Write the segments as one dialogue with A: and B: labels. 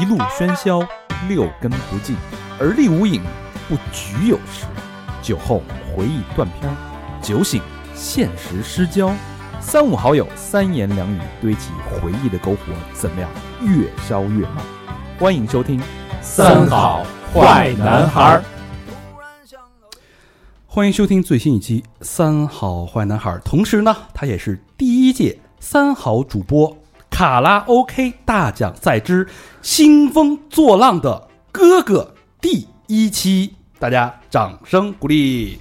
A: 一路喧嚣，六根不净，而立无影，不局有时。酒后回忆断片儿，酒醒现实失焦。三五好友，三言两语堆起回忆的篝火，怎料越烧越旺。欢迎收听《
B: 三好坏男孩儿》，
C: 欢迎收听最新一期《三好坏男孩》，同时呢，他也是第一届三好主播卡拉 OK 大奖赛之“兴风作浪的哥哥”第一期，大家掌声鼓励。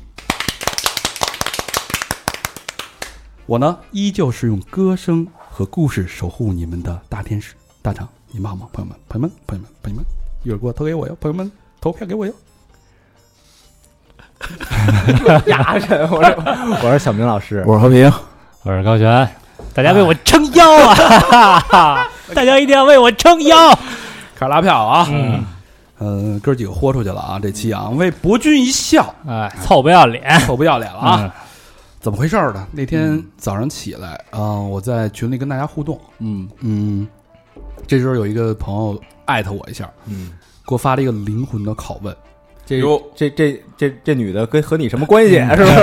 C: 我呢，依旧是用歌声和故事守护你们的大天使大长，你们好吗？朋友们，朋友们，朋友们，朋友们，一会儿给我投给我哟，朋友们，投票给我哟。
D: 嗯
E: 牙碜，我说 我是小明老师，
F: 我是和平，
B: 我是高璇，
D: 大家为我撑腰啊！ 哈哈，大家一定要为我撑腰。
C: 开始拉票啊！
D: 嗯，
C: 嗯，哥几个豁出去了啊！这期啊，为博君一笑，
D: 哎，臭不要脸嗯
C: 臭不要脸了啊！！怎么回事儿呢？那天早上起来啊、我在群里跟大家互动，
F: 嗯
C: 嗯，这时候有一个朋友艾特我一下，
F: 嗯，
C: 给我发了一个灵魂的拷问，
E: 这
B: 哟
E: 这这这这女的跟和你什么关系？啊是不是？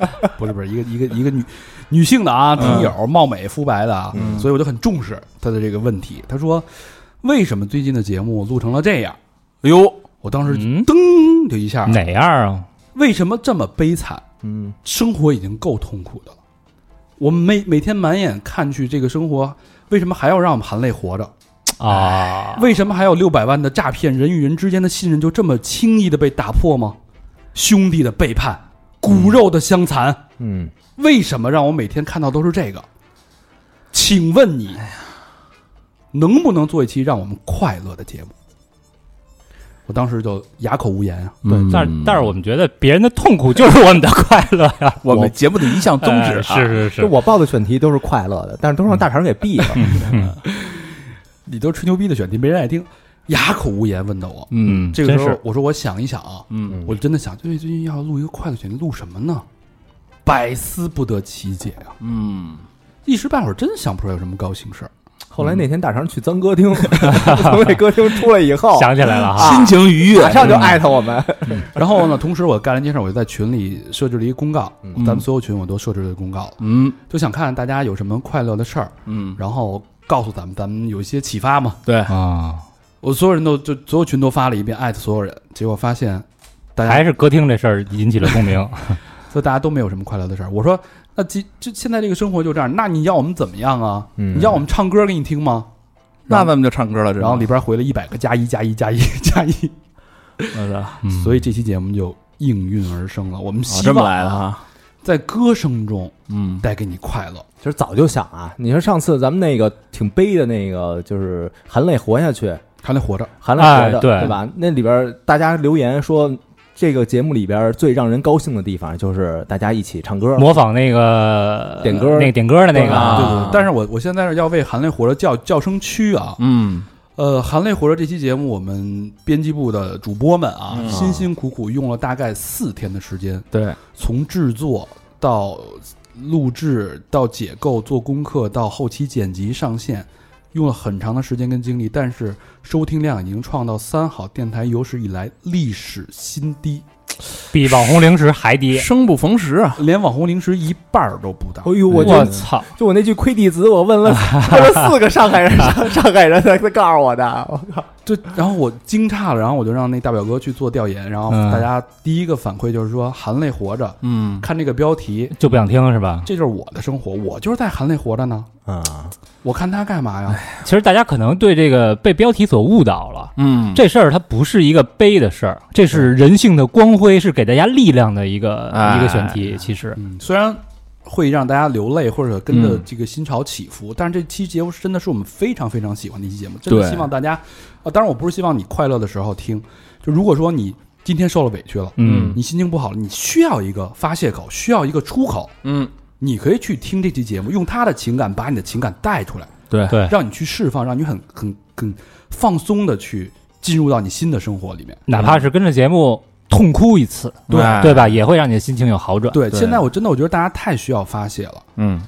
C: 嗯 不是不是一个一个一个女女性的啊，听
E: 嗯
C: 友貌美肤白的啊，
F: 嗯
C: 所以我就很重视她的这个问题。她说，为什么最近的节目录成了这样？
B: 哎呦，
C: 我当时
D: 嗯
C: 噔就一下，
D: 哪样啊？
C: 为什么这么悲惨？
F: 嗯，
C: 生活已经够痛苦的了，我们每每天满眼看去这个生活，为什么还要让我们含泪活着？
D: 啊，
C: 为什么还有六百万的诈骗？人与人之间的信任就这么轻易的被打破吗？兄弟的背叛，骨肉的相残，
F: 嗯，
C: 为什么让我每天看到都是这个？请问你，能不能做一期让我们快乐的节目？我当时就哑口无言啊！
D: 对，但是但是我们觉得别人的痛苦就是我们的快乐呀。
F: 我们节目的一项宗旨
D: 哎
F: 啊
D: 是，
E: 就
D: 是，
E: 是我报的选题都是快乐的，但是都让大肠给毙了。
C: 你都是吹牛逼的选题，没人爱听，哑口无言问的我。
F: 嗯
C: 这个时
D: 真
C: 候
D: 是
C: 我说我想一想啊，
F: 嗯
C: 我真的想，最最近要录一个快乐选题，录什么呢？百思不得其解啊！
F: 嗯，
C: 一时半会儿真想不出来有什么高兴事儿。
E: 后来那天大肠去咱歌厅， 从那歌厅出来以后，
D: 想起来了哈。
E: 啊
F: 心情愉悦
E: 马，上就艾特我们。
C: 然后呢，同时我干了一件事儿，我就在群里设置了一个公告，
F: 嗯
C: 咱们所有群我都设置了公告了，
F: 嗯
C: 就想看大家有什么快乐的事儿，
F: 嗯，
C: 然后告诉咱们，咱们有一些启发嘛。
F: 对，
D: 啊，
C: 我所有人都就所有群都发了一遍，艾特所有人，结果发现大家
D: 还是歌厅这事儿引起了 共鸣。
C: 说大家都没有什么快乐的事儿。我说，那这这现在这个生活就这样，那你要我们怎么样啊？
F: 嗯
C: 你要我们唱歌给你听 吗？
F: 那咱们就唱歌了，这
C: 然后里边回了一百个加一加一加一 加一，
F: 我操，啊
D: 嗯
C: 所以这期节目就应运而生了。我们希
F: 哦这么
C: 望啊
F: 来的哈，
C: 在歌声中
F: 嗯
C: 带给你快乐。
E: 其实早就想啊，你说上次咱们那个挺悲的那个，就是含泪活下去，
C: 还得活着，
E: 含泪活
D: 哎
E: 着，
D: 对
E: 对吧？那里边大家留言说，这个节目里边最让人高兴的地方就是大家一起唱歌，
D: 模仿那个
E: 点歌
D: 那个点歌的那
C: 对
D: 个
F: 啊
C: 对对对。但是我我现在是要为《含泪活着》叫叫声区啊。
F: 嗯
C: 呃，《含泪活着》这期节目，我们编辑部的主播们啊，
F: 嗯
C: 辛辛苦苦用了大概四天的时间，
F: 对，
C: 从制作到录制到解构、做功课到后期剪辑上线，用了很长的时间跟精力，但是收听量已经创到三好电台有史以来历史新低，
D: 比网红零食还低。
F: 生不逢时啊，
C: 连网红零食一半儿都不到
E: 哎。呦，我就
D: 我操！
E: 就我那句亏弟子，我问了 问了四个上海人， 上上海人才才告诉我的。我靠，
C: 就然后我惊诧了，然后我就让那大表哥去做调研，然后
D: 嗯
C: 大家第一个反馈就是说含泪活着，
F: 嗯
C: 看这个标题，
D: 就不想听是吧？
C: 这就是我的生活，我就是在含泪活着呢。
F: 嗯
E: 啊，
C: 我看他干嘛呀？
D: 其实大家可能对这个被标题所误导了。
F: 嗯，
D: 这事儿它不是一个悲的事儿，这是人性的光辉，是给大家力量的一个、
F: 哎
D: 一个选题。其实，
C: 嗯，虽然会让大家流泪或者跟着
F: 嗯
C: 这个新潮起伏，但是这期节目真的是我们非常非常喜欢的一期节目，真的
F: 对
C: 希望大家，呃，当然我不是希望你快乐的时候听，就如果说你今天受了委屈了，
D: 嗯
C: 你心情不好了，你需要一个发泄口，需要一个出口，
F: 嗯
C: 你可以去听这期节目，用他的情感把你的情感带出来，
F: 对
D: 对，
C: 让你去释放，让你很很很放松的去进入到你新的生活里面。
D: 哪怕是跟着节目痛哭一次，
F: 对
D: 对吧？也会让你的心情有好转。
C: 对，
F: 对
C: 现在我真的我觉得大家太需要发泄了。
F: 嗯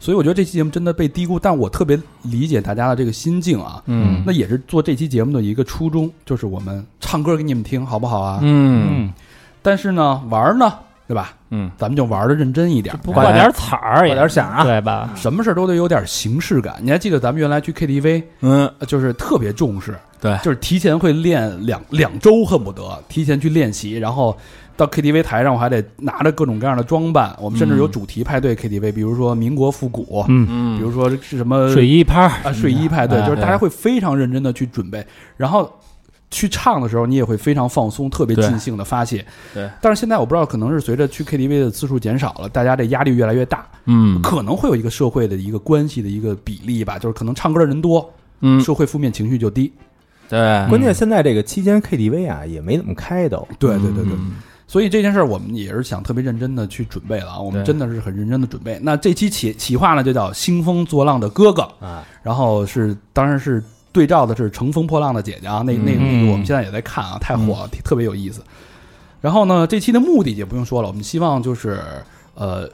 C: 所以我觉得这期节目真的被低估，但我特别理解大家的这个心境啊。
F: 嗯
C: 那也是做这期节目的一个初衷，就是我们唱歌给你们听，好不好啊？
F: 嗯
C: 但是呢，玩儿呢，对吧？
F: 嗯，
C: 咱们就玩的认真一点，
D: 不挂点彩儿也
E: 有点想啊，
D: 对吧？
C: 什么事儿都得有点形式感。你还记得咱们原来去 KTV，
F: 嗯
C: 呃就是特别重视，
F: 对
C: 就是提前会练两两周，恨不得提前去练习，然后到 KTV 台上我还得拿着各种各样的装扮。我们甚至有主题派对 KTV，、比如说民国复古，
D: 嗯，
F: 嗯
C: 比如说是什么
D: 水衣拍儿，
C: 啊睡衣派对，
D: 哎
C: 就是大家会非常认真的去准备，然后去唱的时候你也会非常放松，特别
F: 对
C: 尽兴的发泄。
F: 对，
C: 但是现在我不知道，可能是随着去 KTV 的次数减少了，大家这压力越来越大，
F: 嗯
C: 可能会有一个社会的一个关系的一个比例吧，就是可能唱歌的人多，
F: 嗯，哎
C: 社会负面情绪就低。
D: 嗯
F: 对，
E: 关键现在这个期间 KTV 啊也没怎么开都，
C: 对对对对，
F: 嗯
C: 所以这件事儿我们也是想特别认真的去准备了啊，我们
F: 对
C: 真的是很认真的准备。那这期企企划呢就叫《兴风作浪的哥哥》
E: 啊，
C: 然后是当然是对照的是《乘风破浪的姐姐》啊，那那那
D: 嗯
C: 个我们现在也在看啊，
F: 嗯
C: 太火了，特别有意思。然后呢，这期的目的也不用说了，我们希望就是呃，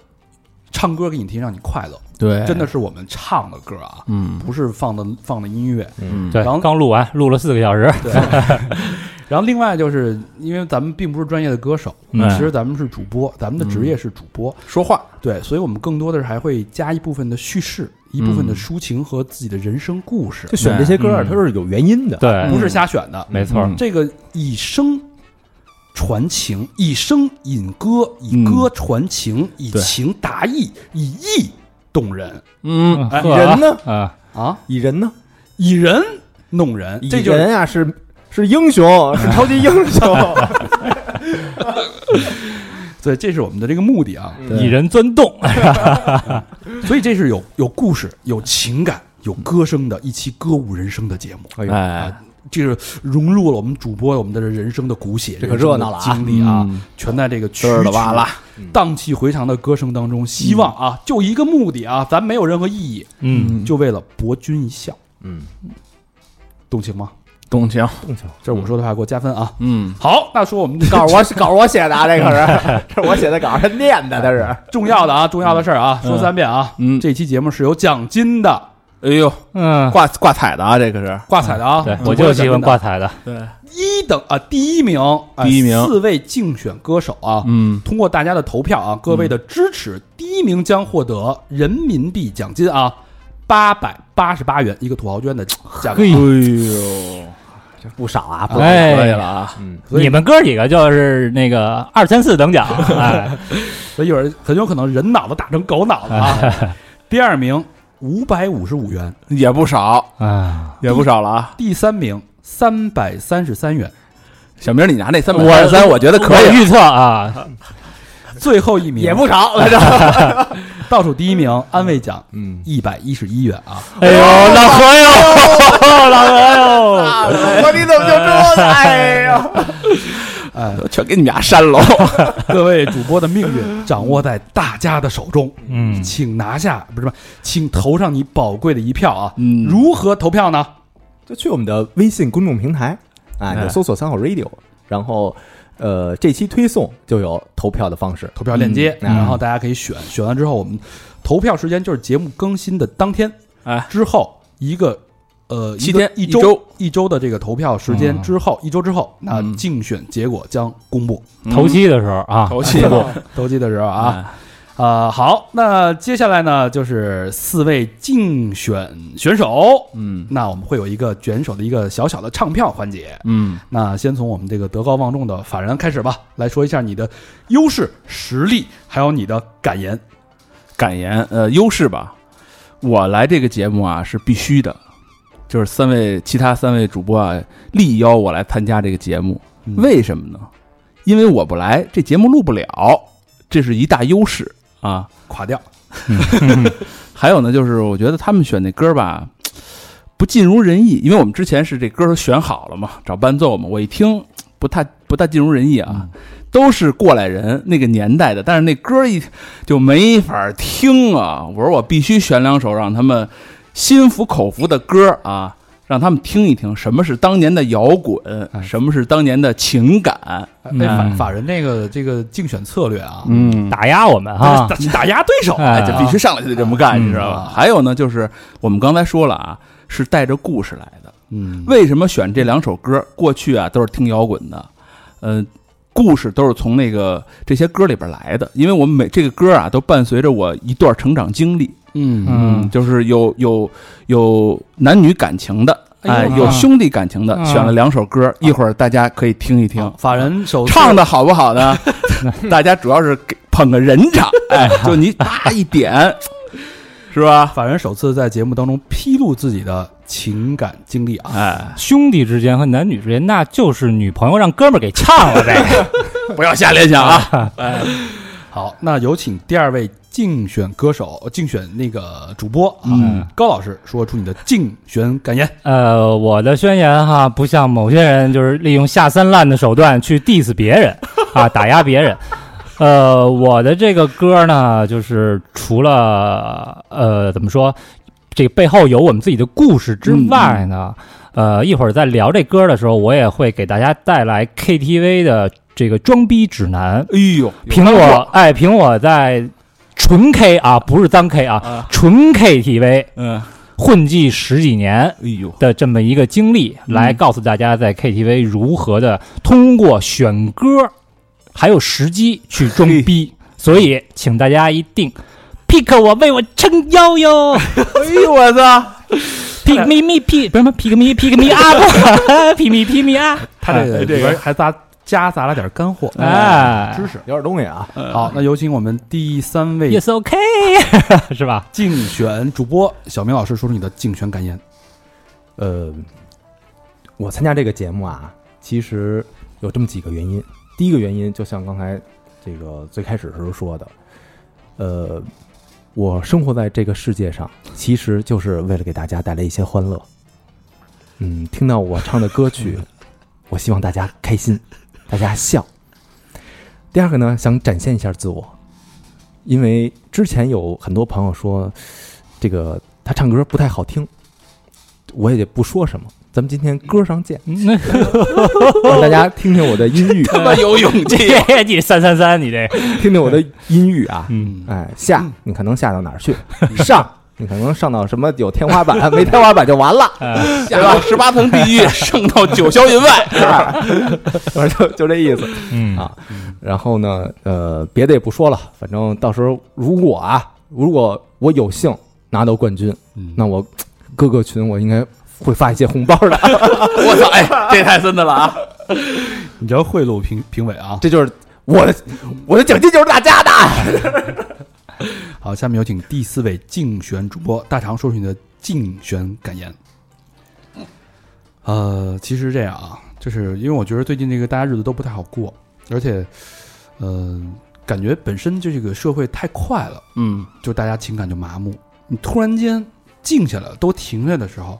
C: 唱歌给你听，让你快乐，
F: 对，
C: 真的，是我们唱的歌啊，
F: 嗯
C: 不是放的放的音乐。
F: 嗯，
D: 对
C: 然后，
D: 刚录完，录了四个小时，
C: 然后另外就是因为咱们并不是专业的歌手，
D: 嗯
C: 其实咱们是主播，咱们的职业是主播，
F: 说话，
C: 对，所以我们更多的是还会加一部分的叙事，一部分的抒情和自己的人生故事
E: 就，选这些歌
C: 嗯
E: 啊，它都是有原因的，
D: 对，
C: 不是瞎选
E: 嗯
C: 的。
D: 没错儿，
C: 嗯这个以声传情，以声引歌，以
F: 嗯
C: 歌传情，以
F: 对
C: 情达意，以意动人
F: 嗯
D: 嗯
E: 哎
D: 呵
E: 人呢？
D: 啊，
C: 啊，
E: 蚁人呢？
C: 以人弄人，
E: 蚁
C: 这就是
E: 人啊是是英雄，啊是超级英雄，
C: 对，这是我们的这个目的啊。
E: 嗯
D: 以人钻洞，
C: 所以这是有有故事、有情感、有歌声的一期歌舞人生的节目，啊
E: 哎呦
F: 哎，
C: 这是融入了我们主播我们的人生的骨血，
E: 这可
C: 人生
E: 热
C: 的
E: 闹了啊
C: 经历啊，
F: 嗯
C: 全在这个曲
F: 嘚
C: 曲
F: 儿了哇啦
C: 荡气回肠的歌声当中。希望啊，就一个目的啊，咱没有任何意义，
D: 嗯，
C: 就为了博君一笑，
E: 嗯，
C: 懂情吗？
F: 动情，
E: 动情，
C: 这是我说的话，给我加分啊！
F: 嗯
C: 好，那说我们
E: 稿我稿我写的啊，这可 是这是我写的稿，他念
D: 哎
E: 的他 是，
C: 重要的啊，重要的事儿啊，说三遍啊，
F: 嗯，
C: 这期节目是有奖金的，
F: 哎呦，
D: 嗯，
F: 挂挂彩的啊，这可是，
C: 挂彩的啊，
D: 对
C: 主，播
D: 我就
C: 有
D: 喜
C: 奖
D: 欢
C: 金的
D: 挂彩的，
F: 对，
C: 一等啊，第一名，哎
F: 第一名
C: 四位竞选歌手啊，
F: 嗯
C: 通过大家的投票啊，各位的支持，第一名将获得人民币奖金啊，八百八十八元一个土豪捐的奖
D: 嘿
F: 哎
C: 金。
F: 呦，
E: 这不少啊，不
F: 可以
D: 哎，
F: 了啊，
E: 嗯，
C: 所以
D: 你们哥几个就是那个二三四等奖，哎，
C: 所以有人很有可能人脑子打成狗脑子 啊。第二名五百五十五元，
F: 也不少，
D: 啊，
F: 也不少了啊。
C: 第三名三百三十三元，
F: 小明，你拿那三百
D: 我
F: 三十三，我觉得可
D: 我
F: 以，
D: 预测 啊，
C: 最后一名
E: 也不少，反正
C: 倒数第一名安慰奖
E: 嗯，
C: 一百一十一元啊。
D: 哎呦，老何哟，老何哟，
E: 我你怎么就这呢？哎 呀，
F: 全给你们俩删喽。
C: 哎各位主播的命运掌握在大家的手中，
D: 嗯
C: 请拿下不是不是，请投上你宝贵的一票啊！
F: 嗯
C: 如何投票呢？
E: 就去我们的微信公众平台啊，
F: 哎
E: 就搜索三好 radio，然后呃，这期推送就有投票的方式，
C: 投票链接，
E: 嗯
C: 然后大家可以选，选完之后我们投票时间就是节目更新的当天，
F: 哎，
C: 之后一个呃
F: 七天
C: 一
F: 一
C: 个一
F: 周
C: 一周的这个投票时间
D: 嗯
C: 之后，一周之后，那
F: 嗯
C: 竞选结果将公布。
D: 头七的时候啊，
F: 头七
C: 投机的时候啊，，
F: 哎
C: 啊，好，那接下来呢，就是四位竞选选手。
F: 嗯
C: 那我们会有一个卷手的一个小小的唱票环节。
F: 嗯
C: 那先从我们这个德高望重的法人开始吧，来说一下你的优势、实力，还有你的感言。
F: 感言呃优势吧，我来这个节目啊是必须的，就是三位其他三位主播啊力邀我来参加这个节目，
C: 嗯
F: 为什么呢？因为我不来，这节目录不了，这是一大优势啊。
C: 垮掉，
F: 还有呢，就是我觉得他们选那歌吧。不尽如人意，因为我们之前是这歌都选好了嘛，找伴奏嘛。我一听不太不太尽如人意啊，
C: 嗯
F: 都是过来人那个年代的，但是那歌一就没法听啊。我说我必须选两首让他们心服口服的歌啊，让他们听一听什么是当年的摇滚，
C: 哎
F: 什么是当年的情感。
C: 那法
D: 嗯
C: 法人这个这个竞选策略啊，
F: 嗯，
D: 打压我们哈
C: 打，打压对手，
D: 哎嗯
F: 哎，这必须上来就得这么干，你知道吧？还有呢，就是我们刚才说了啊，是带着故事来的。
C: 嗯
F: 为什么选这两首歌？过去啊都是听摇滚的，呃，故事都是从那个这些歌里边来的，因为我们每这个歌啊都伴随着我一段成长经历，
C: 嗯，
D: 嗯，
F: 就是有有有男女感情的，
C: 哎
F: 哎，
C: 呦
F: 有兄弟感情的，
D: 啊
F: 选了两首歌，一会儿大家可以听一听
C: 好。法人首次
F: 唱的好不好呢？大家主要是给捧个人场，哎，就你啪一 点，是吧？
C: 法人首次在节目当中披露自己的情感经历啊，
F: 哎，
D: 兄弟之间和男女之间，那就是女朋友让哥们儿给呛了呗。
F: 不要瞎联想啊！
C: 哎好，那有请第二位竞选歌手、呃竞选那个主播啊，
F: 嗯
C: 高老师说出你的竞选感言。
D: 呃，我的宣言哈，不像某些人就是利用下三滥的手段去 diss 别 人啊，打压别人。呃，我的这个歌呢，就是除了呃怎么说，这个背后有我们自己的故事之外呢，
F: 嗯
D: 呃，一会儿在聊这歌的时候，我也会给大家带来 KTV 的这个装逼指南。
F: 哎呦，
D: 凭我哎，凭我在纯 K 啊，不是脏 K 啊
F: 啊，
D: 纯 KTV
F: 嗯，
D: 混迹十几年
F: 哎呦，嗯
D: 的这么一个经历，来告诉大家在 KTV 如何的通过选歌还有时机去装逼。所以，请大家一定 pick 我为我撑腰哟
F: 哎呦，我操！
D: ，pick me me pick 不是什么 pick me pick me up，pick me pick me up，
C: 他这
F: 哎
C: 个里边还杂夹杂了点干货，
D: 哎
E: 知识有点东西啊，
C: 好，那有请我们第三位
D: ，yes OK，是吧？
C: 竞选主播小明老师说出你的竞选感言。
E: 呃，我参加这个节目啊，其实有这么几个原因。第一个原因，就像刚才这个最开始时候说的，呃，我生活在这个世界上，其实就是为了给大家带来一些欢乐。嗯，听到我唱的歌曲， 我希望大家开心，大家笑。第二个呢，想展现一下自我，因为之前有很多朋友说，这个他唱歌不太好听，我也不说什么，咱们今 天歌上见，
D: 那
E: 让大家听听我的音域，
F: 他妈有勇气！
D: 你三三三，你这个
E: 听听我的音域啊！
D: 嗯，
E: 哎，下你看能下到哪 儿去？上你可能上到什么有天花板，没天花板就完了，
D: 呃
F: 下到十八层地狱，升到九霄云外。
E: 哎是吧？ 反正就就这意思。
D: 嗯
E: 啊然后呢，呃，别的也不说了，反正到时候如果啊，如果我有幸拿到冠军，
C: 嗯
E: 那我各个群我应该会发一些红包的。
F: 我操！哎，这太深的了啊！
C: 你这贿赂评评委啊！
E: 这就是我的我的奖金就是大家的。
C: 好，下面有请第四位竞选主播大长说出你的竞选感言。呃，其实这样啊，就是因为我觉得最近这个大家日子都不太好过，而且，呃，感觉本身就这个社会太快了，
F: 嗯，
C: 就大家情感就麻木。你突然间静下来了，都停下来的时候，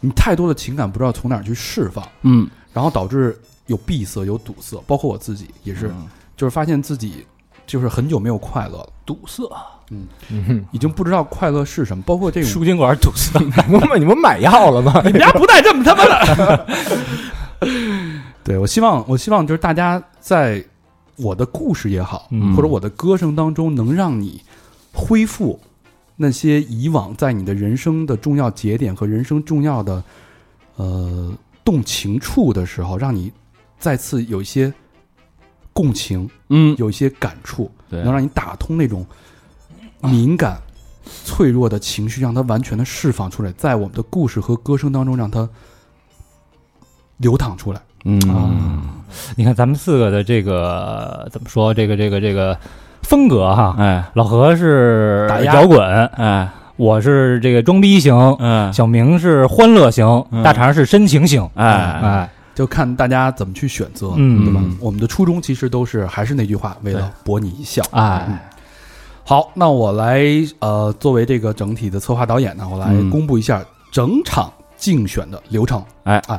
C: 你太多的情感不知道从哪儿去释放，
F: 嗯，
C: 然后导致有闭塞、有堵塞，包括我自己也是，
F: 嗯
C: 就是发现自己就是很久没有快乐了。
F: 堵塞。
E: 嗯，
C: 已经不知道快乐是什么，包括这种
D: 输精管堵塞，
E: 你们你们买药了吗？
C: 你们家不带这么他妈的。 对，我希望，我希望就是大家在我的故事也好，
D: 嗯
C: 或者我的歌声当中，能让你恢复那些以往在你的人生的重要节点和人生重要的呃动情处的时候，让你再次有一些共情，
F: 嗯，
C: 有一些感触，
F: 对
C: 能让你打通那种敏感、脆弱的情绪，让它完全的释放出来，在我们的故事和歌声当中，让它流淌出来。啊
D: 嗯，你看咱们四个的这个怎么说？这个这个这个风格哈，
F: 哎
D: 老何是
C: 打压
D: 摇滚，
F: 哎
D: 我是这个装逼型，
F: 嗯
D: 小明是欢乐型，
F: 嗯
D: 大肠是深情型。
F: 哎，
D: 哎，
C: 就看大家怎么去选择，
D: 嗯
C: 对吧
F: 嗯？
C: 我们的初衷其实都是还是那句话，为了博你一笑。嗯
D: 哎，
C: 好，那我来呃，作为这个整体的策划导演呢，我来
F: 嗯
C: 公布一下整场竞选的流程。
F: 哎
C: 哎，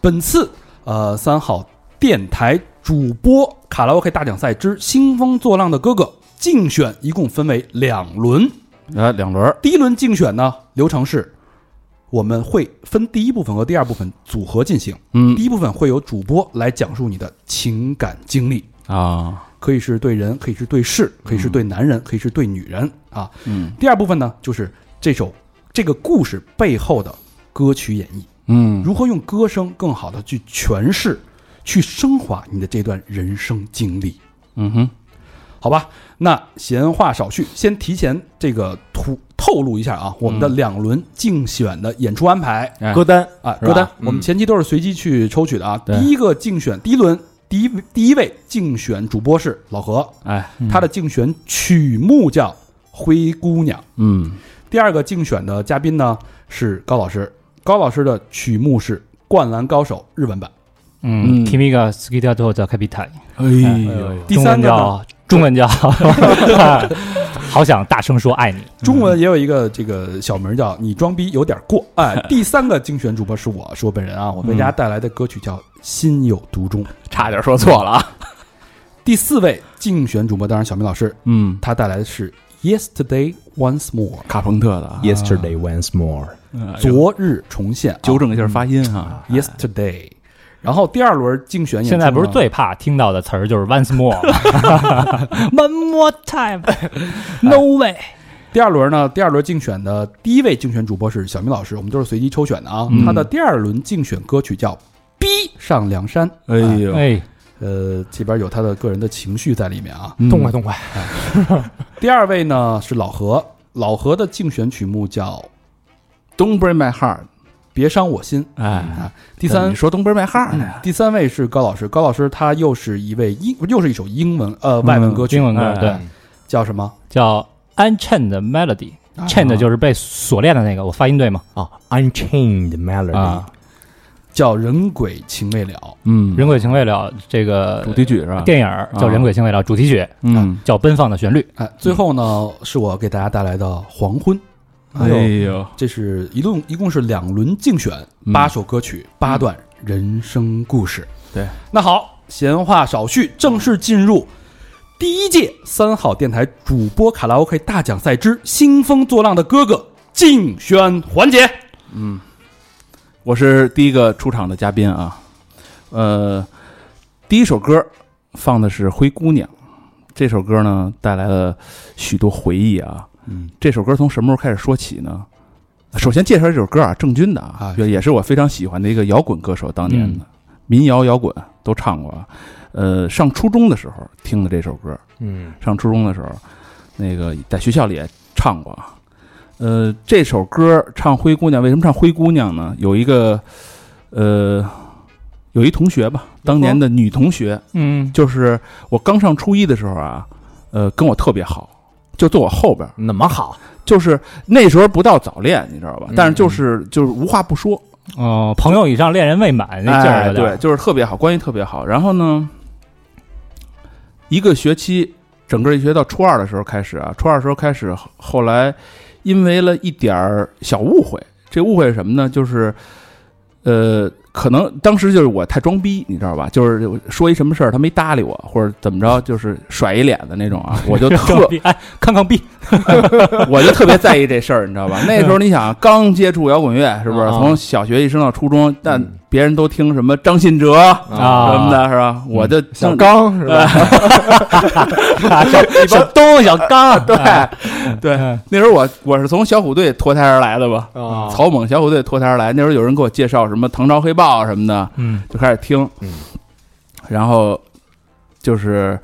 C: 本次呃三好电台主播卡拉 OK 大奖赛之《兴风作浪的哥哥》竞选一共分为两轮。
F: 呃，两轮儿，
C: 第一轮竞选呢，流程是我们会分第一部分和第二部分组合进行。
F: 嗯
C: 第一部分会有主播来讲述你的情感经历，
F: 啊，
C: 可以是对人，可以是对事，可以是对男人，可以是对女人啊。
F: 嗯
C: 第二部分呢，就是这首这个故事背后的歌曲演绎，
F: 嗯，
C: 如何用歌声更好的去诠释、去升华你的这段人生经历。
F: 嗯哼，
C: 好吧，那闲话少叙，先提前这个图透露一下啊，我们的两轮竞选的演出安排、
F: 哎
E: 歌单
C: 啊，
E: 是吧
C: 歌单，
F: 嗯
C: 我们前期都是随机去抽取的啊。
F: 对
C: 第一个竞选，第一轮，第一第一位竞选主播是老何，
F: 哎，
C: 他的竞选曲目叫《灰姑娘》。
F: 嗯
C: 第二个竞选的嘉宾呢是高老师，高老师的曲目是《灌篮高手》日文版。
F: 嗯
D: 嗯，Kimi ga s k i t a t o da Capital，
F: 哎呦，
C: 第三个呢，
D: 叫中文叫， 好想大声说爱你。
C: 中文也有一个这个小名叫“你装逼有点过”。哎，第三个竞选主播是我，是我本人啊，我为大家
D: 嗯
C: 带来的歌曲叫《心有独钟》。
F: 差点说错了啊，
C: 第四位竞选主播当然小明老师，
F: 嗯，
C: 他带来的是《Yesterday Once More
F: 卡朋特的啊，
E: ，Yesterday Once More，
F: 哎》，呦
C: 昨日重现啊，
F: 纠正一
D: 嗯
F: 下发音啊，
C: Yesterday。然后第二轮竞选演出
D: 现
C: 呢
D: 在不是最怕听到的词儿就是 once more，one more time，no way。
C: 第二轮呢？第二轮竞选的第一位竞选主播是小明老师，我们都是随机抽选的啊。
F: 嗯
C: 他的第二轮竞选歌曲叫《逼上梁山》，
F: 哎呦，
D: 哎，
C: 呃，这边有他的个人的情绪在里面啊。
F: 嗯
E: 痛快，痛快，
C: 第二位呢是老何，老何的竞选曲目叫《
F: ，Don't break my heart，
C: 别伤我心》。啊
F: 哎，
C: 第
F: 怎么
C: 三
F: 你，说 Don't break my
E: 哎
F: heart 呢？
C: 第三位是高老师，高老师他又是一位英，又是一首英文呃外文歌曲，
D: 嗯英文歌
F: 哎
D: 对，
C: 叫什么？
D: 叫 Unchained Melody，Chained
C: 啊
D: 就是被锁链的那个，我发音对吗？
E: 啊，Unchained Melody，
F: 啊，
C: 叫人鬼情未了。
F: 嗯，
D: 人鬼情未了这个
F: 主题曲是吧？
D: 呃电影
C: 啊
D: 儿叫《人鬼情未了》，主题曲
F: 嗯，
D: 叫《奔放的旋律》。
C: 哎，最后呢是我给大家带来的《黄昏》，
F: 哎呦，
C: 这是一共一共是两轮竞选，
F: 嗯
C: 八首歌曲，八段人生故事。
F: 对，
C: 那好，闲话少叙，正式进入第一届三好电台主播卡拉 OK 大奖赛之“兴风作浪的哥哥”竞选环节。
F: 嗯我是第一个出场的嘉宾啊。呃，第一首歌放的是《灰姑娘》，这首歌呢带来了许多回忆啊。
C: 嗯，
F: 这首歌从什么时候开始说起呢？首先介绍这首歌啊，郑钧的啊
C: 啊，嗯
F: 也也是我非常喜欢的一个摇滚歌手，当年的、民谣摇滚都唱过啊。呃，上初中的时候听的这首歌，
E: 嗯，
F: 上初中的时候，那个在学校里也唱过啊。呃，这首歌唱《灰姑娘》，为什么唱《灰姑娘》呢？有一个，呃，有一同学
E: 哦
F: 吧，当年的女同学，
D: 嗯，
F: 就是我刚上初一的时候啊，呃，跟我特别好，就坐我后边儿，
E: 那么好，
F: 就是那时候不到早恋，你知道吧
E: 嗯？
F: 但是就是就是无话不说，
D: 哦，朋友以上恋人未满那劲儿
F: 哎，
D: 有点
F: 对，
D: 儿
F: 就是特别好，关系特别好。然后呢，一个学期，整个一学到初二的时候开始啊，初二的时候开始，后后来因为了一点儿小误会，这误会是什么呢？就是，呃，可能当时就是我太装逼，你知道吧？就是说一什么事儿，他没搭理我，或者怎么着，就是甩一脸的那种啊，我就 特
D: 哎，看看 B，
F: 我就特别在意这事儿，你知道吧？那时候你想刚接触摇滚乐，是不是？
E: 啊
F: 从小学一升到初中，但
E: 嗯
F: 别人都听什么张信哲
E: 啊
F: 什么的，是吧？我就
E: 小
F: 听
E: 刚是吧？
F: 小东、小
E: 啊
F: 刚， 对对。那时候我我是从小虎队脱胎而来的吧，
E: 嗯
F: 嗯
E: 啊
F: 草蜢小虎队脱胎而来。那时候有人给我介绍什么唐朝黑豹什么的，
D: 嗯，
F: 就开始听，
E: 嗯
F: 然后就是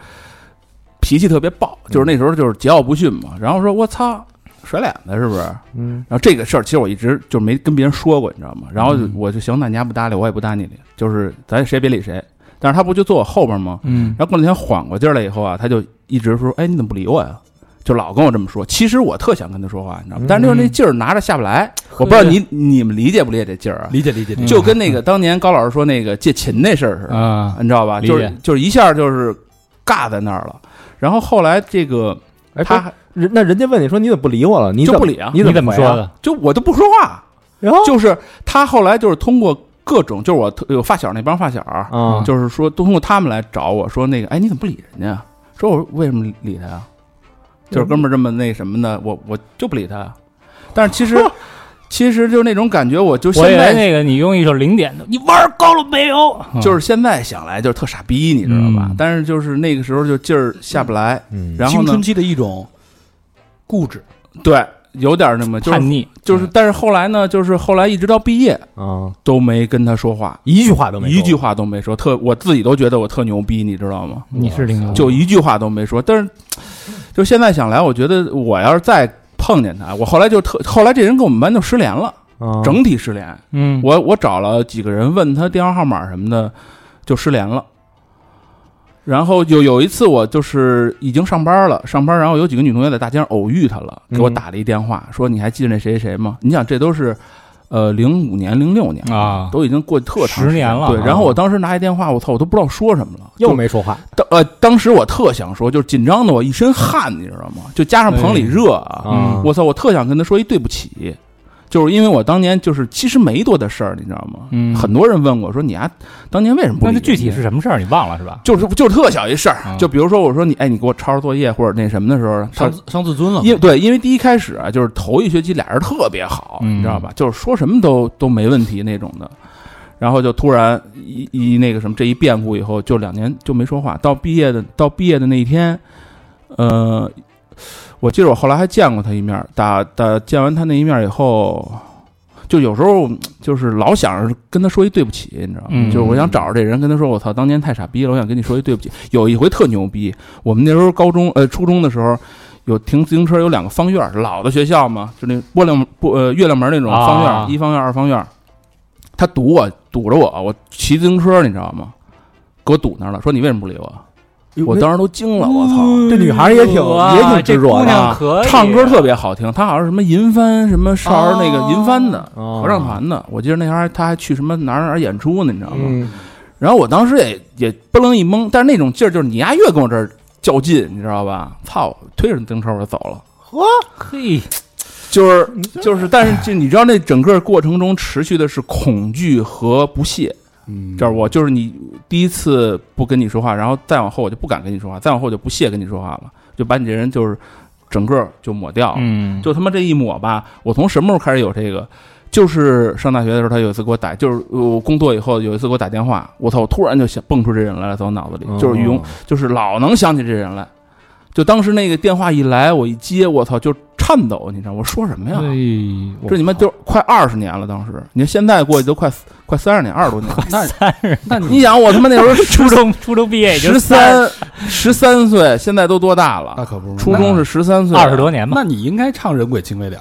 F: 脾气特别暴，
E: 嗯
F: 就是那时候就是桀骜不驯嘛。然后说我操，甩脸子是不是？
E: 嗯，
F: 然后这个事儿其实我一直就没跟别人说过，你知道吗？然后
E: 嗯
F: 我就行，那你丫不搭理我，我也不搭理你，就是咱谁也别理谁。但是他不就坐我后边吗？
D: 嗯，
F: 然后过两天缓过劲儿来以后啊，他就一直说：“哎，你怎么不理我呀？”就老跟我这么说。其实我特想跟他说话，你知道吗
E: 嗯？
F: 但是就是那劲儿拿着下不来。我不知道你你们理解不理解这劲儿啊？
C: 理
D: 嗯
C: 解理解理解，
F: 就跟那个当年高老师说那个借琴那事儿似的，
D: 啊，
F: 你知道吧？
D: 理
F: 就
D: 解
F: 是就是一下就是尬在那儿了。然后后来这个
E: 哎，
F: 他
E: 他人那人家问你说你怎么不理我了？你怎
F: 就
E: 么
F: 不理啊
E: 你
D: 你
E: 怎
D: 怎么
E: 回啊
D: 说？的？
F: 就我都不说话，
E: 然后
F: 就是他后来就是通过各种，就是我特有发小那帮发小，
E: 啊，
F: 就是说都通过他们来找我说那个，哎，你怎么不理人家？说我为什么理他啊 啊呀？就是哥们儿这么那什么的，我我就不理他。但是其实其实就是那种感觉，我就现
D: 我以为
F: 在
D: 那个你用一首零点的，你玩够了没有？
F: 就是现在想来就是特傻逼，你知道吧
D: 嗯？
F: 但是就是那个时候就劲儿下不来，
E: 嗯，
F: 然后
C: 青
F: 呢
C: 春，期的一种固执，
F: 对，有点那么就是
D: 叛逆，
F: 就是，但是后来呢，就是后来一直到毕业
E: 啊，
F: 都没跟他说话，
E: 一句话都没说，
F: 一句话都没说，特我自己都觉得我特牛逼，你知道吗？
D: 嗯你是零
F: 就一句话都没说。但是，就现在想来，我觉得我要是再碰见他，我后来就特后来这人跟我们班就失联了，
E: 啊
F: 整体失联。
D: 嗯，
F: 我我找了几个人问他电话号码什么的，就失联了。然后有有一次我就是已经上班了，上班然后有几个女同学在大街上偶遇他了，给我
E: 嗯
F: 打了一电话，说你还记得那谁谁谁吗？你想这都是，呃，零五年零六年
D: 啊
F: 都已经过去特长
D: 十年了
F: 对，
D: 啊
F: 然后我当时拿一电话，我操，我都不知道说什么了，
E: 又没说话，
F: 当呃，当时我特想说，就是紧张的我一身汗，你知道吗？就加上棚里热啊，
E: 啊
F: 我操，我特想跟他说一对不起，就是因为我当年就是其实没多大事儿，你知道吗？
D: 嗯
F: 很多人问我说你啊，当年为什么不
D: 那
F: 理
D: 这
F: 人家？
D: 具体是什么事儿你忘了是吧？
F: 就是就是特小一事儿
D: 啊，
F: 就比如说我说你哎，你给我抄抄作业或者那什么的时候，他
C: 伤自伤自尊了。
F: 因为对，因为第一开始啊，就是头一学期俩人特别好，
D: 嗯
F: 你知道吧？就是说什么都都没问题那种的。然后就突然一一那个什么，这一变故以后，就两年就没说话。到毕业的到毕业的那一天，呃，我记得我后来还见过他一面，打打见完他那一面以后，就有时候就是老想着跟他说一对不起，你知道吗？
D: 嗯
F: 就是我想找着这人跟他说，我操，当年太傻逼了，我想跟你说一对不起。有一回特牛逼，我们那时候高中呃初中的时候，有停自行车有两个方院儿，老的学校嘛，就那玻璃玻呃月亮门那种
D: 啊
F: 方院儿，一方院儿二方院儿。他堵我，堵着我，我骑自行车，你知道吗？给我堵那儿了，说你为什么不理我？我当时都惊了，我操！
E: 这女孩也挺
D: 嗯哇
E: 也挺执着
D: 哎这姑
E: 的
D: 娘
F: 啊
D: 可以
F: 唱歌特别好听，她好像是什么银帆什么少儿
D: 哦
F: 那个银帆的
E: 合
F: 合唱，团的，我记得那时候还她还去什么哪儿哪儿演出呢，你知道吗？
E: 嗯，
F: 然后我当时也也不楞一懵，但是那种劲儿就是你丫越跟我这儿较劲，你知道吧？操！推着自行车我就走了，
D: 嘿，
F: 就是就是，但是就你知道那整个过程中持续的是恐惧和不屑，
C: 嗯
F: 就是我就是你第一次不跟你说话，然后再往后我就不敢跟你说话，再往后我就不屑跟你说话了，就把你这人就是整个就抹掉了。
D: 嗯，
F: 就他妈这一抹吧，我从什么时候开始有这个？就是上大学的时候，他有一次给我打，就是我工作以后有一次给我打电话，我操，我突然就想蹦出这人来了，在我脑子
D: 哦
F: 里，就是
E: 嗯
F: 永，就是老能想起这人来。就当时那个电话一来，我一接，我操，就颤抖，你知道我说什么呀？
D: 哎
F: 这你妈就快二十年了，当时你看现在过去都快快三十年，二十 多年。那
D: 三十，
F: 那你想，我他妈那时 候
D: 初中初中毕业也就
F: 十三十三岁，现在都多大
C: 那
F: 了？
C: 可不是
F: 初中是十三岁，
D: 二十多年吧。
C: 那你应该唱《人鬼情未 了》，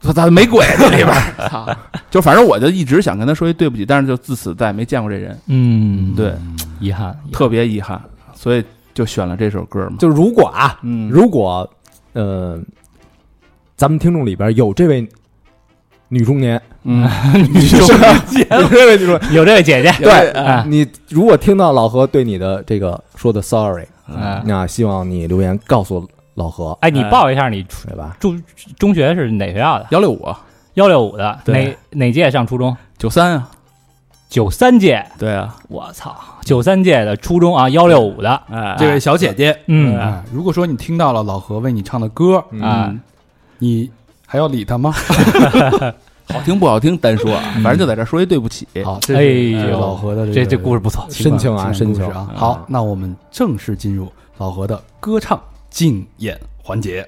F: 他他没鬼这里边 儿，操！就反正我就一直想跟他说一对不起，但是就自此再也没见过这人，
D: 嗯，
F: 对，
D: 遗憾，
F: 特别遗憾，所以就选了这首歌嘛。
E: 就如果啊，
F: 嗯，
E: 如果呃，咱们听众里边有这位女中年，
F: 嗯，
D: 女中
E: 有这位女中年，
D: 有这位姐姐，
E: 对啊
F: 啊
D: 哎
E: 你如果听到老何对你的这个说的 sorry，
F: 啊
D: 嗯，
E: 那希望你留言告诉老何，
D: 哎，你报一下你
E: 对吧？
D: 中中学是哪学校的？
F: 幺六五
D: 幺六五的，哪
F: 对
D: 哪届上初中？
F: 九三啊，
D: 九三届，
F: 对啊，
D: 我操，九三届的初中啊，幺六五的，
F: 哎，
C: 这位小姐姐，
D: 嗯
C: 哎，如果说你听到了老何为你唱的歌，
E: 嗯
D: 啊，
C: 你还要理他 吗？
F: 好听不好听单说，啊，反正就在这儿说一对不起。
C: 好，这是
D: 哎呦
C: 老何的
D: 这
C: 这
D: 这故事不错，
E: 深情啊
C: 深
E: 深情
F: 嗯
D: 嗯
C: 啊。好，那我们正式进入老何的歌唱竞演环节。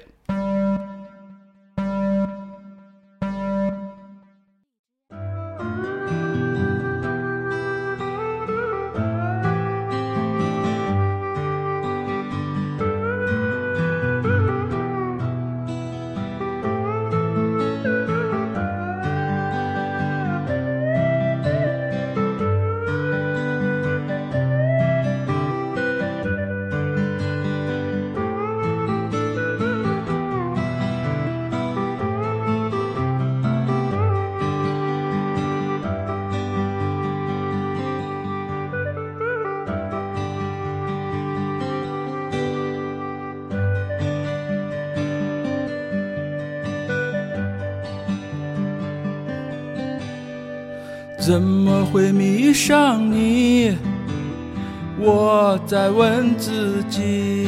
F: 怎么会迷上你？我在问自己，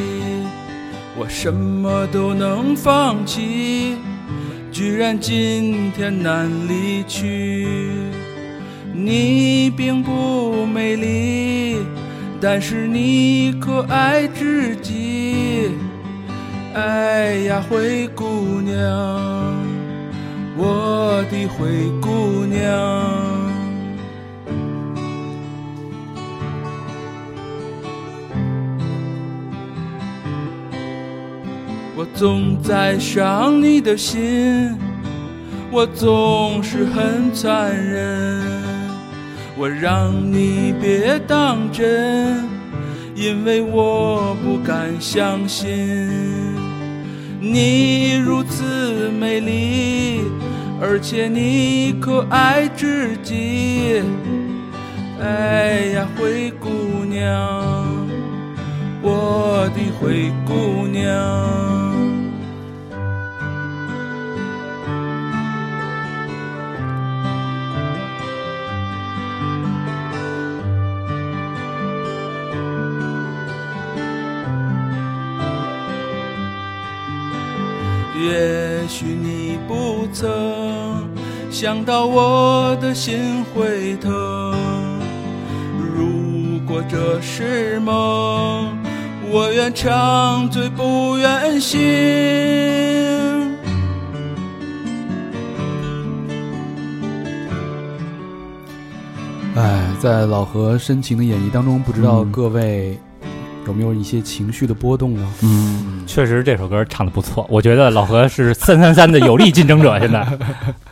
F: 我什么都能放弃，
G: 居然今天难离去。你并不美丽，但是你可爱至极。哎呀，灰姑娘，我的灰姑娘。我总在伤你的心，我总是很残忍，我让你别当真，因为我不敢相信你如此美丽，而且你可爱至极。哎呀，灰姑娘，我的灰姑娘。也许你不曾想到我的心会疼。如果这是梦，我愿长醉不愿醒。
A: 哎，在老何深情的演绎当中，不知道
E: 嗯
A: 各位有没有一些情绪的波动呢？
G: 嗯，
D: 确实这首歌唱的不错，我觉得老何是三三三的有力竞争 者。现在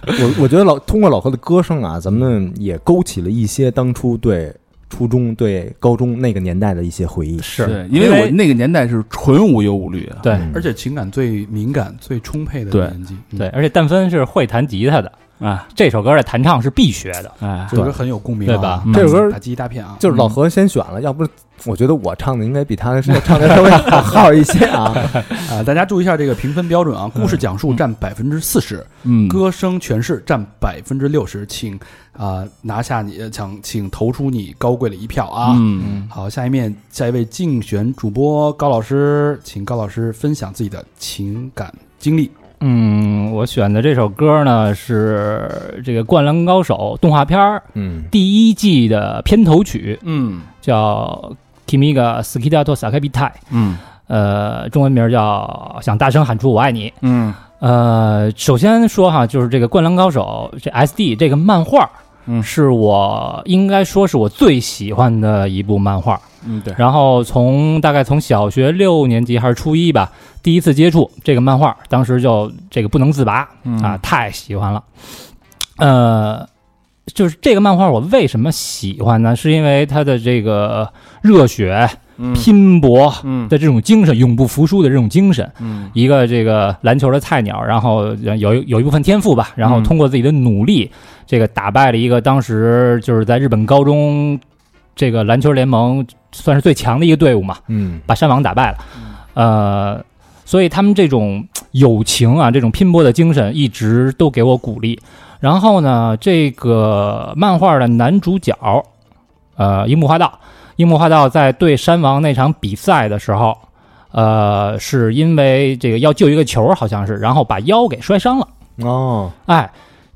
E: 我我觉得老通过老何的歌声啊，咱们也勾起了一些当初对初中、对高中那个年代的一些回忆。
D: 是
G: 对，因为我那个年代是纯无忧无虑啊。
D: 对
E: 嗯
C: 而且情感最敏感、最充沛的
G: 对
C: 年纪，嗯
D: 对，，而且但芬是会弹吉他的，
G: 啊，
D: 这首歌的弹唱是必学的。
G: 哎，
C: 这首歌很有共鸣啊，
D: 对吧
C: 嗯
E: 这首歌
C: 打击一大片啊，
E: 就是
D: 嗯
E: 老何先选了，要不我觉得我唱的应该比他唱的稍微好好一些啊。 嗯
C: 啊，大家注意一下这个评分标准啊，故事讲述占百分之四十，
G: 嗯，
C: 歌声诠释占百分之六十，请啊、拿下你，呃请请投出你高贵的一票啊！
G: 嗯，
C: 好，下一面下一位竞选主播高老师，请高老师分享自己的情感经历。
D: 嗯，我选的这首歌呢是这个《灌篮高手》动画片儿
E: 嗯，
D: 第一季的片头曲，
G: 嗯
D: 叫《Kimi ga Skida to Sakabi Tai》，
G: 嗯
D: 呃，中文名叫《想大声喊出我爱你》。
G: 嗯
D: 呃，首先说哈，就是这个《灌篮高手》这 SD 这个漫画，
G: 嗯
D: 是我应该说是我最喜欢的一部漫画。
G: 嗯，对，
D: 然后从大概从小学六年级还是初一吧，第一次接触这个漫画，当时就这个不能自拔
G: 嗯
D: 啊，，太喜欢了。呃，就是这个漫画我为什么喜欢呢？是因为它的这个热血、
G: 嗯
D: 拼搏
G: 嗯
D: 的这种精神，永不服输的这种精神。
G: 嗯
D: 一个这个篮球的菜鸟，然后有有一部分天赋吧，然后
G: 嗯
D: 通过自己的努力，这个打败了一个当时就是在日本高中这个篮球联盟算是最强的一个队伍嘛，
E: 嗯
D: 把山王打败了，呃，所以他们这种友情啊，这种拼搏的精神一直都给我鼓励。然后呢，这个漫画的男主角，呃，樱木花道，樱木花道在对山王那场比赛的时候，呃，是因为这个要救一个球，好像是，然后把腰给摔伤了。
E: 哦
D: 哎，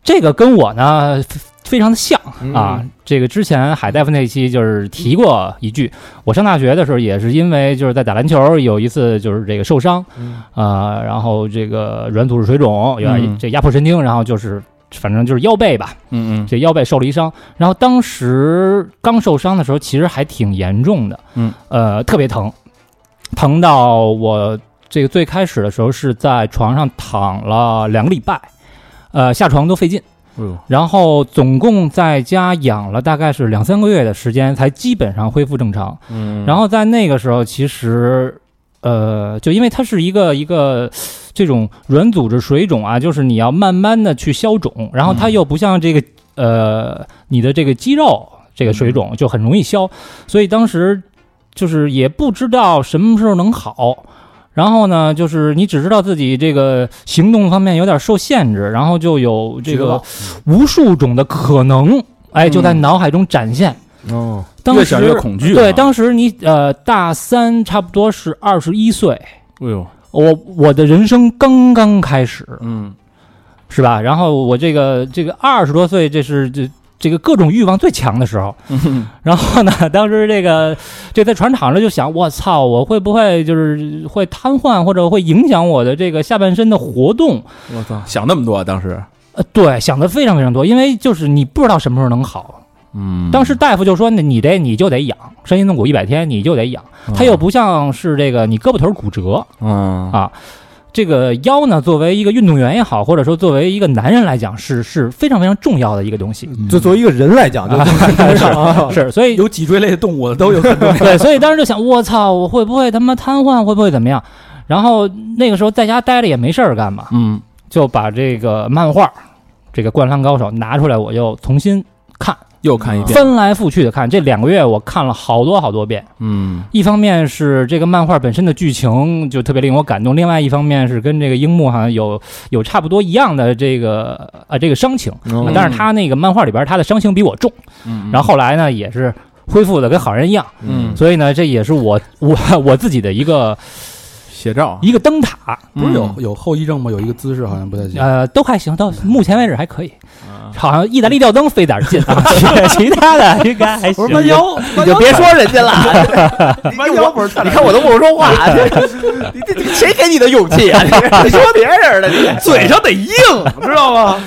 D: 这个跟我呢非非常的像
E: 嗯
D: 啊。这个之前海大夫那期就是提过一句，我上大学的时候也是因为就是在打篮球有一次就是这个受伤
E: 嗯
D: 啊、然后这个软组织水肿，有点
G: 嗯
D: 这压迫神经，然后就是。反正就是腰背吧，
G: 嗯
D: 这腰背受了一伤，然后当时刚受伤的时候，其实还挺严重的，
G: 嗯，
D: 呃，特别疼，疼到我这个最开始的时候是在床上躺了两个礼拜，呃，下床都费劲。
G: 嗯，
D: 然后总共在家养了大概是两三个月的时间，才基本上恢复正常。
E: 嗯
D: 然后在那个时候，其实，呃，就因为它是一个一个这种软组织水肿啊，就是你要慢慢的去消肿，然后它
G: 嗯
D: 又不像这个呃你的这个肌肉这个水肿就很容易消，所以当时就是也不知道什么时候能好。然后呢，就是你只知道自己这个行动方面有点受限制，然后就有这
C: 绝
D: 个
C: 望
D: 无数种的可能，哎，就在
G: 嗯
D: 脑海中展现。
E: 哦
D: 当
G: 越
D: 时
G: 想越恐惧啊
D: 对，当时你呃大三差不多是二十一岁，
G: 哎呦，
D: 我我的人生刚刚开始，
G: 嗯
D: 是吧？然后我这个这个二十多岁，这是这这个各种欲望最强的时候。然后呢，当时这个这在船场上就想，我操，我会不会就是会瘫痪，或者会影响我的这个下半身的活动？
F: 我操，想那么
G: 啊
F: 多当时，
D: 呃，对，想的非常非常多，因为就是你不知道什么时候能好。
F: 嗯
D: 当时大夫就说：“那你得你就得养，伤筋动骨一百天，你就得养。它又不像是这个你胳膊腿儿骨折，
F: 嗯
D: 啊这个腰呢，作为一个运动员也好，或者说作为一个男人来讲，是是非常非常重要的一个东西。
E: 就嗯作为一个人来 讲，就是
D: 是，所以
C: 有脊椎类的动物都有。
D: 对，所以当时就想，我操，我会不会他妈瘫痪，会不会怎么样？然后那个时候在家待着也没事儿干嘛，
F: 嗯
D: 就把这个漫画，这个《灌篮高手》拿出来，我又重新看，
F: 又看一遍，
D: 翻来覆去的看。这两个月我看了好多好多遍。
F: 嗯
D: 一方面是这个漫画本身的剧情就特别令我感动，另外一方面是跟这个樱木好像有有差不多一样的这个呃这个伤情，
F: 嗯
D: 但是他那个漫画里边他的伤情比我重，
F: 嗯
D: 然后后来呢也是恢复的跟好人一样，
F: 嗯
D: 所以呢这也是我我我自己的一个
F: 写照，
D: 一个灯塔，
C: 不是
E: 嗯
C: 有有后遗症吗？有一个姿势好像不太行。
D: 呃都还行，到目前为止还可以，
F: 嗯
D: 好像意大利吊灯费点劲啊，其他的应该还行。
C: 腰，
H: 你就别说人家了， 你我不是，你看我都不说 话，你这这谁给你的勇气啊？你说别人的，你 嘴上得硬，知道吗？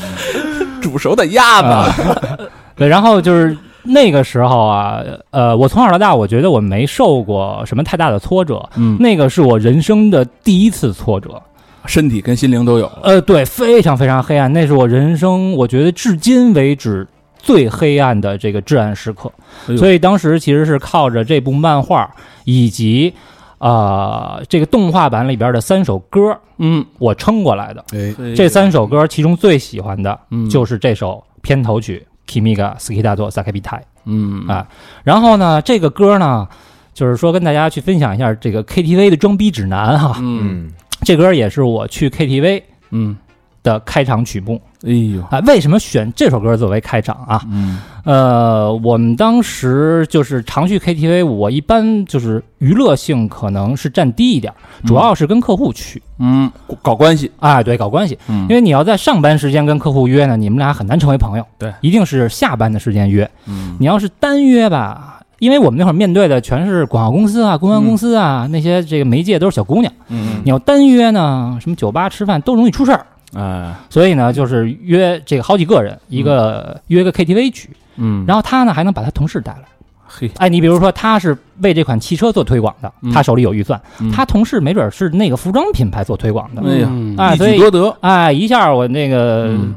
F: 煮熟的鸭子，
D: 啊， 对，然后就是那个时候啊，呃，我从小到大，我觉得我没受过什么太大的挫折，
F: 嗯
D: 那个是我人生的第一次挫折，
F: 身体跟心灵都有，
D: 呃，对，非常非常黑暗，那是我人生，我觉得至今为止。最黑暗的这个至暗时刻
F: 哎，呦
D: 所以当时其实是靠着这部漫画以及啊、呃这个动画版里边的三首歌，
F: 嗯，
D: 我撑过来的。
C: 哎，
D: 这三首歌其中最喜欢的
F: 嗯
D: 就是这首片头曲《Kimi ga s k i d a o s a k a b i t a i
F: 嗯
D: 啊然后呢，这个歌呢，就是说跟大家去分享一下这个 KTV 的装逼指南哈、
F: 嗯
E: 嗯，
D: 这歌也是我去 KTV
F: 嗯，
D: 的开场曲目
F: 哎呦，
D: 啊。为什么选这首歌作为开场啊？
F: 嗯
D: 呃，我们当时就是常去 KTV，我一般就是娱乐性可能是占低一点，主要是跟客户去。
F: 嗯，搞关系，
D: 啊，对，搞关系，
F: 嗯
D: 因为你要在上班时间跟客户约呢，你们俩很难成为朋友。
F: 对，
D: 一定是下班的时间约。
F: 嗯
D: 你要是单约吧，因为我们那会儿面对的全是广告公司啊、公关公司啊，那些这个媒介都是小姑娘。
F: 嗯
D: 你要单约呢，什么酒吧吃饭都容易出事儿。
F: 哎
D: 所以呢，就是约这个好几个人，一个约个 KTV 局，
F: 嗯，
D: 然后他呢还能把他同事带来。
F: 嘿，
D: 哎，你比如说他是为这款汽车做推广的
F: 嗯，
D: 他手里有预算，
F: 嗯
D: 他同事没准是那个服装品牌做推广的，
F: 哎呀
C: 嗯
D: 哎，
F: 一
D: 所以
F: 举多得，
D: 哎，一下我那个、
F: 嗯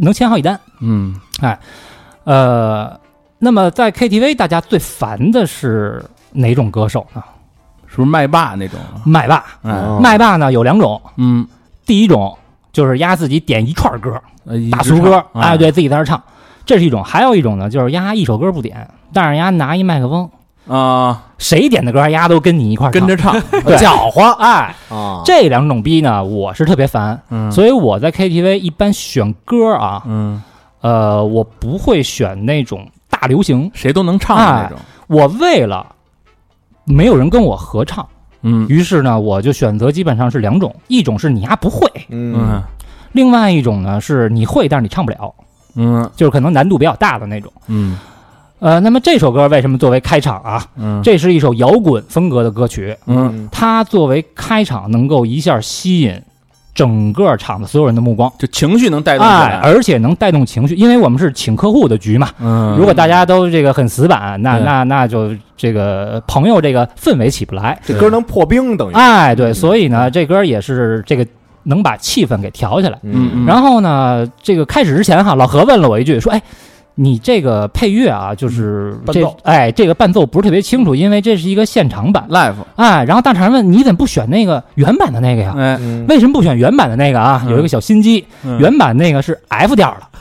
D: 能签好几单。
F: 嗯
D: 哎呃，那么在 KTV 大家最烦的是哪种歌手呢？
F: 是不是麦霸那种啊？
D: 麦霸，
F: 哎
E: 哦
D: 麦霸呢有两种，
F: 嗯，
D: 第一种就是压自己点一串歌，
F: 哎
D: 大俗歌，哎，，
F: 一直
D: 对自己在那儿唱，这是一种；还有一种呢，就是压一首歌不点，但是压拿一麦克风，
F: 唱啊，
D: 谁点的歌压都跟你一块儿唱
F: 跟着唱，
D: 对 搅和，哎，
H: 啊，
D: 这两种逼呢，我是特别烦，
F: 嗯
D: 所以我在 KTV 一般选歌啊，
F: 嗯，
D: 呃，我不会选那种大流行，哎
F: 谁都能唱的那种，
D: 我为了没有人跟我合唱，
F: 嗯
D: 于是呢，我就选择基本上是两种，一种是你丫不会，
H: 嗯
F: 嗯
D: 另外一种呢是你会，但是你唱不了，
F: 嗯
D: 就是可能难度比较大的那种。
F: 嗯
D: 呃，那么这首歌为什么作为开场啊？
F: 嗯，
D: 这是一首摇滚风格的歌曲，
F: 嗯
D: 它作为开场能够一下吸引整个场的所有人的目光，
F: 就情绪能带动起
D: 哎，
F: 来，
D: 而且能带动情绪，因为我们是请客户的局嘛，
F: 嗯，
D: 如果大家都这个很死板，那
F: 对
D: 那那就这个朋友这个氛围起不来。
H: 这歌能破冰等于，
F: 嗯
D: 哎，对，所以呢，这歌也是这个能把气氛给调起来。
F: 嗯，
D: 然后呢，这个开始之前哈，老何问了我一句，说：“哎，你这个配乐啊，就是
F: 嗯伴
D: 这
F: 奏
D: 哎这个伴奏不是特别清楚，因为这是一个现场版。
F: live，”
D: 哎，然后大肠问：“你怎么不选那个原版的那个呀？”
F: 哎，
H: 嗯
D: 为什么不选原版的那个啊？
F: 嗯
D: 有一个小心机，原版那个是 F 调的，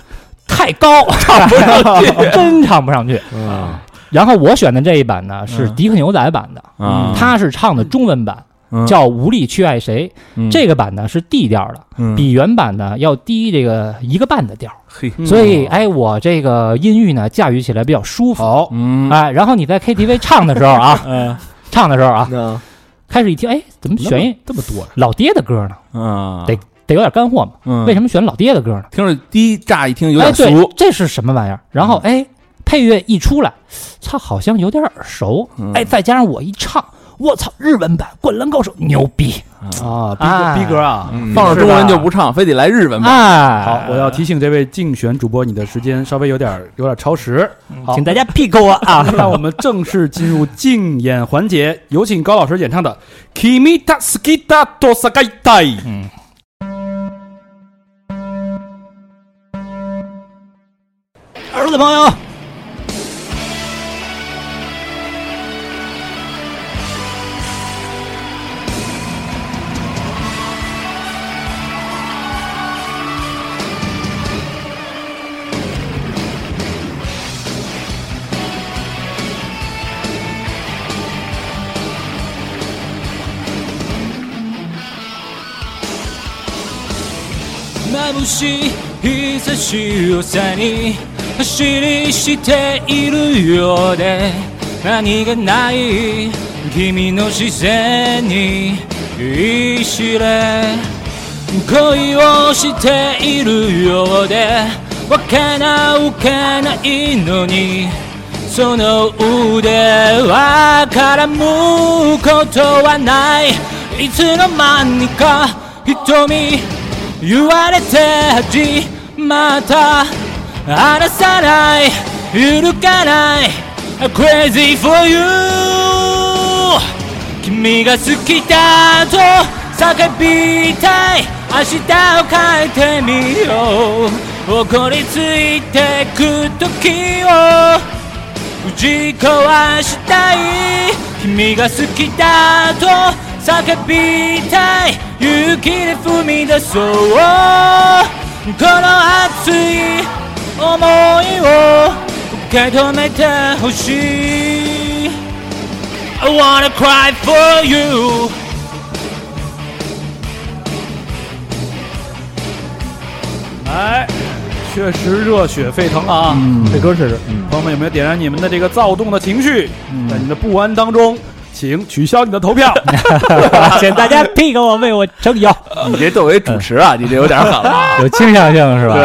D: 太高， 唱不上去，真唱不上去。
H: 啊
D: 然后我选的这一版呢是
F: 嗯
D: 迪克牛仔版的，
F: 啊，
D: 他是唱的中文版，
F: 嗯
D: 叫《无力去爱谁》。这个版呢是 D 调的，
F: 嗯
D: 比原版呢要低这个一个半的调，
F: 嘿，
D: 所以哎，我这个音域呢驾驭起来比较舒服。
C: 好，
F: 嗯
D: 哎，然后你在 KTV 唱的时候 啊，唱的时候啊，
H: 那
D: 开始一听，哎，怎么选一
C: 这么多呀？
D: 老爹的歌呢？
F: 啊，
D: 得
A: 得有点干货嘛。
D: 嗯
A: 为什么选老爹的歌呢？
D: 听着第一乍一听有
A: 哎，
D: 点
A: 对
D: 俗，，嗯
A: 这是什么玩意儿？然后哎，配乐一出来，操，好像有点耳熟。
D: 嗯
A: 哎，再加上我一唱，我操，日文版《灌篮高手》牛逼！
C: 啊，逼
A: 哎
C: 格逼格啊！
D: 放着中文就
C: 不。
D: 不唱，非得来日文版。
A: 哎，
C: 好，我要提醒这位竞选主播，你的时间稍微有点有点超时。好
A: 嗯请大家 pick 我 啊！
C: 让我们正式进入竞演环节，有请高老师演唱的《Kimi ta skita to sakai dai》。
A: 嗯儿子朋友，眩しい日差しを背に走りしているようで何がない君の視線に酔いしれ恋をしているようでわからうかないのにその腕は絡むことはないいつの間にか瞳言われて始まった離さない揺るがない I'm crazy for you 君が好きだと叫びたい明日を変えてみよう怒りついてく時を打ち壊したい君が好きだと叫びたい勇気で踏み出そうこの熱い思いを受け止めてほしい I wanna cry for you
C: 哎，确实热血沸腾啊！
A: 嗯
E: 这歌确实，
C: 嗯朋友们有没有点燃你们的这个躁动的情绪？
A: 嗯
C: 在你的不安当中，请取消你的投 票。
A: 请大家 pick 我为我撑腰，
D: 你这作为主持 啊，你这有点狠了。
A: 有倾向性是吧？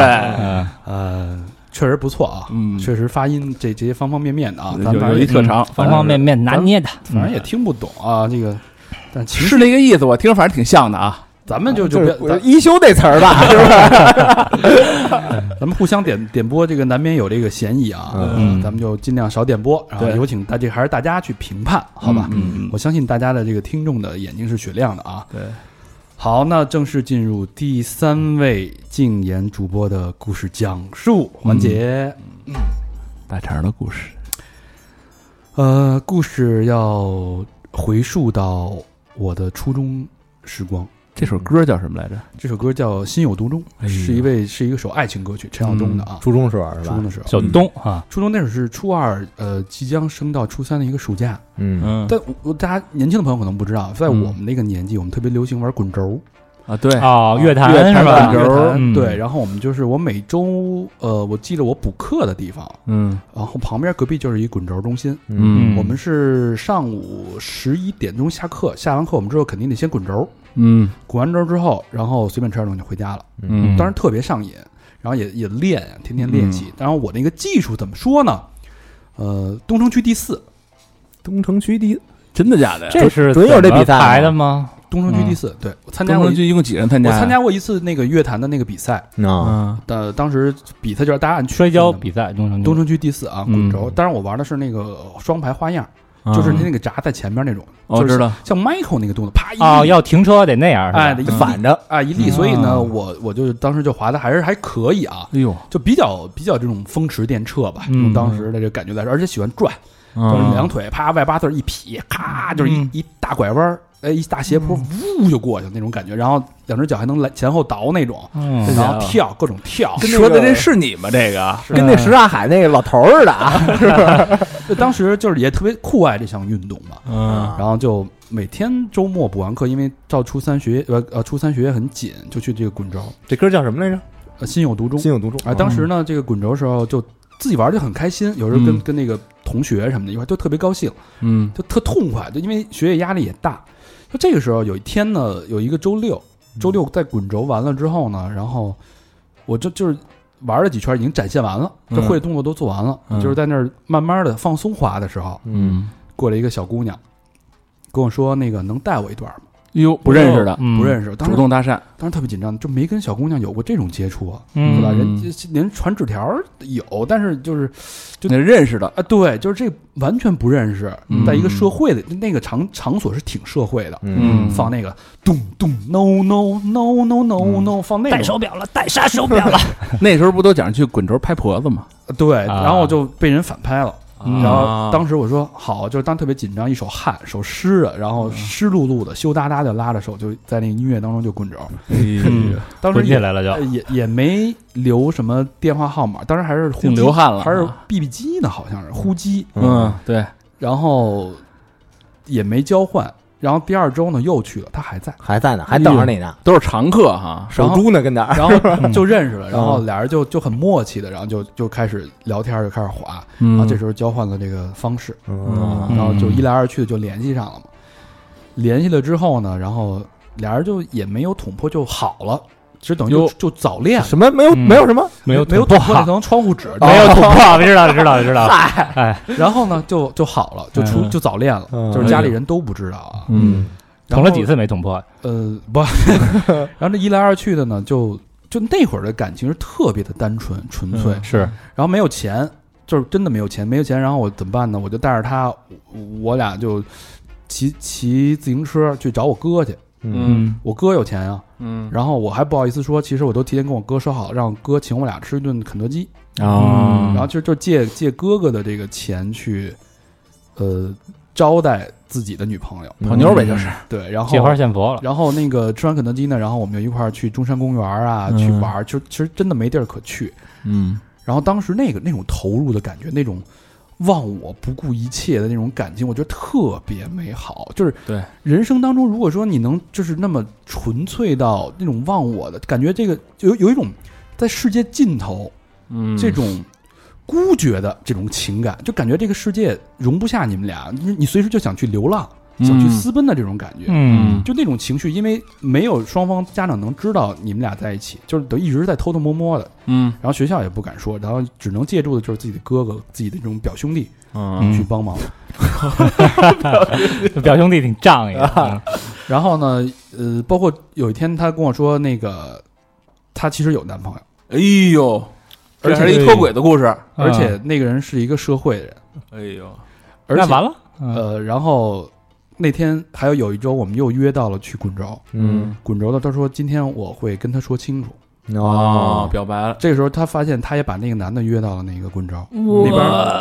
C: 呃，确实不错啊，
D: 嗯
C: 确实发音这这些方方面面的啊，咱
D: 有
C: 反
D: 有
C: 正也
D: 一特长，
A: 嗯方方面面拿捏的，
C: 反正也听不懂啊，这个，但其实
D: 是那个意思，我听着反正挺像的啊。
C: 咱们就就
F: 就
C: 不
F: 是
C: 要
F: 我
C: 咱
F: 一休那词儿 吧，是吧？
C: 咱们互相点点播，这个难免有这个嫌疑啊，
A: 嗯
C: 咱们就尽量少点播，然后
D: 对
C: 有请大这还是大家去评判，好吧？
D: 嗯嗯
C: 我相信大家的这个听众的眼睛是雪亮的啊。
D: 对，
C: 好，那正式进入第三位竞演主播的故事讲述环节。
D: 大肠的故事，
C: 呃，故事要回溯到我的初中时光。
D: 这首歌叫什么来着？
C: 这首歌叫《心有独钟》，
E: 哎呦
C: 是一位是一首爱情歌曲，陈晓东的啊。
E: 嗯初中时候
C: 初
E: 是吧
C: 中？的时候，嗯
A: 小东啊，
C: 初中那会儿是初二，呃，即将升到初三的一个暑假。
E: 嗯，
D: 嗯
C: 但我我大家年轻的朋友可能不知道，在
E: 嗯
C: 我们那个年纪，我们特别流行玩滚轴，
D: 啊，对，
A: 哦，乐坛
D: 乐坛
A: 是吧
D: 滚？轴
C: 乐坛
A: 嗯
C: 对，然后我们就是我每周，呃，我记得我补课的地方，
D: 嗯
C: 然后旁边隔壁就是一滚轴中心。
A: 嗯
C: 我们是上午十一点钟下课，下完课我们之后肯定得先滚轴，
D: 嗯
C: 滚完轴之后，然后随便吃点东西就回家了。
D: 嗯
C: 当时特别上瘾，然后也也练，天天练习。然后我那个技术怎么说呢？呃，东城区第四，
E: 东城区第一，
D: 真的假的呀？
A: 这是
F: 准有这比赛
A: 怎么
F: 吗
A: 排的吗？
C: 东城区第四，对我参加
D: 嗯东
C: 过
D: 城
C: 一，
D: 区一共几人参
C: 我
D: 加呀？
C: 参加过一次那个乐坛的那个比赛，
E: 啊，
D: 啊，
C: 呃，当时比赛就是大家按区
A: 摔跤
C: 分的
A: 比赛，东城
C: 东城区第四啊，滚
D: 嗯
C: 轴。当然我玩的是那个双排花样，就是那个闸在前面那种，
D: 我哦知道，
C: 像 Michael 那个动作，啪一立
D: 啊
A: 哦，要停车得那样是吧
C: 哎哎得一
D: 嗯
C: 立
F: 反着
C: 啊一立，所以呢，我我就当时就滑的还是还可以啊。
D: 哎呦，
C: 就比较比较这种风驰电掣吧，
A: 嗯
C: 用当时的这个感觉来说，而且喜欢转，
D: 嗯
C: 就是两腿啪外八字儿一劈，咔就是一、
A: 嗯
C: 一大拐弯儿，哎一大斜坡，
D: 嗯
C: 呜就过去了那种感觉，然后两只脚还能来前后倒那种，
A: 嗯，
C: 然后跳各种跳。
F: 跟那
D: 哎说的
F: 个啊
D: 这是你吗？这个嗯
F: 跟那石大
E: 哎
F: 海那个老头儿似的啊，
C: 就当时就是也特别酷爱这项运动嘛，
D: 嗯
C: 然后就每天周末补完课，因为到初三学业呃呃初三学业很紧，就去这个滚轴，
E: 这歌叫什么来着？
C: 呃心有独钟。
E: 心有独钟哦
C: 啊，当时呢这个滚轴时候就自己玩的很开心，有时候跟、
D: 嗯
C: 跟那个同学什么的一块儿就特别高兴。
D: 嗯
C: 就特痛快，就因为学业压力也大。就这个时候，有一天呢，有一个周六，
E: 嗯
C: 周六在滚轴完了之后呢，然后我就就是玩了几圈，已经展现完了，
E: 嗯
C: 这会的动作都做完了，
E: 嗯
C: 就是在那儿慢慢的放松滑的时候，
E: 嗯，
C: 过来一个小姑娘，跟我说那个能带我一段吗？
F: 哟，不认识的，
D: 嗯
C: 不认识，当
F: 主
C: 时
F: 动搭讪，
C: 当时特别紧张，就没跟小姑娘有过这种接触啊，
D: 嗯
C: 对吧？
F: 嗯
C: 人家连传纸条有，但是就是就
F: 那认识的，
C: 啊，对，就是这完全不认识，
F: 嗯
C: 在一个社会的那个场场所是挺社会的，
F: 嗯
C: 放那个咚咚 no no no no no no，放那
D: 嗯戴
C: 种，
D: 手表了，戴啥手表了？
F: 那时候不都讲去滚轴拍婆子吗？
C: 对，
D: 啊
C: 然后就被人反拍了。
F: 啊
D: 嗯
C: 然后当时我说好，就是当特别紧张，一手汗，手湿啊，然后
F: 嗯
C: 湿漉漉的，羞答答的拉着手就在那个音乐当中就滚轴，
F: 哎
D: 嗯，
C: 当时
D: 滚起
C: 也
D: 来了
C: 呃
D: 就，
C: 也也没留什么电话号码，当时还是呼
F: 挺
C: 机
F: 流汗了，啊
C: 还是 BB 机呢，好像是呼机，
F: 嗯，对，
C: 然后也没交换。然后第二周呢又去了，他还在，
H: 还在呢，还等着你呢，
F: 哎都是常客哈，嗯
H: 守株呢，跟那儿。嗯
C: 然 后就认识了，然后俩人就就很默契的，然后就就开始聊天，就开始滑，然后
F: 嗯
C: 这时候交换了这个方式，
H: 嗯
C: 然后就一来二去的就联系上了嘛。联系了之后呢，然后俩人就也没有捅破就好了，其实等于就
F: 哟
C: 就早恋了，
H: 什么没有
D: 嗯
H: 没有什么，
D: 没有
C: 没有
D: 捅
C: 捅破
D: 破
C: 那层窗户纸，
D: 没有捅破，知道了知道了知 道了。哎，
C: 然后呢就就好了，就出
F: 嗯
C: 就早恋了，
H: 嗯
C: 就是家里人都不知道啊。
F: 嗯，
C: 然
D: 捅
C: 后
D: 了几次没捅破？
C: 呃， 不，然后这一来二去的呢，就就那会儿的感情是特别的单纯纯粹，
D: 嗯是，
C: 然后没有钱，就是真的没有钱，没有钱，然后我怎么办呢？我就带着他，我我俩就骑骑自行车去找我哥去。
F: 嗯
C: 我哥有钱啊，
F: 嗯
C: 然后我还不好意思说，其实我都提前跟我哥说好，让我哥请我俩吃一顿肯德基，
F: 啊
D: 哦
C: 然后就就借借哥哥的这个钱去，呃，招待自己的女朋友。
F: 泡妞呗，就是
C: 对，然后
D: 借花献佛了。
C: 然后那个吃完肯德基呢，然后我们就一块儿去中山公园啊、
F: 嗯
C: 去玩儿，就其实真的没地儿可去。
F: 嗯
C: 然后当时那个那种投入的感觉，那种忘我不顾一切的那种感情，我觉得特别美好。就是
F: 对
C: 人生当中，如果说你能就是那么纯粹到那种忘我的感觉，这个有有一种在世界尽头
F: 嗯
C: 这种孤绝的这种情感，就感觉这个世界容不下你们俩，你你随时就想去流浪，
F: 嗯
C: 想去私奔的这种感觉。
D: 嗯
C: 就那种情绪，因为没有双方家长能知道你们俩在一起，就是等于一直在偷偷摸摸的，
F: 嗯
C: 然后学校也不敢说，然后只能借助的就是自己的哥哥、自己的这种表兄弟
F: 嗯
C: 去帮忙。
D: 嗯 表兄弟挺仗义的，嗯
C: 然后呢，呃，包括有一天他跟我说，那个他其实有男朋友，
F: 哎呦，
C: 而
F: 这
C: 且
F: 是一脱轨的故事，
D: 嗯
C: 而且那个人是一个社会的人，
F: 哎呦，
C: 而
D: 那
C: 且
D: 完了，嗯
C: 呃，然后那天还有有一周，我们又约到了去滚轴，
H: 嗯
C: 滚轴的他说今天我会跟他说清楚。
F: 哦，，表白了，
C: 这个时候他发现他也把那个男的约到了那个滚轴。那边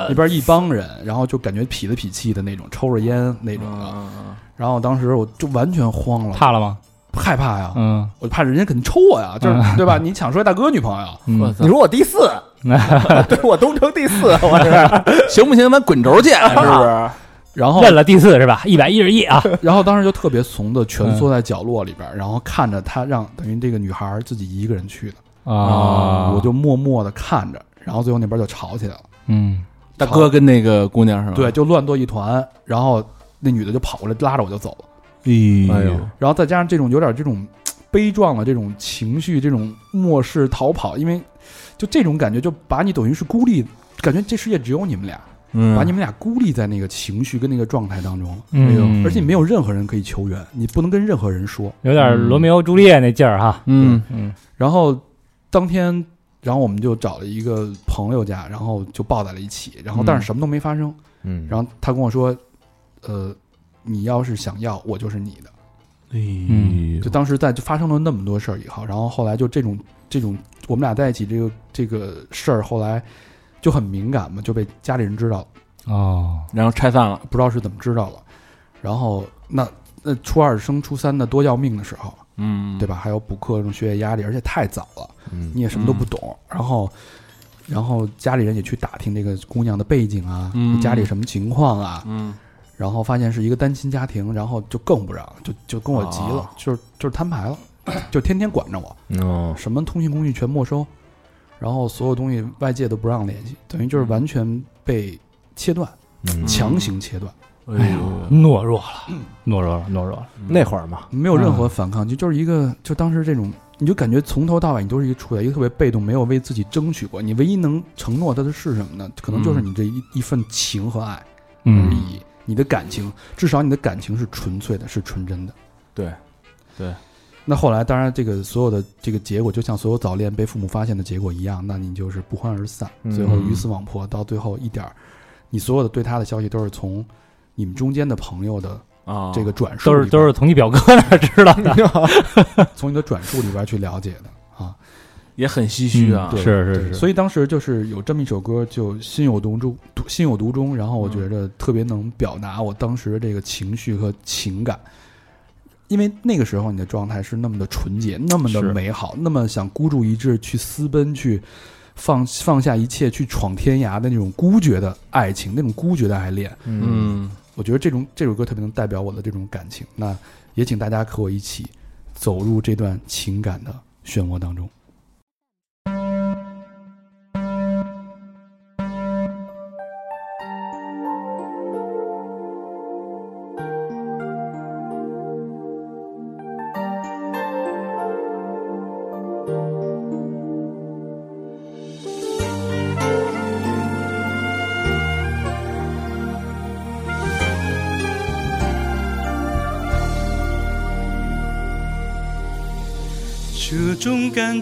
C: 那边一帮人，然后就感觉痞里痞气的那种，抽着烟那种的。
F: 嗯
C: 然后当时我就完全慌了，
D: 怕了吗？
C: 害怕呀，
D: 嗯，
C: 我就怕人家肯定抽我呀，就是、对吧？你抢出来大哥女朋友，
D: 嗯
F: 我
H: 你
F: 操，
H: 说我第 四，对我东城第四，我是
F: 行不行？咱滚轴 见，啊是不是？
C: 然后
D: 认了第四是吧？一百一十一啊，嗯
C: 然后当时就特别怂的蜷缩在角落里边，然后看着他让等于这个女孩自己一个人去的，
D: 啊
C: 我就默默的看着，然后最后那边就吵起来了，
D: 嗯
F: 大哥跟那个姑娘是吧？
C: 对，，就乱作一团，然后那女的就跑过来拉着我就走了。
F: 哎
E: 哎呦，
C: 然后再加上这种有点这种悲壮的这种情绪，这种漠视逃跑，因为就这种感觉就把你等于是孤立，感觉这世界只有你们俩，
F: 嗯
C: 把你们俩孤立在那个情绪跟那个状态当中了。
D: 嗯，
C: 而且没有任何人可以求援，你不能跟任何人说。嗯
D: 有点罗密欧朱丽叶那劲儿哈，
F: 嗯
D: 嗯哎
C: 然后当天，然后我们就找了一个朋友家，然后就抱在了一起，然后但是什么都没发生。
H: 嗯
C: 然后他跟我说，呃，你要是想要，我就是你的。
D: 嗯
C: 就当时在就发生了那么多事儿以后，然后后来就这种这种我们俩在一起这个这个事儿，后来就很敏感嘛，就被家里人知道了，
D: 哦，
F: 然后拆散了，
C: 不知道是怎么知道了。然后那那初二升初三的多要命的时候，
F: 嗯
C: 对吧？还有补课这种学业压力，而且太早了，
H: 嗯
C: 你也什么都不懂。然后然后家里人也去打听这个姑娘的背景啊，
F: 嗯
C: 家里什么情况啊，
F: 嗯
C: 然后发现是一个单亲家庭，然后就更不让，就就跟我急了，
F: 哦
C: 就是就是摊牌了，就天天管着我。
H: 哦，
C: 什么通信工具全没收，然后所有东西外界都不让联系，等于就是完全被切断，
H: 嗯
C: 强行切断。
E: 哎呦，嗯
D: 懦弱了，懦弱了，懦弱了。
E: 那会儿嘛，
C: 嗯没有任何反抗，就就是一个，就当时这种，你就感觉从头到尾你都是一个处在一个特别被动，没有为自己争取过。你唯一能承诺的是什么呢？可能就是你这一一份情和爱而
D: 嗯，
C: 已。你的感情，至少你的感情是纯粹的，是纯真的。
F: 对，对。
C: 那后来，当然，这个所有的这个结果，就像所有早恋被父母发现的结果一样，那你就是不欢而散，
E: 嗯
C: 最后鱼死网破。到最后一点儿，你所有的对他的消息都是从你们中间的朋友的
F: 啊，
C: 这个转述
D: 都
C: 里边，
D: 是都是从你表哥那儿知道的。
C: 从你的转述里边去了解的啊。
F: 也很唏嘘啊
C: 嗯。对
D: 是是是，
C: 所以当时就是有这么一首歌，就心有独钟，独心有独钟。然后我
D: 嗯
C: 觉得特别能表达我当时这个情绪和情感，因为那个时候你的状态是那么的纯洁，那么的
D: 是
C: 美好，那么想孤注一掷去私奔，去放放下一切去闯天涯的那种孤绝的爱情，那种孤绝的爱恋。
E: 嗯，
F: 嗯，
C: 我觉得这种这首歌特别能代表我的这种感情。那也请大家和我一起走入这段情感的漩涡当中。
I: 这种感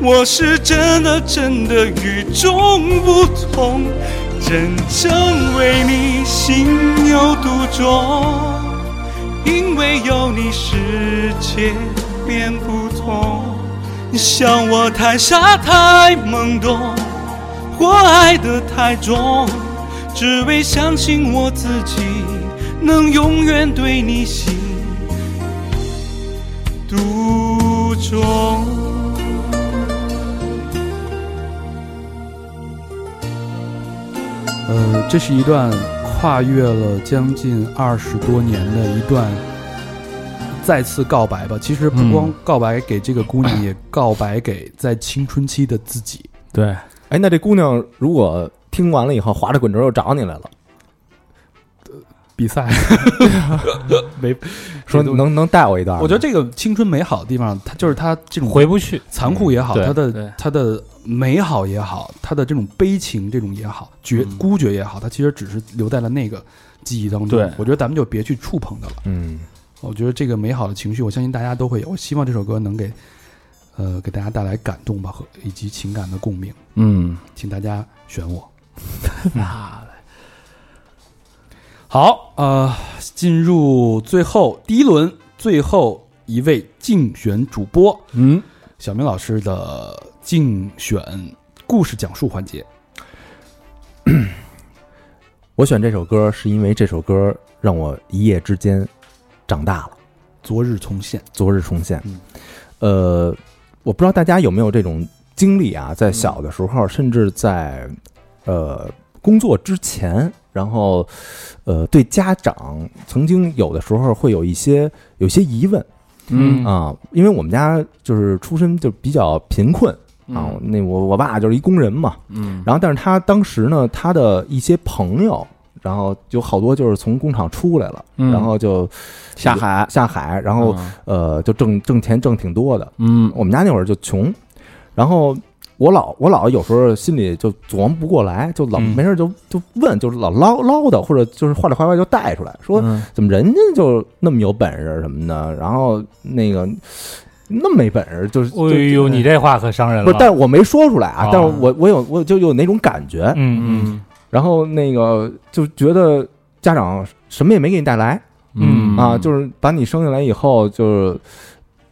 I: 我是真的真的与众不同，真正为你心有独钟，因为有你世界变不同。像我太傻太懵懂，或爱得太重，只为相信我自己能永远对你心独钟。
C: 呃，这是一段跨越了将近二十多年的一段再次告白吧。其实不
D: 嗯
C: 光告白给这个姑 娘，也告白给在青春期的自己。
F: 对，
E: 哎，那这姑娘如果听完了以后，划着滚轴又找你来了，
C: 呃 比赛，
E: 说
C: 这都
E: 能能带我一段吗？
C: 我觉得这个青春美好的地方，它就是它这种
D: 啊回不去。嗯
C: 残酷也好，
D: 对
C: 它的
F: 对
C: 它的美好也好，它的这种悲情这种也好，绝
F: 嗯
C: 孤绝也好，它其实只是留在了那个记忆当中。
F: 对
C: 我觉得咱们就别去触碰它了。
E: 嗯，
C: 我觉得这个美好的情绪，我相信大家都会有。我希望这首歌能给，呃，给大家带来感动吧，和以及情感的共鸣。
F: 嗯，
C: 请大家选 我。好，呃，进入最后第一轮，最后一位竞选主播，
F: 嗯，
C: 小明老师的竞选故事讲述环节。
E: 我选这首歌是因为这首歌让我一夜之间长大了。
C: 昨日重现，
E: 昨日重现
C: 嗯。
E: 呃，我不知道大家有没有这种经历啊，
C: 嗯
E: 在小的时候，甚至在呃工作之前，然后呃对家长曾经有的时候会有一些有些疑问，
F: 嗯
E: 啊，因为我们家就是出身就比较贫困啊，那我我爸就是一工人嘛，
F: 嗯，
E: 然后，但是他当时呢，他的一些朋友，然后有好多就是从工厂出来了，
F: 嗯
E: 然后就
F: 下海
E: 下海，然后、呃就挣挣钱挣挺多的。
F: 嗯，
E: 我们家那会儿就穷，然后我老我老有时候心里就琢磨不过来，就老
F: 嗯
E: 没事就就问，就是老唠唠叨，或者就是话里话外就带出来，说
F: 嗯
E: 怎么人家就那么有本事什么的，然后那个那么没本事，就是就
D: 哎呦，你这话可伤人
E: 不是，
D: 了。
E: 但是我没说出来啊
D: 啊，
E: 但是我我有我就有那种感觉，
D: 嗯嗯
F: 嗯
E: 然后那个就觉得家长什么也没给你带来
D: 嗯
E: 啊，就是把你生下来以后就是。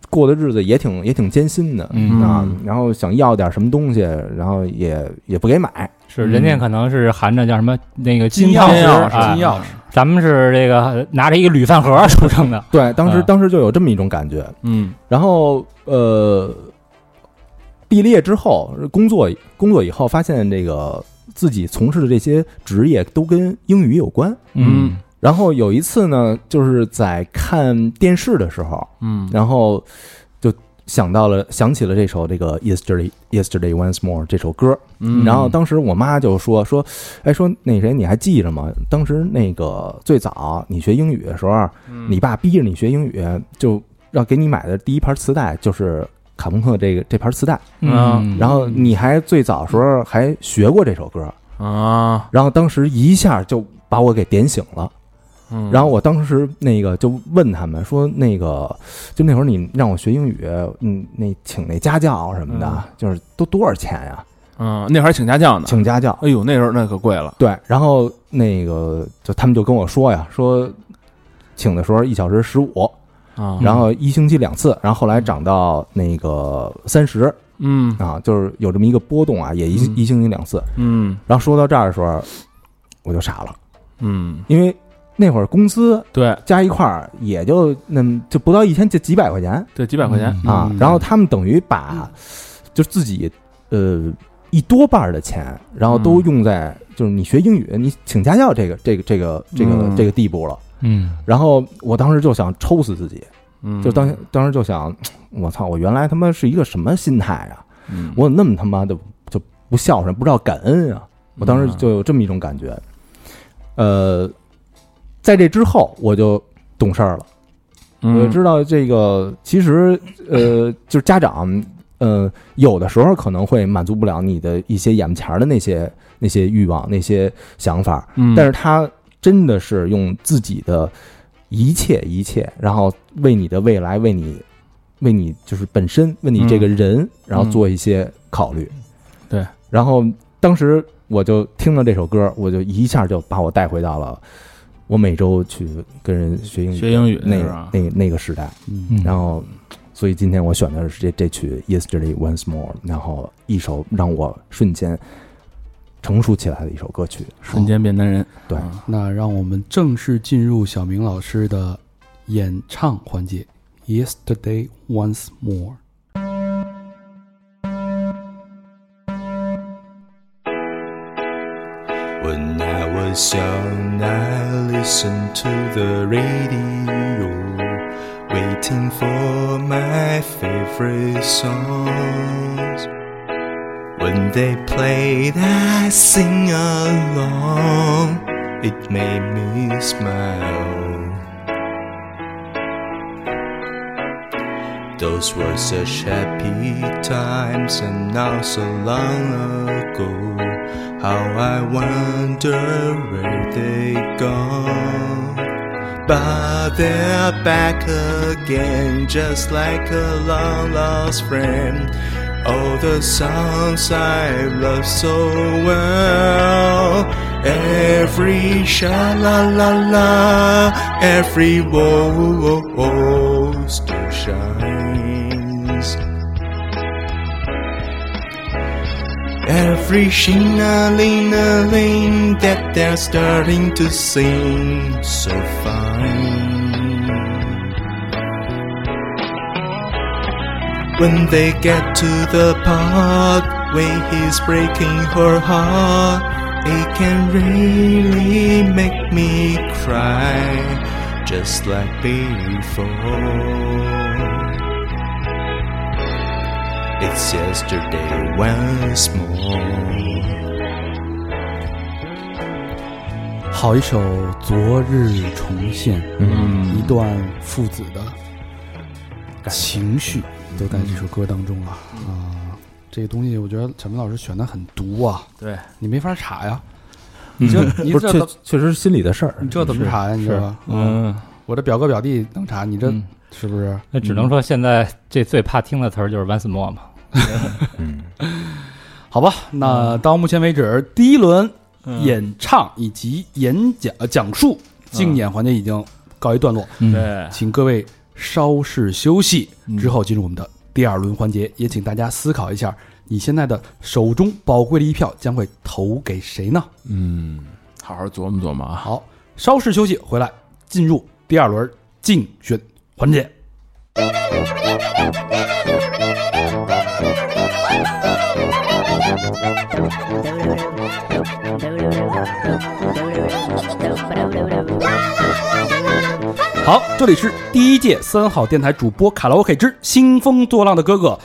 E: 过的日子也挺也挺艰辛的，
D: 嗯
E: 啊，然后想要点什么东西，然后也也不给买，嗯
D: 是人家可能是含着叫什么那个
F: 金
D: 汤
F: 钥
D: 匙
F: 匙，
D: 啊
F: 金钥匙，
D: 咱们是这个拿着一个铝饭盒出生的。
E: 对，当时
D: 啊
E: 当时就有这么一种感觉。
F: 嗯
E: 然后呃，毕了业之后工作工作以后，发现这个自己从事的这些职业都跟英语有关。
F: 嗯
E: 然后有一次呢，就是在看电视的时候，
F: 嗯
E: 然后就想到了想起了这首这个 Yesterday Yesterday Once More 这首歌。
F: 嗯
E: 然后当时我妈就说说，哎，说那谁你还记着吗？当时那个最早你学英语的时候，
F: 嗯
E: 你爸逼着你学英语，就让给你买的第一盘磁带就是卡朋克这个这盘磁带，
F: 嗯
E: 然后你还最早时候还学过这首歌，
F: 啊，
E: 然后当时一下就把我给点醒了。
F: 嗯
E: 然后我当时那个就问他们说，那个就那会儿你让我学英语，嗯，那请那家教什么的，就是都多少钱呀？
F: 嗯，那会儿请家教呢，
E: 请家教，
F: 哎呦，那时候那可贵了，
E: 对，然后那个就他们就跟我说呀，说请的时候一小时十五，
F: 啊
E: 然后一星期两次，然后后来涨到那个三十
F: 嗯
E: 啊，就是有这么一个波动啊，也一、
F: 嗯
E: 一星期两次。
F: 嗯
E: 然后说到这儿的时候，我就傻了，
F: 嗯，
E: 因为那会儿工资
F: 对，
E: 加一块儿也就那么就不到一千，就几百块钱
F: 这几百块钱，
E: 啊。
F: 嗯
E: 然后他们等于把就自己呃一多半儿的钱，然后都
F: 嗯
E: 用在就是你学英语，你请家教这个这个这个这个
F: 嗯
E: 这个地步了。
D: 嗯
E: 然后我当时就想抽死自己，
F: 嗯
E: 就当当时就想，我操，我原来他妈是一个什么心态啊？
F: 嗯
E: 我怎么那么他妈的就不孝顺，不知道感恩啊！
F: 嗯
E: 我当时就有这么一种感觉。呃，在这之后我就懂事儿了，我
F: 嗯
E: 知道这个其实呃，就是家长。呃，有的时候可能会满足不了你的一些眼前儿的那些那些欲望、那些想法，
F: 嗯
E: 但是他真的是用自己的一切一切，然后为你的未来，为你，为你就是本身，为你这
F: 嗯
E: 个人，然后做一些考虑。
F: 对，
E: 然后当时我就听了这首歌，我就一下就把我带回到了我每周去跟人学英语
F: 学英语
E: 那
F: 是
E: 个
F: 吧
E: 那个那个时代。
D: 嗯
E: 然后，所以今天我选的是这这曲《Yesterday Once More》，然后一首让我瞬间成熟起来的一首歌曲。
F: 瞬间变男人，
E: 对
F: 啊
C: 那让我们正式进入小明老师的演唱环节。Yesterday once more。
J: When I was young, I listened to the radio, waiting for my favorite songs. When they played, I sing along. It made me smile. Those were such happy times, and now so long ago. How I wonder where they gone. But they're back again, just like a long lost friend. All the songs I love so well. Every sha la la la, every woe still shines. Every shing-a-ling-a-ling that they're starting to sing so fine. When they get to the part where he's breaking her heart, it can really make me cry, just like before. It's yesterday once more.
C: 好一首《昨日重现》，
F: 嗯
C: 一段父
F: 嗯
C: 子的情绪都在这首歌当中啊啊、这个东西我觉得陈明老师选的很毒啊，
F: 对嗯
C: 你没法查呀，
E: 你
C: 这你
E: 不是
C: 这
E: 确
C: 怎
E: 确实是心里的事儿，
C: 你这怎么
E: 是？
C: 查呀？你知道吧？
F: 嗯，
C: 我这表哥表弟能查，你这
F: 嗯
C: 是不是？
D: 那只能说现在这最怕听的词儿就是 once more 嘛。
E: 嗯，
C: 好吧，那到目前为止，第一轮
F: 嗯
C: 演唱以及演讲呃讲述竞演环节已经告一段落，
F: 对，
C: 请各位稍事休息，
F: 嗯
C: 之后进入我们的第二轮环节，也请大家思考一下，你现在的手中宝贵的一票将会投给谁呢？
E: 嗯，
F: 好好琢磨琢磨啊。
C: 好，稍事休息，回来进入第二轮竞选环节。好，这里是第一届三好电台主播卡拉 OK 之兴风作浪的哥哥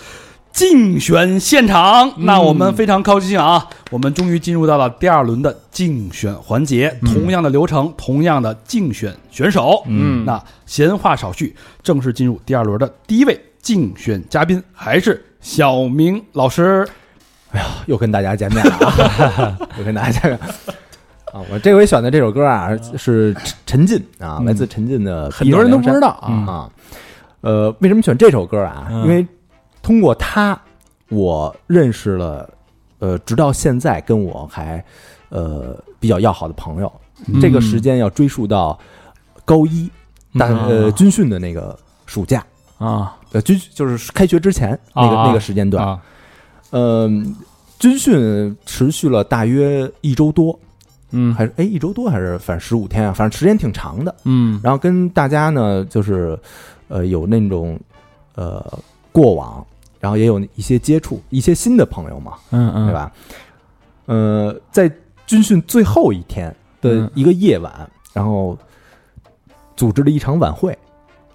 C: 竞选现场。那我们非常高兴啊，
F: 嗯
C: 我们终于进入到了第二轮的竞选环节，同样的流程，同样的竞选选手。
F: 嗯
C: 那闲话少叙，正式进入第二轮的第一位竞选嘉宾，还是小明老师。
E: 又跟大家见面了啊， 又跟大家见面啊！我这回选的这首歌啊是陈进啊，来自陈进的《
F: 嗯很多人都不知道嗯
E: 啊啊。呃，为什么选这首歌啊？因为通过他，我认识了呃，直到现在跟我还呃比较要好的朋友。
F: 嗯
E: 这个时间要追溯到高一大呃
F: 啊
E: 军训的那个暑假啊，呃军就是开学之前那个
D: 啊
E: 那个时间段。
D: 啊，
E: 嗯，军训持续了大约一周多，
F: 嗯
E: 还是哎一周多还是反正十五天啊，反正时间挺长的。
F: 嗯
E: 然后跟大家呢，就是呃有那种呃过往，然后也有一些接触，一些新的朋友嘛，
F: 嗯
E: 对？吧？呃，在军训最后一天的
F: 嗯
E: 一个夜晚，然后组织了一场晚会。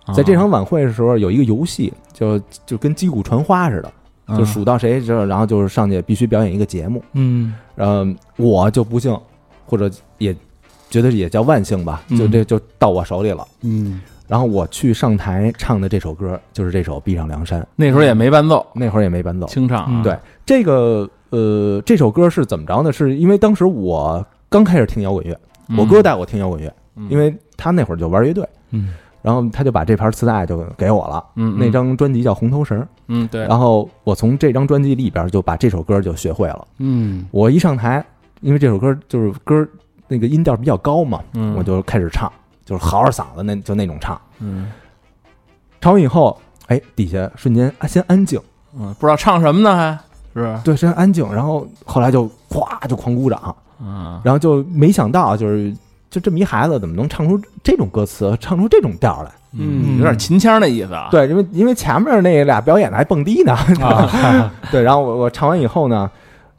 F: 啊
E: 在这场晚会的时候，有一个游戏，就就跟击鼓传花似的，就数到谁之后，然后就是上去必须表演一个节目。
F: 嗯
E: 嗯，我就不幸，或者也觉得也叫万幸吧，
F: 嗯
E: 就这就到我手里了。
C: 嗯，
E: 然后我去上台唱的这首歌就是这首《闭上梁山》，
F: 那时候也没伴奏，
E: 那会儿也没伴奏。
F: 清唱啊。
D: 嗯
E: 对这个呃，这首歌是怎么着呢？是因为当时我刚开始听摇滚乐，
F: 嗯
E: 我哥带我听摇滚乐，
F: 嗯
E: 因为他那会儿就玩乐队，
F: 嗯，
E: 然后他就把这盘磁带就给我了。
F: 嗯
E: 那张专辑叫《红头绳》，
F: 嗯对，
E: 然后我从这张专辑里边就把这首歌就学会了。
C: 嗯，
E: 我一上台，因为这首歌就是歌那个音调比较高嘛，
F: 嗯
E: 我就开始唱，就是嚎着嗓子那就那种唱。
F: 嗯
E: 唱完以后，哎，底下瞬间啊先安静，
F: 嗯，不知道唱什么呢，还是不是
E: 对，先安静，然后后来就哗就狂鼓掌，
F: 嗯
E: 然后就没想到就是就这么一孩子怎么能唱出这种歌词，唱出这种调来？
C: 嗯
F: 有点秦腔那意思啊。
E: 对，因为因为前面那俩表演的还蹦迪呢，
D: 啊
E: 对，然后我我唱完以后呢，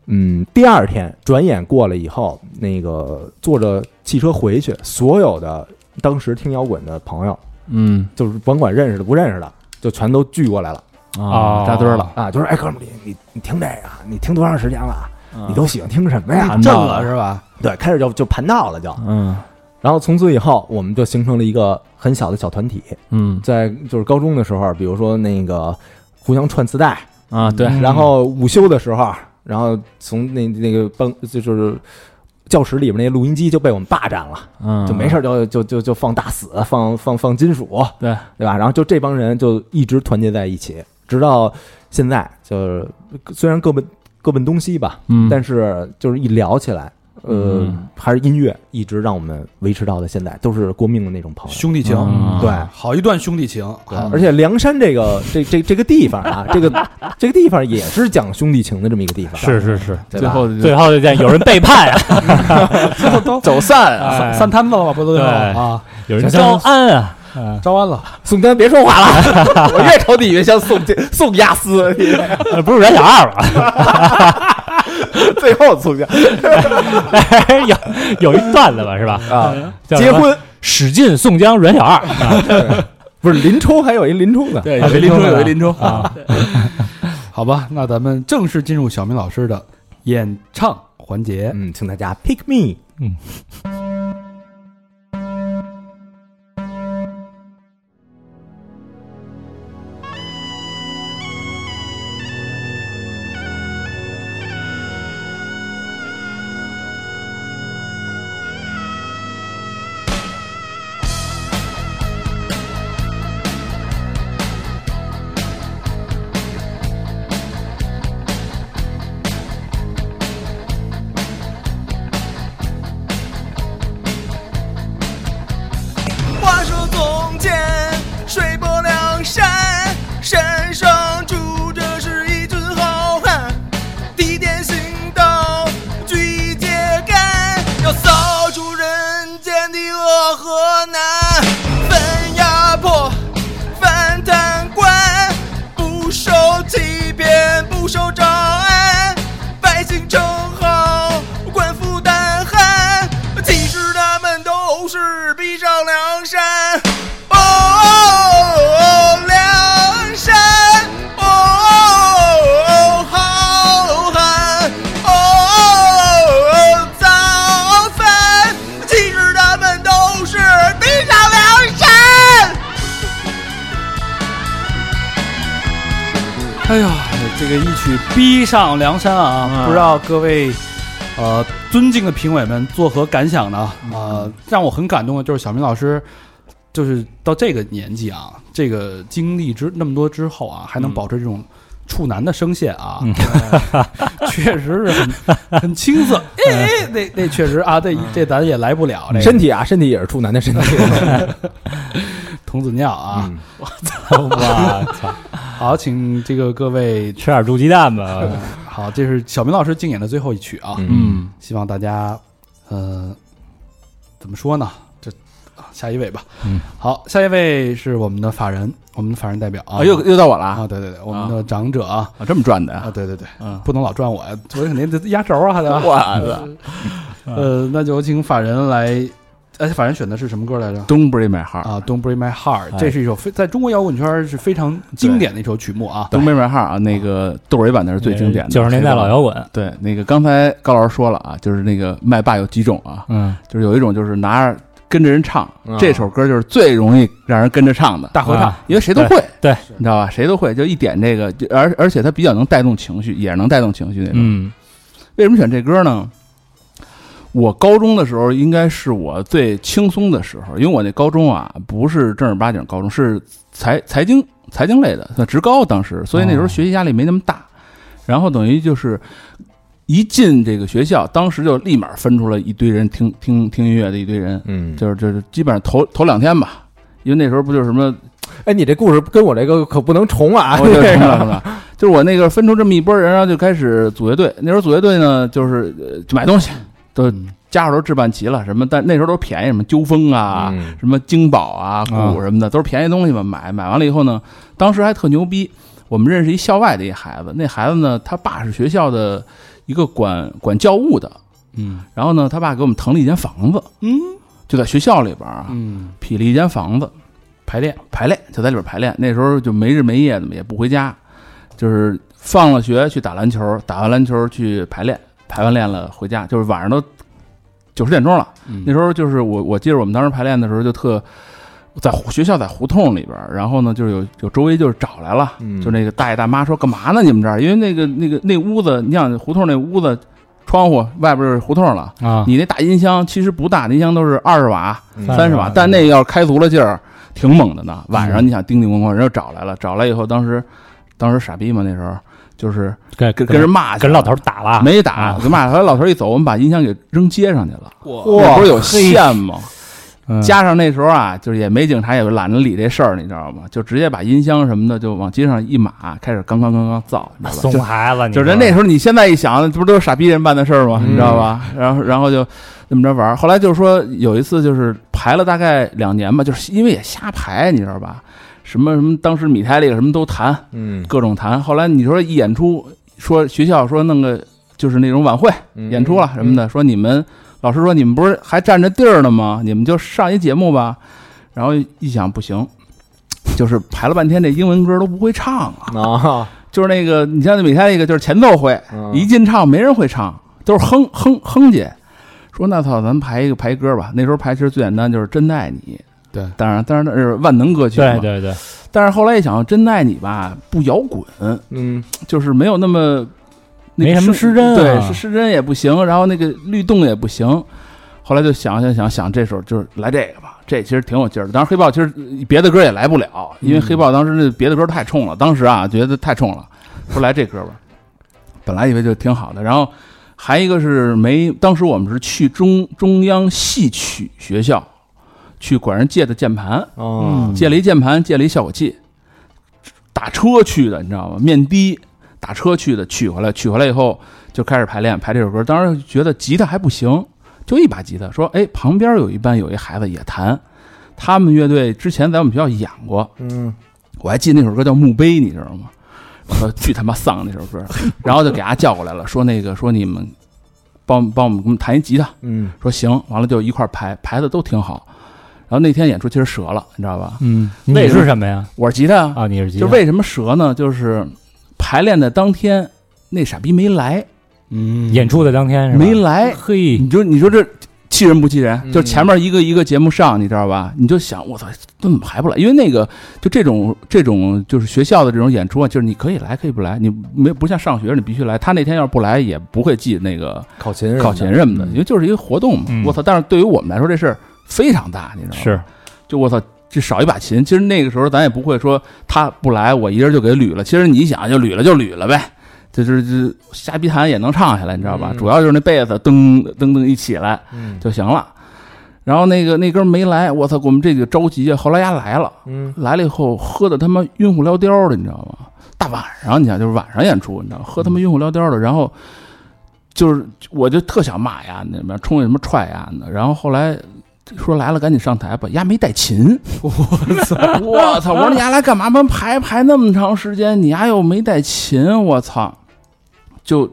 E: 嗯，第二天转眼过了以后，那个坐着汽车回去，所有的当时听摇滚的朋友，
F: 嗯
E: 就是甭管认识的不认识的，就全都聚过来了
D: 哦
F: 啊，扎堆儿了，
E: 啊，就是哎，哥们儿，你你你听这个，你听多长时间了？你都喜欢听什么呀？
F: 嗯
C: 震
D: 啊
C: 了是吧？
E: 对，开始就就盘道了就，
F: 嗯
E: 然后从此以后，我们就形成了一个很小的小团体，
F: 嗯
E: 在就是高中的时候，比如说那个互相串磁带。
F: 啊对，
E: 然后午休的时候，然后从那那个办就就是教室里面那录音机就被我们霸占了，
F: 嗯
E: 就没事儿就就就就放大死，放放放金属，
F: 对
E: 对吧？然后就这帮人就一直团结在一起，直到现在，就是虽然各奔各奔东西吧，
F: 嗯
E: 但是就是一聊起来。呃，
F: 嗯
E: 还是音乐一直让我们维持到了现在，都是过命的那种朋友。
C: 兄弟情，
F: 嗯
E: 对，
C: 好一段兄弟情。
E: 对，而且梁山这个这这这个地方啊，这个这个地方也是讲兄弟情的这么一个地方。
D: 是是是，
E: 对
F: 最
E: 吧
F: 后
D: 最后就 见有人背叛啊，
F: 走散啊，
D: 哎
C: 散摊子了吧，不都叫啊？
D: 有人招安啊，
C: 招安了，
E: 宋丹别说 话了，我越瞅你越像宋宋亚斯，
D: 呃不是阮小二 吧？
E: 最后宋家
D: 有有一段子吧，是吧？
E: 啊，
D: 叫
E: 结
D: 什么
E: 婚
D: 史进、宋 江、阮小二啊，
E: 不是林冲，还有一林冲呢，
F: 对
D: 啊
F: 有林冲有一林冲，
D: 啊，
C: 好吧，那咱们正式进入小明老师的演唱环节。
E: 嗯，请大家 pick me，
D: 嗯
I: 我
A: 哎
C: 这个一曲《逼上梁山》
A: 嗯
C: 啊，不知道各位呃尊敬的评委们作何感想呢？
A: 嗯
C: 啊、让我很感动的就是小明老师，就是到这个年纪啊，这个经历之那么多之后啊，还能保持这种处男的声线啊，
A: 嗯
C: 呃 确实是很很青 涩。哎哎，那那确实啊，这这咱也来不了，这个
A: 嗯身体啊，身体也是处男的身体
C: 童子尿啊。
A: 嗯
D: 哇操，
C: 好，请这个各 位
D: 吃点猪鸡蛋吧，
C: 好，这是小明老师竞演的最后一曲啊，
F: 嗯，
C: 希望大家，呃，怎么说呢？这啊下一位吧。
D: 嗯，
C: 好，下一位是我们的法人，我们的法人代表啊，
F: 啊，又又到我了啊，
C: 啊，对对对，我们的长者啊，
F: 啊这么转的
C: 啊，
F: 啊，
C: 对对对，
F: 嗯，
C: 不能老转我呀，昨天肯定得压轴啊，对 吧？
F: 我的
C: 呃，那就请法人来，哎，法人选的是什么歌来着？
F: 东北买号，
C: 啊，Don't Break My Heart，
D: 哎
C: 这是一首非在中国摇滚圈是非常经典的一首曲目啊。
F: 东北买号啊，那个窦唯版的是最经典的，
D: 九十年代老摇滚，
F: 对，那个刚才高老师说了啊，就是那个麦霸有几种啊，
D: 嗯，
F: 就是有一种就是拿着跟着人唱
A: 啊，
F: 这首歌就是最容易让人跟着唱的，
C: 大合唱
D: 啊，
F: 因为谁都会，
D: 对对
F: 你知道吧？谁都会，就一点这个，就而而且它比较能带动情绪，也是能带动情绪那种。
D: 嗯
F: 为什么选这歌呢？我高中的时候应该是我最轻松的时候，因为我那高中啊不是正儿八经高中，是财财经财经类的，那职高当时，所以那时
D: 哦
F: 候学习压力没那么大。然后等于就是一进这个学校，当时就立马分出了一堆人听听听音乐的一堆人，
A: 嗯，
F: 就是就是基本上头头两天吧，因为那时候不就是什么
A: 哎，你这故事跟我这个可不能重啊！
F: 我就
A: 这
F: 冲了
A: 个
F: 冲了，就是我那个分出这么一波人，然后就开始组乐队。那时候组乐队呢，就是呃就买东西，都家伙都置办齐了，什么但那时候都便宜，什么纠纷啊，
A: 嗯
F: 什么京宝啊、鼓什么的，都是便宜东西嘛。买买完了以后呢，当时还特牛逼，我们认识一校外的一孩子，那孩子呢，他爸是学校的一个管管教务的，
C: 嗯
F: 然后呢，他爸给我们腾了一间房子，
C: 嗯
F: 就在学校里边啊，
C: 嗯，
F: 劈了一间房子。
C: 排练
F: 排练，就在里边排练。那时候就没日没夜的嘛，也不回家，就是放了学去打篮球，打完篮球去排练，排完练了回家，就是晚上都九十点钟了。
C: 嗯
F: 那时候就是我，我记得我们当时排练的时候就特。在胡学校在胡同里边，然后呢，就是有有周围就是找来了，
A: 嗯
F: 就那个大爷大妈说干嘛呢？你们这儿，因为那个那个那屋子，你想胡同那屋子，窗户外边就是胡同了，
D: 啊，
F: 你那大音箱其实不大，那音箱都是二十瓦、
A: 嗯
F: 三十瓦，但那要是开足了劲儿，挺猛的呢。晚上你想叮叮咣咣，人就找来了，找来以后，当时当时傻逼嘛，那时候就是
D: 跟
F: 跟跟人骂去
D: 跟
F: 了，
D: 老头打了，
F: 没打，跟骂。后来老头一走，我们把音箱给扔街上去了。
A: 哇
F: 那不是有线吗？
D: 嗯
F: 加上那时候啊，就是也没警察，也懒得理这事儿，你知道吗？就直接把音箱什么的就往街上一码，开始刚刚刚刚造，你知道吧？
D: 怂孩子，你
F: 就是那时候，你现在一想，这不都是傻逼人办的事儿吗？
A: 嗯
F: 你知道吧？然后，然后就那么着玩儿。后来就是说，有一次就是排了大概两年吧，就是因为也瞎排，你知道吧？什么什么，当时米泰利什么都谈，
A: 嗯
F: 各种谈。后来你说一演出，说学校说弄个就是那种晚会
A: 嗯
F: 演出了什么的，说你们老师说你们不是还占着地儿呢吗？你们就上一节目吧。然后一想不行，就是排了半天这英文歌都不会唱啊，
A: 啊，
F: 就是那个你像那米泰利个就是前奏会。
A: 嗯
F: 一进唱没人会唱，都是哼哼哼姐。说那操，咱们排一个排歌吧。那时候排其实最简单就是《真爱你》，
C: 对
F: 当然当然那是万能歌曲嘛。
D: 对对对，
F: 但是后来一想，《真爱你》吧不摇滚，
A: 嗯
F: 就是没有那么那个
D: 没什么
F: 失
D: 失真啊
F: 对，是失真也不行，然后那个律动也不行。后来就想想想想，这首就是来这个吧，这其实挺有劲儿的。当然，黑豹其实别的歌也来不了，因为黑豹当时那别的歌太冲了，当时啊觉得太冲了，说来这歌吧。本来以为就挺好的，然后还一个是没，当时我们是去中中央戏曲学校去管人借的键盘，
A: 啊，
F: 借了一键盘，借了一效果器，打车去的，你知道吗？面的，打车去的，取回来，取回来以后就开始排练，排这首歌。当时觉得吉他还不行，就一把吉他，说，哎，旁边有一班有一孩子也弹，他们乐队之前在我们学校演过，
A: 嗯
F: 我还记得那首歌叫《墓碑》，你知道吗？呃，巨他妈丧那首 歌，然后就给他叫过来了，说那个说你们帮帮我们给我们弹一吉他，
A: 嗯
F: 说行，完了就一块儿排，排的都挺好。然后那天演出其实折了，你知道吧？
D: 嗯，
F: 那
D: 你
F: 时候
D: 是什么呀？
F: 我是吉他啊
D: 啊，你是吉
F: 就
D: 他
F: 为什么折呢？就是排练的当天，那傻逼没来，
C: 嗯
D: 演出的当天是吧？
F: 没来。
D: 嘿，
F: 你说，你说这气人不气人？
H: 嗯
F: 就是前面一个一个节目上，你知道吧？你就想，我操，怎么还不来？因为那个就这种这种就是学校的这种演出啊，就是你可以来，可以不来，你没不像上学你必须来。他那天要是不来，也不会记那个
E: 考勤什么的
F: 考勤什么的，
E: 嗯
F: 因为就是一个活动嘛
D: 嗯。
F: 我操！但是对于我们来说，这事儿非常大，你知道吗？
D: 是，
F: 就我操，就少一把琴。其实那个时候咱也不会说他不来，我一人就给捋了。其实你一想就捋了就捋了呗，就是就瞎逼弹也能唱下来，你知道吧？
H: 嗯
F: 主要就是那贝斯噔噔噔一起来
H: 嗯
F: 就行了。然后那个那哥们没来，我操，我们这个着急啊。后来丫来了，
H: 嗯
F: 来了以后喝的他妈晕乎撩颠的，你知道吗？大晚上，你想就是晚上演出，你知道吗，喝他妈晕乎撩颠的，然后就是我就特想骂丫那边冲着什么踹丫呢，然后后来说来了赶紧上台吧，丫没带琴，我操，我操，我说你丫来干嘛？妈排排那么长时间，你丫又没带琴，我操，就。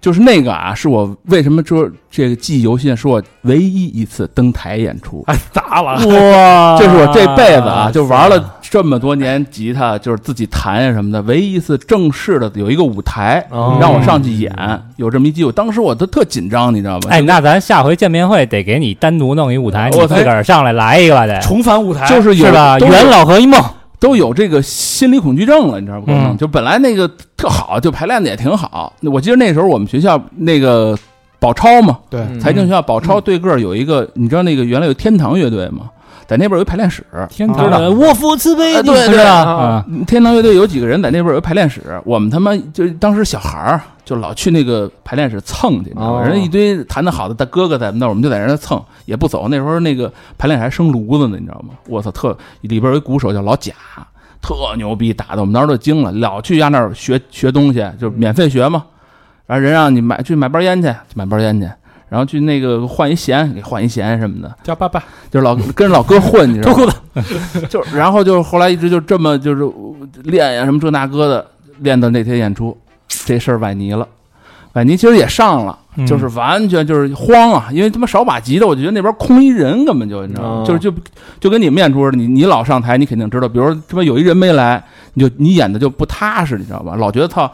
F: 就是那个啊，是我为什么说这个记忆犹新，是我唯一一次登台演出。
D: 哎砸了，
F: 这
D: 这
F: 是我这辈子啊，就玩了这么多年吉他，就是自己弹呀什么的，唯一一次正式的有一个舞台
H: 哦
F: 让我上去演，有这么一机会，当时我都特紧张，你知道吗？
D: 哎，那咱下回见面会得给你单独弄一舞台，你
F: 我
D: 自个儿上来来一个吧得，
C: 重返舞台，
F: 就是有
D: 是吧？
F: 都有
D: 元老和一梦，
F: 都有这个心理恐惧症了，你知道不？
D: 嗯
F: 就本来那个特好，就排练的也挺好。那我记得那时候我们学校那个宝钞嘛，
E: 对
H: 嗯
F: 财经学校宝钞对个儿有一个，你知道那个原来有天堂乐队吗？在那边有一排练室，
D: 天
E: 堂
D: 的沃夫慈悲，
F: 哎
D: 你
F: 对
D: 知
F: 对
D: 道
F: 啊
D: 啊，
F: 天堂乐队有几个人在那边有排练室，我们他妈就是当时小孩儿就老去那个排练室蹭去，你知道吗
H: 哦
F: 人家一堆弹得好的大哥哥在那儿，我们就在那儿蹭，也不走。那时候那个排练室还生炉子呢，你知道吗？我操，特里边有一鼓手叫老贾，特牛逼，打的我们当时都惊了，老去家那儿学学东西，就是免费学嘛。然后人让你买去买包烟去，去买包烟去，然后去那个换一弦，给换一弦什么的。
E: 叫爸爸，
F: 就是老跟着老哥混，你知道吗？就然后就是后来一直就这么就是练呀什么这那哥的，练到那天演出，这事儿崴泥了。崴泥其实也上了，
D: 嗯
F: 就是完全就是慌啊，因为他妈少把吉的，我就觉得那边空一人根本就你知道吗？
H: 哦
F: 就是就就跟你们演出似的，你你老上台，你肯定知道，比如说他妈有一人没来，你就你演的就不踏实，你知道吧？老觉得操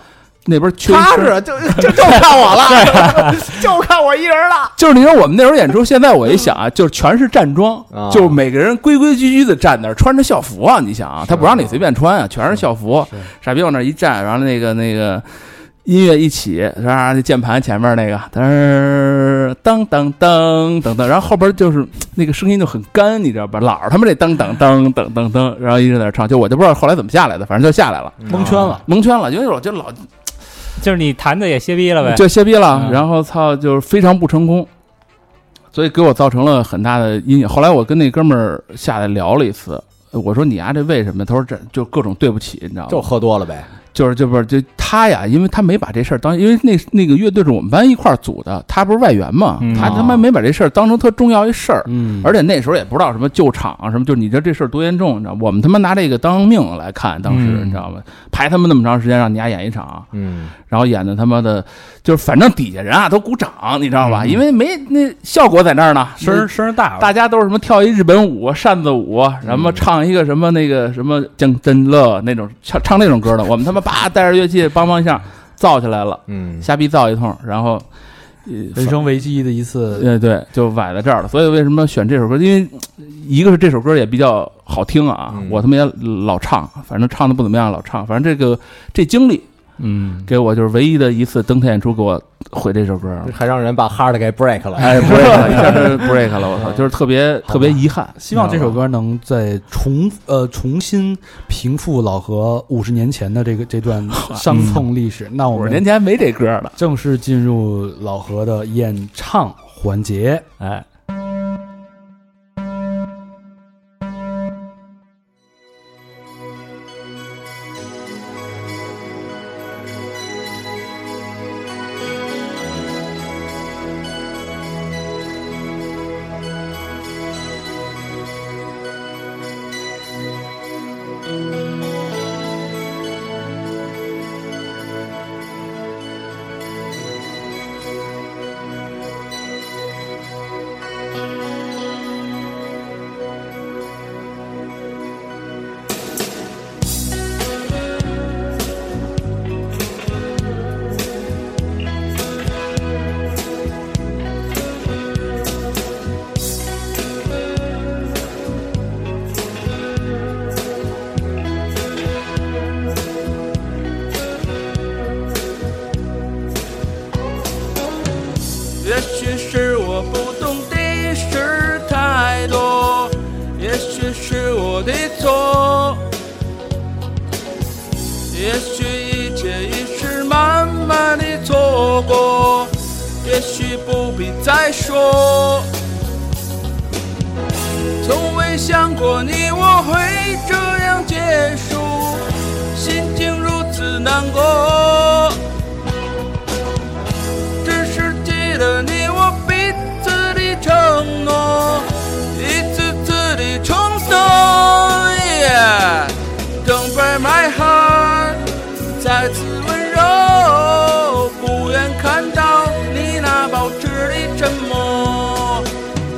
F: 那边缺一
H: 踏
F: 声
H: 实，啊就就就看我了，就看我一人了。
F: 就是你说我们那时候演出，现在我一想啊，就是全是站桩
H: 啊，
F: 就是每个人规规矩矩的站那儿，穿着校服啊，你想啊，他不让你随便穿啊，全是校服，傻逼往那儿一站，然后那个那个音乐一起，是吧？那键盘前面那个噔儿噔噔噔噔噔，然后后边就是那个声音就很干，你知道吧？老是他们这噔噔噔噔噔噔，然后一直在那儿唱，就我就不知道后来怎么下来的，反正就下来了，
C: 蒙圈
D: 啊
C: 了。
F: 蒙圈了，因为我就老
D: 就是你弹的也歇逼了呗，
F: 就歇逼了，
D: 嗯
F: 然后操就是非常不成功，所以给我造成了很大的阴影。后来我跟那哥们儿下来聊了一次，我说你啊丫、这为什么？他说这就各种对不起，你知道吗？
E: 就喝多了呗。
F: 就是这不是就他呀，因为他没把这事儿当，因为那那个乐队是我们班一块儿组的，他不是外援嘛，
D: 嗯
F: 他
D: 哦
F: 他妈没把这事儿当成特重要一事儿。
E: 嗯
F: 而且那时候也不知道什么救场啊什么，就是你知道这事儿多严重，你知道吗？我们他妈拿这个当命来看，当时
D: 嗯
F: 你知道吗？排他们那么长时间让你俩演一场，
E: 嗯，
F: 然后演的他妈的，就是反正底下人啊都鼓掌，你知道吧？因为没那效果在那儿呢，
E: 嗯声儿声儿大，嗯
F: 大家都是什么跳一日本舞、扇子舞，什么唱一个什么那个什么江真乐那种唱唱那种歌的，我们他妈叭带着乐器梆梆一下造起来了，
E: 嗯，
F: 瞎逼造一通，然后
C: 人生危机的一次，
F: 呃对，就崴在这儿了。所以为什么选这首歌？因为呃一个是这首歌也比较好听啊，
E: 嗯
F: 我他妈也老唱，反正唱的不怎么样，老唱，反正这个这经历
D: 嗯，
F: 给我就是唯一的一次登台演出，给我毁这首歌了。
E: 还让人把哈的给 break 了。
F: 哎 ，break 了，一下就 break 了，我操，就是特别特别遗憾。啊
C: 希望这首歌能再重呃重新平复老何五十年前的这个这 段 伤痛历史。那我
F: 嗯五十
C: 们
F: 年前没这歌了，
C: 正式进入老何的演唱环节。
D: 哎，
G: 我的错。也许一切已是慢慢的错过，也许不必再说。从未想过你我会这样结束，心情如此难过。只是记得你我彼此的承诺，一次次的冲动。Yeah, don't break my heart，再次温柔，不愿看到你那保持的沉默，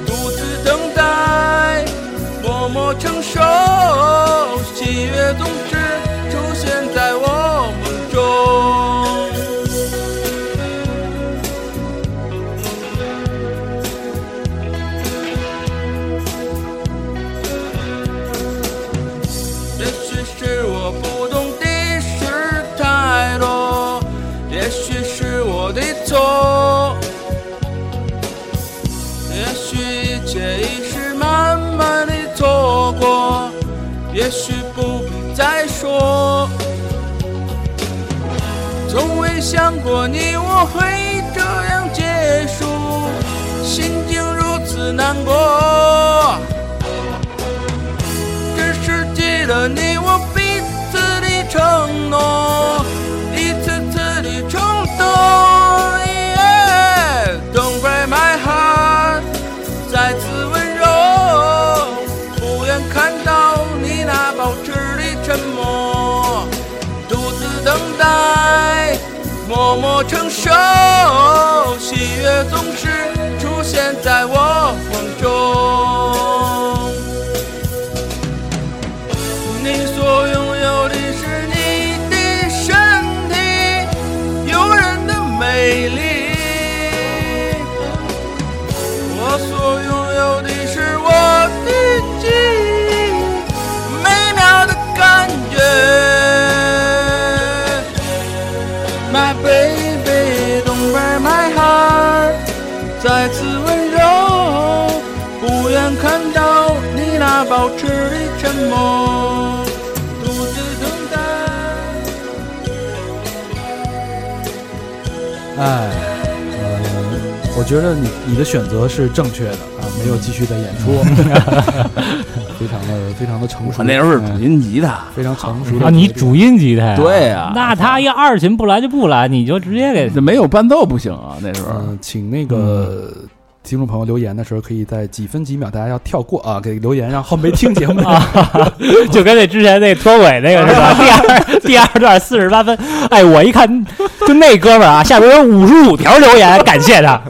G: 独自等待，默默承受，喜悦总是出现在我梦中。也许是我不懂的事太多，也许是我的错，也许一切已是慢慢的错过，也许不必再说。从未想过你我会这样结束，心情如此难过。只是记得你我彼此的承诺，一次次的冲动。Yeah, don't break my heart，再次温柔，不愿看到你那保持的沉默，独自等待，默默承受，喜悦总是出现在我梦中。你所拥有的是你的身体，诱人的美丽。我所拥有的是我的记忆，美妙的感觉。My baby, don't break my heart，再次温柔。不愿看到你那保持的沉默，独自等待。
C: 哎，呃，我觉得你你的选择是正确的啊，没有继续的演出， 非常的非常的成熟。
F: 嗯
C: 嗯
F: 我那时候是主音吉他，
C: 非常成熟的
D: 啊，你主音吉他呀？
F: 对啊，
D: 那他要二琴不来就不来，你就 直接给
F: 这嗯没有伴奏不行啊，那时候
C: 嗯、请那个听众朋友留言的时候，可以在几分几秒，大家要跳过啊，给留言，让后没听节目的
D: 就跟那之前那脱轨啊那个是吧？第二第二段四十八分，哎，我一看就那哥们儿啊，下边有五十五条留言，感谢他，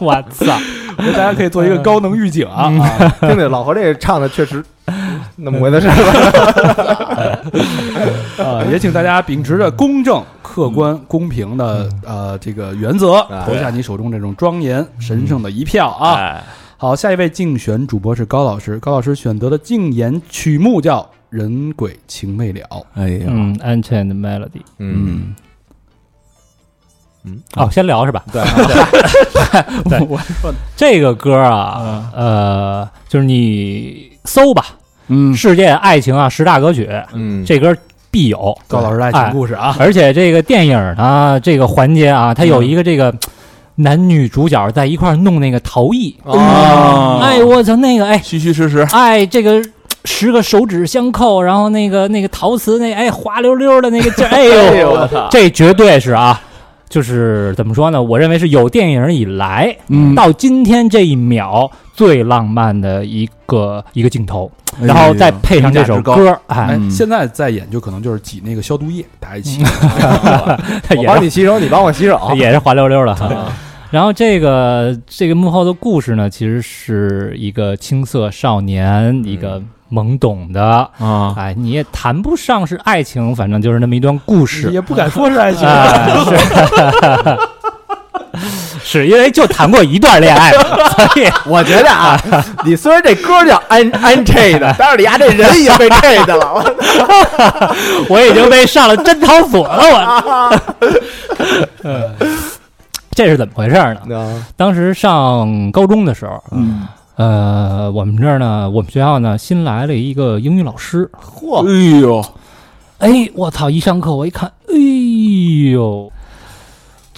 D: 我操！
C: 我觉得大家可以做一个高能预警啊。
H: 嗯 听听老何这唱的确实那么回事 儿吧？
C: 呃， 也请大家秉持着公正、客
H: 嗯
C: 观、公平的呃这个原则，
H: 哎
C: 投下你手中这种庄严
H: 嗯
C: 神圣的一票啊！
F: 哎，
C: 好，下一位竞选主播是高老师，高老师选择的竞演曲目叫《人鬼情未了》。
F: 哎呀，
D: 嗯，Unchained Melody。
H: 嗯，
E: 嗯
D: 哦，先聊是吧？
H: 对，
D: 对，我这个歌啊，呃，就是你搜吧，
F: 嗯，
D: 世界爱情啊十大歌曲，
H: 嗯，
D: 这歌必有。哎
C: 高老师的爱情故事啊，
D: 而且这个电影呢，这个环节啊，它有一个这个男女主角在一块儿弄那个陶艺，
F: 哦
D: 哎，我操，那个哎
F: 虚虚实实，
D: 哎，这个十个手指相扣，然后那个那个陶瓷那哎滑溜溜的那个劲 儿，哎
H: 哎
D: 呦，
H: 呦我操！
D: 这绝对是啊，就是怎么说呢？我认为是有电影以来，
F: 嗯
D: 到今天这一秒最浪漫的一个一个镜头，然后再配上这首歌，哎，
C: 哎，
F: 嗯
C: 现在再演就可能就是挤那个消毒液，大家一 起。
H: 我
D: 也
H: 帮
D: 是
H: 你洗手，你帮我洗手。
D: 也是滑溜溜的哈。然后这个这个幕后的故事呢，其实是一个青涩少年，一个
H: 嗯
D: 懵懂的，
F: 啊，
D: 哎，你也谈不上是爱情，反正就是那么一段故事，
C: 也不敢说是爱情，
D: 啊，是，是 因为就谈过一段恋 爱嘛，所以
H: 我觉得 啊，你虽然这歌叫 un unchained，但是你丫这人已经被 chained 了。
D: 我已经被上了贞操锁了。我， 这是怎么回事呢？
H: 啊，
D: 当时上高中的时候，
F: 嗯
D: 呃，我们这儿呢，我们学校呢新来了一个英语老师，
H: 嚯，
F: 哎呦，
D: 哎，我操！一上课我一看，哎呦，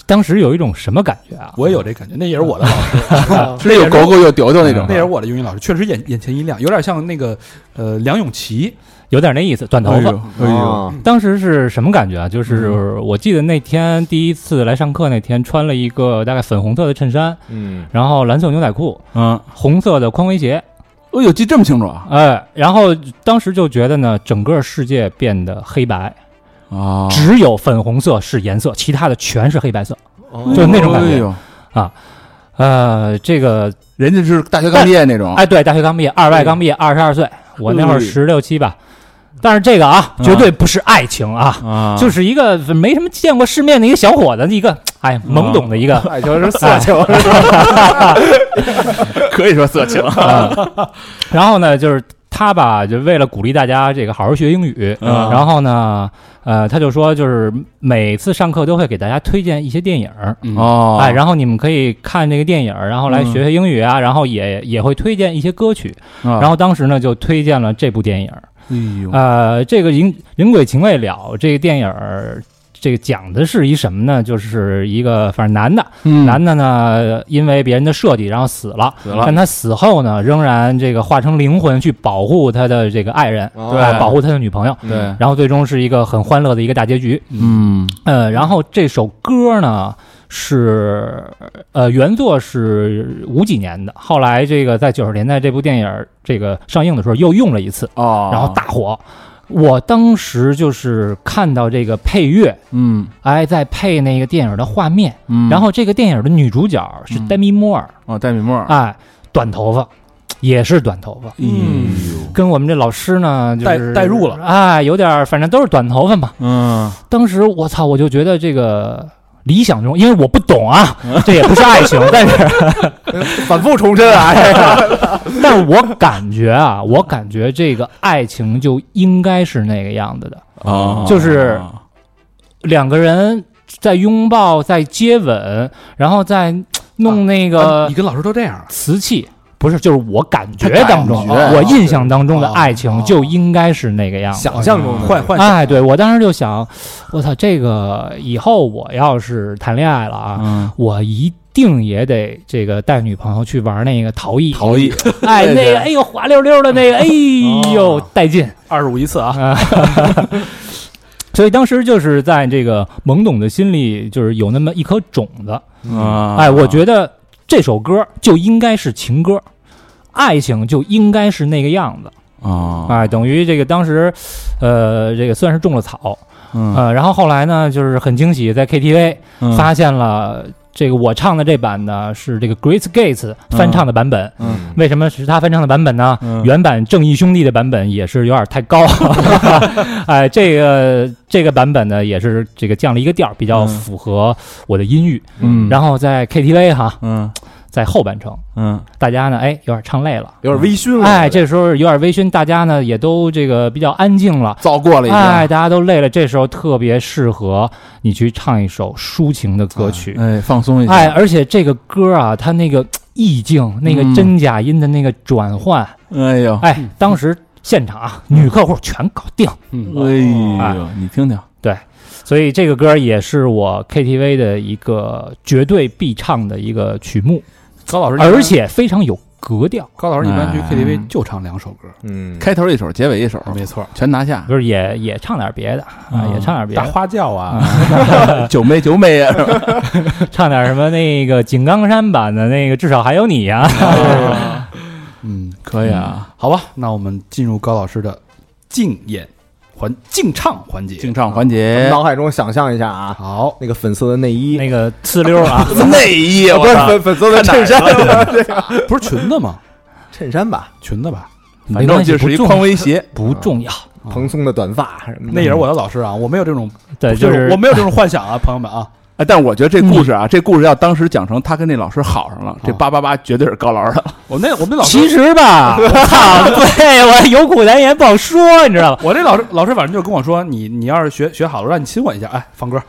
D: 当时有一种什么感觉啊？
C: 我也有这感觉，那也是我的老师，
F: 是又狗狗又丢丢那种
C: 嗯那也是我的英语老师，确实眼眼前一亮，有点像那个呃梁咏琪，
D: 有点那意思，短头
F: 哎
D: 发。
F: 呦，哎呦，
C: 哦
H: 啊嗯
D: 当时是什么感觉啊？就是我记得那天第一次来上课那天，穿了一个大概粉红色的衬衫，
E: 嗯，
D: 然后蓝色牛仔裤，
F: 嗯，
D: 红色的匡威鞋，
F: 哎呦，记这么清楚啊？
D: 哎，然后当时就觉得呢，整个世界变得黑白，
F: 啊，
D: 只有粉红色是颜色，其他的全是黑白色。就那种感觉啊
F: 哎呦，
D: 呃，这个
F: 人家是大学刚毕业那种，
D: 哎，对，大学刚毕业，二外刚毕业，二十二岁，我那会儿
F: 哎
D: 十六七吧。但是这个啊，绝对不是爱情啊，
F: 啊，
D: 就是一个没什么见过世面的一个小伙子，一个哎懵懂 的一个，
E: 爱啊哎情是色情，
F: 可以说色 情，
D: 啊然后呢，就是他吧，就为了鼓励大家这个好好学英语，
E: 啊
F: 嗯
D: 然后呢，呃，他就说，就是每次上课都会给大家推荐一些电影儿。
E: 嗯
F: 哦，
D: 哎，然后你们可以看这个电影儿，然后来
F: 嗯
D: 学学英语啊，然后也也会推荐一些歌曲，
F: 然
E: 啊
D: 然，后当时呢就推荐了这部电影儿，
F: 啊哎呦，
D: 呃，这个《人人鬼情未了》这个电影儿，这个讲的是一什么呢？就是一个反正男的，
F: 嗯
D: 男的呢因为别人的设计然后死了，
F: 死了
D: 但他死后呢仍然这个化成灵魂去保护他的这个爱人，
F: 哦
H: 对
D: 哎保护他的女朋友。
F: 对，
D: 然后最终是一个很欢乐的一个大结局。
F: 嗯，
D: 呃，然后这首歌呢是呃原作是五几年的，后来这个在九十年代这部电影儿这个上映的时候又用了一次，
F: 哦，
D: 然后，大火。我当时就是看到这个配乐，
F: 嗯
D: 哎，在配那个电影的画面，
F: 嗯，
D: 然后这个电影的女主角是
F: 嗯
D: 黛米·摩尔，
F: 哦，戴米沫，
D: 哎，短头发，也是短头发，
F: 嗯
D: 跟我们这老师呢就是
C: 代代入了，
D: 哎，有点儿反正都是短头发嘛。
F: 嗯，
D: 当时我操，我就觉得这个。理想中，因为我不懂啊，这也不是爱情，但是，
E: 反复重申 啊，
D: 但是我感觉啊，我感觉这个爱情就应该是那个样子的，
C: 啊
F: 哦，
D: 就是两个人在拥抱，在接吻，然后在弄那
C: 啊
D: 个
C: 你跟老师都这样啊，啊
D: 瓷器，不是，就是我感觉当中，
F: 他感
D: 我印象当中的
C: 哦
D: 爱情就应该是那个样子。
E: 想象中的
C: 幻幻想
D: 哎，对我当时就想，我操，这个以后我要是谈恋爱了啊，
F: 嗯，
D: 我一定也得这个带女朋友去玩那个陶艺，
F: 逃逸，
D: 哎，
F: 对
D: 那
F: 对
D: 个哎呦滑溜溜的那个，哎呦带劲。
C: 哦二十五一次啊，
D: 所以当时就是在这个懵懂的心里，就是有那么一颗种子。
F: 啊
D: 哎，我觉得这首歌就应该是情歌，爱情就应该是那个样子。
F: 啊，
D: 哎，等于这个当时，呃，这个算是种了草。
F: 嗯，
D: 呃，然后后来呢，就是很惊喜，在 KTV
C: 嗯
D: 发现了这个我唱的这版呢是这个 Grace Gates 翻唱的版本。
F: 嗯
D: 为什么是他翻唱的版本呢？
F: 嗯
D: 原版正义兄弟的版本也是有点太高， 哎，这个这个版本呢也是这个降了一个调儿，比较
F: 嗯
D: 符合我的音域。
F: 嗯，
D: 然后在 KTV 哈，
F: 嗯
D: 在后半程，
F: 嗯
D: 大家呢哎有点唱累了，
E: 有点微醺了，
D: 哎，这时候有点微醺，大家呢也都这个比较安静了。
F: 造过了已经，
D: 哎，大家都累了，这时候特别适合你去唱一首抒情的歌曲。
F: 哎，放松一下，
D: 哎，而且这个歌啊，它那个意境、那个
F: 嗯
D: 真假音的那个转换，
F: 哎呦，
C: 啊
D: 哎，
C: 嗯
D: 当时现场啊，女客户全搞定，
C: 嗯
F: 哎呦，你听听，
D: 所以这个歌也是我 KTV 的一个绝对必唱的一个曲目，
C: 高老师一般，
D: 而且非常有格调，
C: 高老师一般去
F: 哎
C: KTV 就唱两首歌，
E: 嗯，
F: 开头一首，结尾一首，
C: 没错，
F: 全拿下，
D: 不是也也唱点别的啊，
F: 嗯
D: 也唱点别
C: 大
D: 的，
C: 花轿啊，
F: 九妹九妹呀，
D: 唱点什么那个井冈山版的那个至少还有你呀、
C: 哦
F: 嗯，可以啊，
C: 好吧，那我们进入高老师的竞演环竞唱环节
F: 竞。唱环节，
E: 脑海中想象一下啊，
C: 好，
E: 那个粉色的内衣，
D: 那个呲 溜啊，
F: 内衣，
E: 不是粉粉色的衬衫，
C: 不是裙子吗？
E: 衬衫吧，
C: 裙子吧，
F: 反正就是一匡威鞋，
D: 不重要，
E: 蓬松的短发什么的，
C: 那也是我的老师啊，我没有这种，
D: 对，就
C: 我
D: 是
C: 没有这种幻想啊，朋友们啊，
F: 哎，但是我觉得这
D: 嗯
F: 故事啊，这故事要当时讲成他跟那老师好上了，这
C: 啊
F: 八八八绝对是高老师的。
C: 我们那我们那老师，
D: 哦 其 实吧，我 操，对我有苦难言不好说，你知道吧？
C: 我这老师老师反正就跟我说，你你要是学学好了，让你亲我一下，哎，放歌，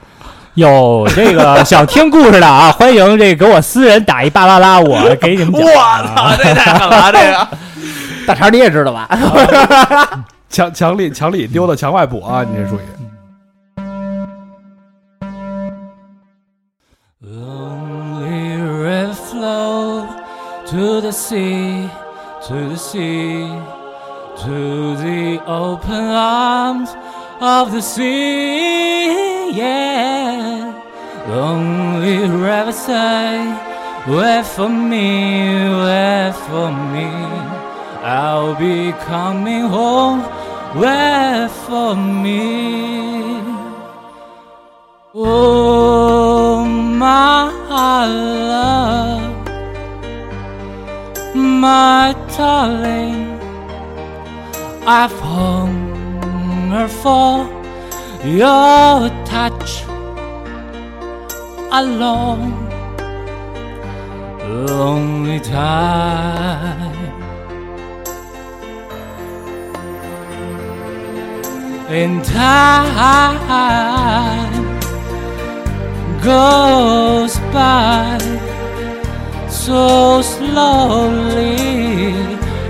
D: 有这 个想听故事的啊，欢迎这给我私人打一巴啦 啦，我给你们讲。
I: 我操，这太狠了，这个大肠你也知道吧？
C: 啊 墙墙里墙里丢的墙外补啊，你这属于。
D: 嗯
A: Lonely river flow to the sea, to the sea, to the open arms of the sea. Yeah, lonely river say, wait for me, wait for me. I'll be coming home. Wait for me. Oh, my love, my darling, I've hungered for your touch alone, lonely time. In time goes by so slowly,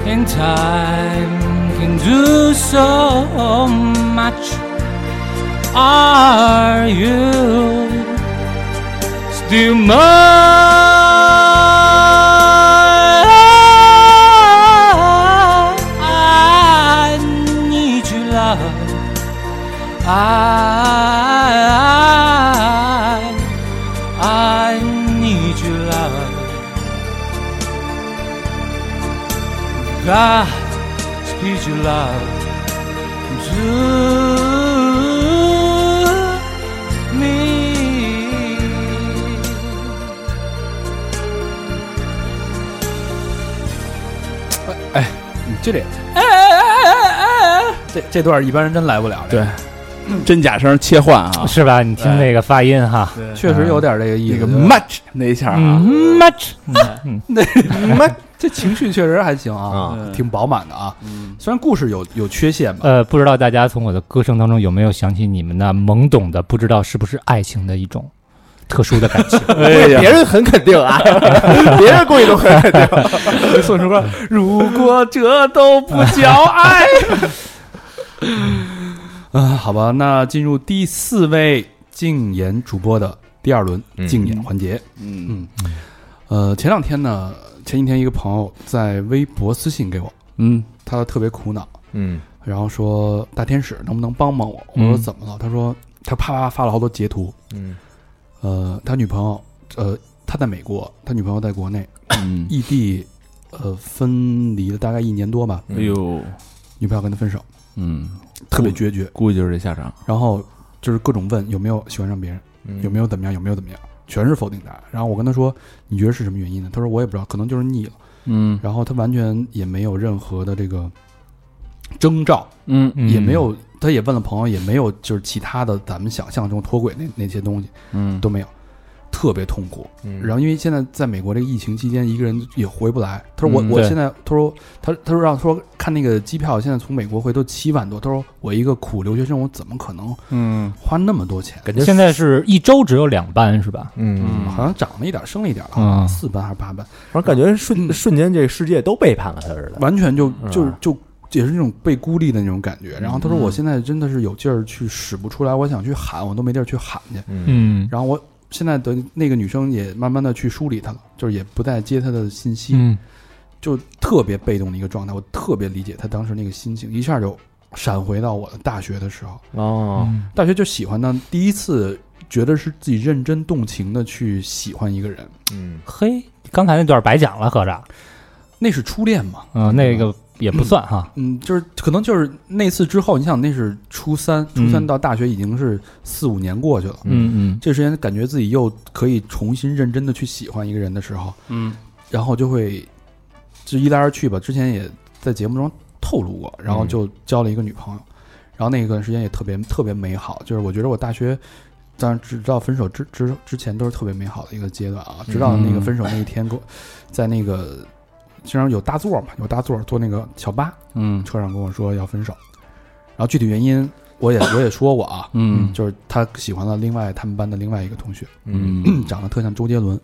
A: and time can do so much. Are you still mine? I need you, love. I, I need you, love. God, speed your love to me.
C: 你嗯就得，这这段一般人真来不
D: 嗯
C: 了，这
F: 对真假声切换啊，
D: 是吧？你听这个发音哈，
C: 确实有点这个意
F: 那
C: 思。
F: 个
C: 慢，
F: match 那一下啊，
D: 嗯，much，
C: 慢，嗯 这情绪确实还行啊，
F: 嗯
C: 挺饱满的啊。虽然故事有有缺陷吧，
D: 呃，不知道大家从我的歌声当中有没有想起你们那懵懂的，不知道是不是爱情的一种特殊的感情？
F: 哎呀，
I: 别人很肯定 啊，别人故意都很肯定。
C: 宋时光
I: 如果这都不叫 爱，
C: 啊，好吧，那进入第四位竞演主播的第二轮
E: 嗯
C: 竞演环节。
F: 嗯
C: 呃，前两天呢，前几天一个朋友在微博私信给我，
F: 嗯
C: 他特别苦恼，
E: 嗯
C: 然后说大天使能不能帮帮我？我说怎么了？他说他啪啪发了好多截图，
E: 嗯
C: 呃，他女朋友，呃，他在美国，他女朋友在国内，
F: 嗯，
C: 异地，呃，分离了大概一年多吧，嗯
F: 哎呦，
C: 女朋友跟他分手，
F: 嗯，
C: 特别决绝，
F: 估计就是这下场，
C: 然后就是各种问有没有喜欢上别人，
E: 嗯
C: 有没有怎么样，有没有怎么样，全是否定答案。然后我跟他说，你觉得是什么原因呢？他说我也不知道，可能就是腻了。
F: 嗯
C: 然后他完全也没有任何的这个征兆，
F: 嗯
D: 嗯
C: 也没有，他也问了朋友，也没有就是其他的咱们想象中脱轨那那些东西
F: 嗯
C: 都没有，特别痛苦。然后因为现在在美国这个疫情期间，一个人也回不来。他说我、
F: 嗯
C: 我
F: 对
C: 现在他说他他说让他说看那个机票，现在从美国回都七万多。他说我一个苦留学生，我怎么可能
F: 嗯
C: 花那么多钱？
E: 感觉
D: 现在是一周只有两班是吧？
E: 嗯，
F: 嗯
C: 好像涨了一点，升了一点了，
D: 嗯
C: 四班还是八班，
E: 反正感觉瞬
C: 嗯
E: 瞬间这个世界都背叛了他似的。
C: 完全就
E: 嗯
C: 就就也是那种被孤立的那种感觉。然后他说
F: 嗯
C: 我现在真的是有劲儿去使不出来，我想去喊，我都没地儿去喊去。
E: 嗯
D: 嗯
C: 然后我现在的那个女生也慢慢的去梳理他了，就是也不再接他的信息。
D: 嗯，
C: 就特别被动的一个状态，我特别理解他当时那个心情，一下就闪回到我的大学的时候。
E: 哦，
C: 大学就喜欢呢，第一次觉得是自己认真动情的去喜欢一个人，
E: 嗯
D: 嘿，刚才那段白讲了，合着，
C: 那是初恋嘛？
D: 嗯，那个也不算哈，
C: 嗯，就是可能就是那次之后，你想那是初三，初三到大学已经是四五年过去了，
D: 嗯
C: 这时间感觉自己又可以重新认真的去喜欢一个人的时候，
F: 嗯
C: 然后就会就一来二去吧。之前也在节目中透露过，
D: 嗯
C: 然后就交了一个女朋友，然后那段时间也特别特别美好。就是我觉得我大学，当然直到分手之之之前都是特别美好的一个阶段啊。直到那
F: 嗯
C: 个分手那一天，给我在那个经常有大座嘛，有大座坐那个小巴
F: 嗯
C: 车上跟我说要分手，然后具体原因我也我也说过啊，
F: 嗯
C: 就是他喜欢了另外他们班的另外一个同学，
F: 嗯，
C: 长得特像周杰伦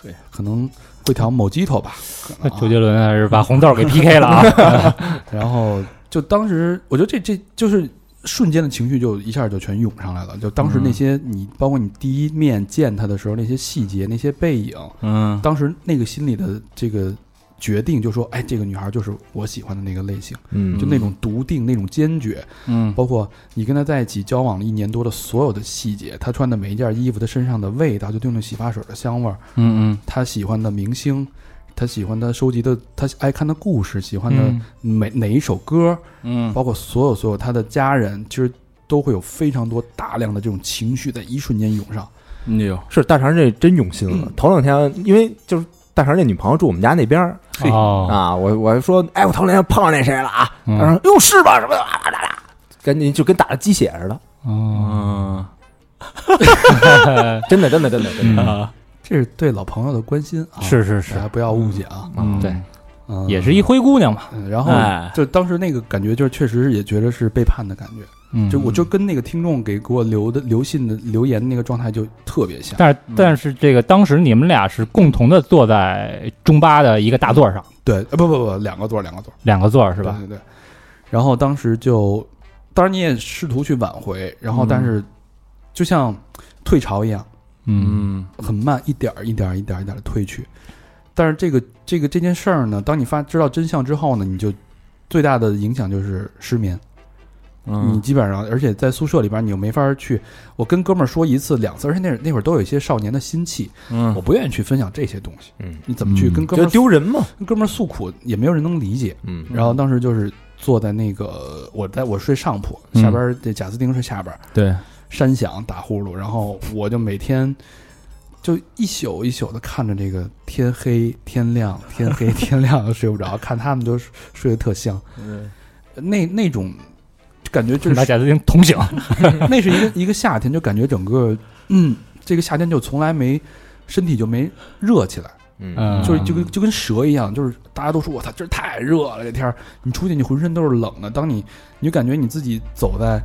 F: 嘿，
C: 可能会调某鸡头吧。 可能啊
D: 周杰伦嗯还是把红豆给 PK 了啊！
C: 然后就当时，我觉得这这就是瞬间的情绪就一下就全涌上来了。就当时那些
D: 嗯
C: 你，包括你第一面见他的时候那些细节、那些背影，
F: 嗯
C: 当时那个心里的这个决定，就说，哎，这个女孩就是我喜欢的那个类型，
E: 嗯
C: 就那种笃定、那种坚决，
F: 嗯
C: 包括你跟他在一起交往了一年多的所有的细节，他穿的每一件衣服，他身上的味道，就那种洗发水的香味儿，
F: 嗯
C: 他喜欢的明星，他喜欢他收集的，他爱看的故事，喜欢
D: 嗯
C: 的每、哪一首歌，
F: 嗯
C: 包括所有所有他的家人，其实都会有非常多大量的这种情绪在一瞬间涌上。
F: 嗯，有
E: 是大肠这真用心
C: 嗯
E: 了。头两天因为就是大肠这女朋友住我们家那边儿
D: 哦，
E: 啊，我我还说，哎，我头两天碰上那谁了啊，
D: 嗯
E: 他说哟是吧什么的，啊啊啊啊赶紧就跟打了鸡血似的，
F: 嗯
A: 어.
E: 真的真的真的真
C: 嗯
E: 的，
C: 这是对老朋友的关心啊，
D: 嗯是是
C: 大
D: 是，
C: 家不要误解啊。
D: 嗯
F: 对，
C: 嗯，
D: 也是一灰姑娘嘛。
C: 嗯。然后
F: 哎
C: 就当时那个感觉，就是确实也觉得是背叛的感觉。
D: 嗯，
C: 就我就跟那个听众给给我留的留信的留言那个状态就特别像。
D: 但是
F: 嗯
D: 但是这个当时你们俩是共同的坐在中巴的一个 大座上，
C: 对，呃不不不，两个座儿两个座儿
D: 两个座是
C: 对
D: 吧？
C: 对对。然后当时就，当然你也试图去挽回，然后但是就像退潮一样，
D: 嗯
F: 嗯
C: 很慢，一点儿一点儿一点儿一点的退去。但是这个这个这件事儿呢，当你发知道真相之后呢，你就最大的影响就是失眠。你
F: 嗯
C: 基本上，而且在宿舍里边，你又没法儿去。我跟哥们儿说一次两次，而且那那会儿都有一些少年的心气，我
F: 嗯
C: 不愿意去分享这些东西。
E: 嗯，
C: 你怎么去跟哥
E: 觉
C: 们
E: 得
C: 儿、
E: 丢人嘛，
C: 跟哥们儿诉苦，也没有人能理解。
E: 嗯
C: 然后当时就是坐在那个我在我睡上铺，下边儿这贾斯汀睡下边儿，
F: 对，
C: 山响打呼噜，然后我就每天就一宿一宿的看着这个天黑天亮，天黑天亮 睡不着，看他们都睡得特香，那那种感觉就
D: 把
C: 是
D: 贾斯汀捅醒，
C: 那是一个一个夏天，就感觉整个嗯这个夏天就从来没身体就没热起来。
E: 嗯
D: 嗯，
C: 就是就跟就跟蛇一样，就是大家都说我操，今儿太热了，这天儿你出去你浑身都是冷的。当你你就感觉你自己走在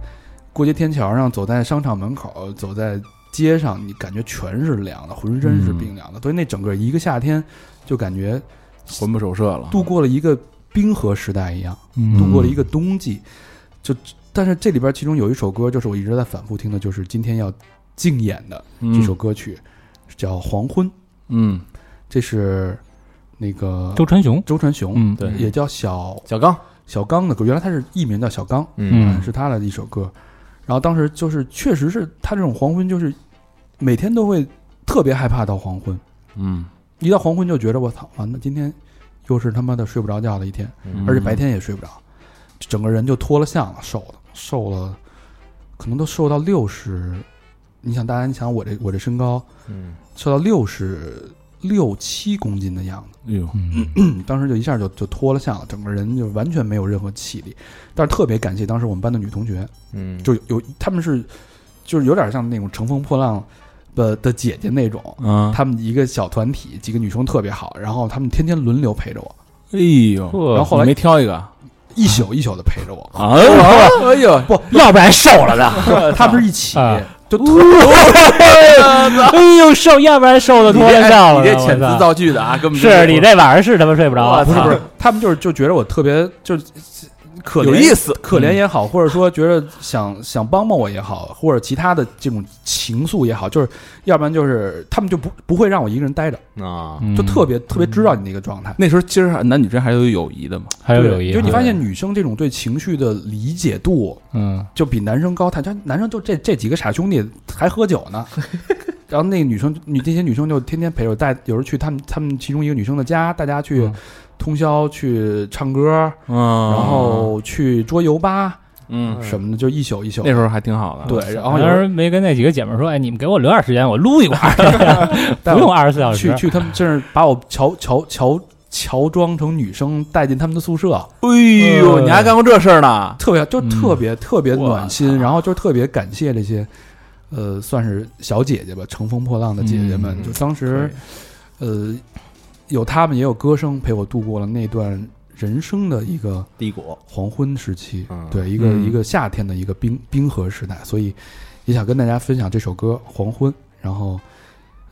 C: 过街天桥上，走在商场门口，走在街上，你感觉全是凉的，浑身是冰凉的。所以那整个一个夏天，就感觉
F: 嗯魂不守舍了，
C: 度过了一个冰河时代一样，
D: 嗯
C: 度过了一个冬季。就但是这里边其中有一首歌，就是我一直在反复听的，就是今天要竞演的这首歌曲，叫《黄昏》，
F: 嗯
C: 这是那个
D: 周传雄，
C: 周传雄。
D: 嗯
F: 对
C: 也叫小
E: 小刚，
C: 小刚的歌，原来他是艺名叫小刚，啊
D: 嗯
C: 是他的一首歌。然后当时就是，确实是他这种黄昏，就是每天都会特别害怕到黄昏，
A: 음.
F: 嗯，
C: 一到黄昏就觉得我操，完了，今天又是他妈的睡不着觉的一天，而且白天也睡不着，整个人就脱了相了，瘦了，瘦了，可能都瘦到六十。你想，大家，你想我这我这身高，
E: 嗯
C: 瘦到六十六七公斤的样子。
F: 哎呦，
C: 음. 当时就一下就就脱了相了，整个人就完全没有任何气力。但是特别感谢当时我们班的女同学，
E: 嗯，
C: 就有她们是就是有点像那种乘风破浪的的姐姐那种，
F: 嗯，
C: 她们一个小团体，几个女生特别好，然后她们天天轮流陪着我，
F: 哎呦，
D: 呵
C: 然后后来
F: 你没挑一个啊？
C: 一宿一宿的陪着我。
F: 哎呦，
C: 不，
D: 要不然瘦了的，
C: 她们是一起
D: 啊，
C: 就特
F: 哦
D: 哎呦瘦，要不然瘦的
F: 你
D: 脱
F: 这
D: 了
F: 哎
D: 相
F: 你
D: 了，
F: 这
D: 我
F: 遣词
D: 操
F: 造句的啊，根本就是
D: 你这晚上是他妈睡不着，啊
F: 我操
C: 不是不是，她们就是就觉得我特别就是可怜
F: 有意思，嗯
C: 可怜也好，或者说觉得想想帮帮我也好，或者其他的这种情愫也好，就是要不然就是他们就不不会让我一个人待着，
E: 啊，
D: 嗯
C: 就特别、特别知道你那个状态。
F: 那时候其实还男女之间还有友谊的嘛，
D: 还有友谊，啊
C: 就你发现女生这种对情绪的理解度
D: 嗯
C: 就比男生高，他他男生就这这几个傻兄弟还喝酒呢。然后那个女生，女这些女生就天天陪着我，带有时候去他们他们其中一个女生的家，大家去
D: 嗯
C: 通宵去唱歌，
F: 嗯，
C: 然后去桌游吧
F: 嗯，
C: 什么的，就一宿一宿
F: 那。时候还挺好的，
C: 对，然后
D: 啊
C: 有
D: 当
C: 时候
D: 时没跟那几个姐妹说，哎，你们给我留点时间，我撸一管儿，
C: 带
D: 不用
C: 我
D: 二十四小时
C: 去。去他们这儿把我乔乔乔乔装成女生带进他们的宿 舍，
F: 哎
C: 어.
F: 呦，你还干过这事儿呢？
C: 嗯特别就
D: 嗯
C: 特别、特别
F: 哇
C: 暖心，然后就特别感谢这些，呃，算是小姐姐吧，乘风破浪的姐姐们，
E: 嗯
C: 就当时，呃，有他们也有歌声陪我度过了那段人生的一个
E: 低谷，
C: 黄昏时期，
E: 嗯
C: 对，一个、
F: 嗯
C: 一个夏天的一个冰冰河时代，所以也想跟大家分享这首歌《黄昏》。然后，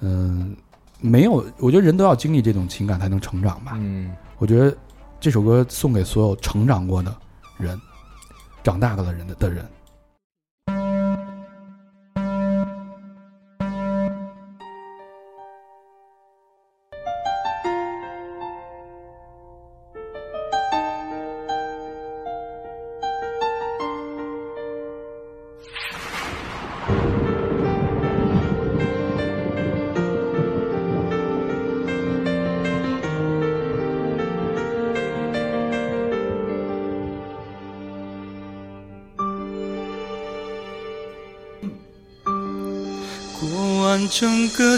C: 嗯、没有，我觉得人都要经历这种情感才能成长吧。
E: 嗯，
C: 我觉得这首歌送给所有成长过的人、长大过的人的的人。
I: 过完整个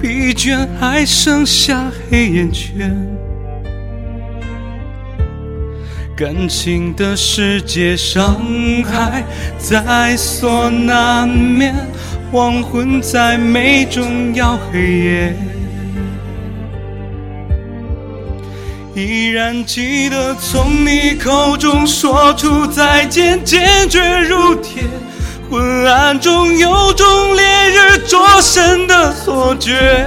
I: 疲倦还剩下黑眼圈。感情的世界，伤害在所难免，黄昏在每种要黑夜。依然记得从你口中说出再见，坚决如铁。昏暗中有种烈日灼身的错觉，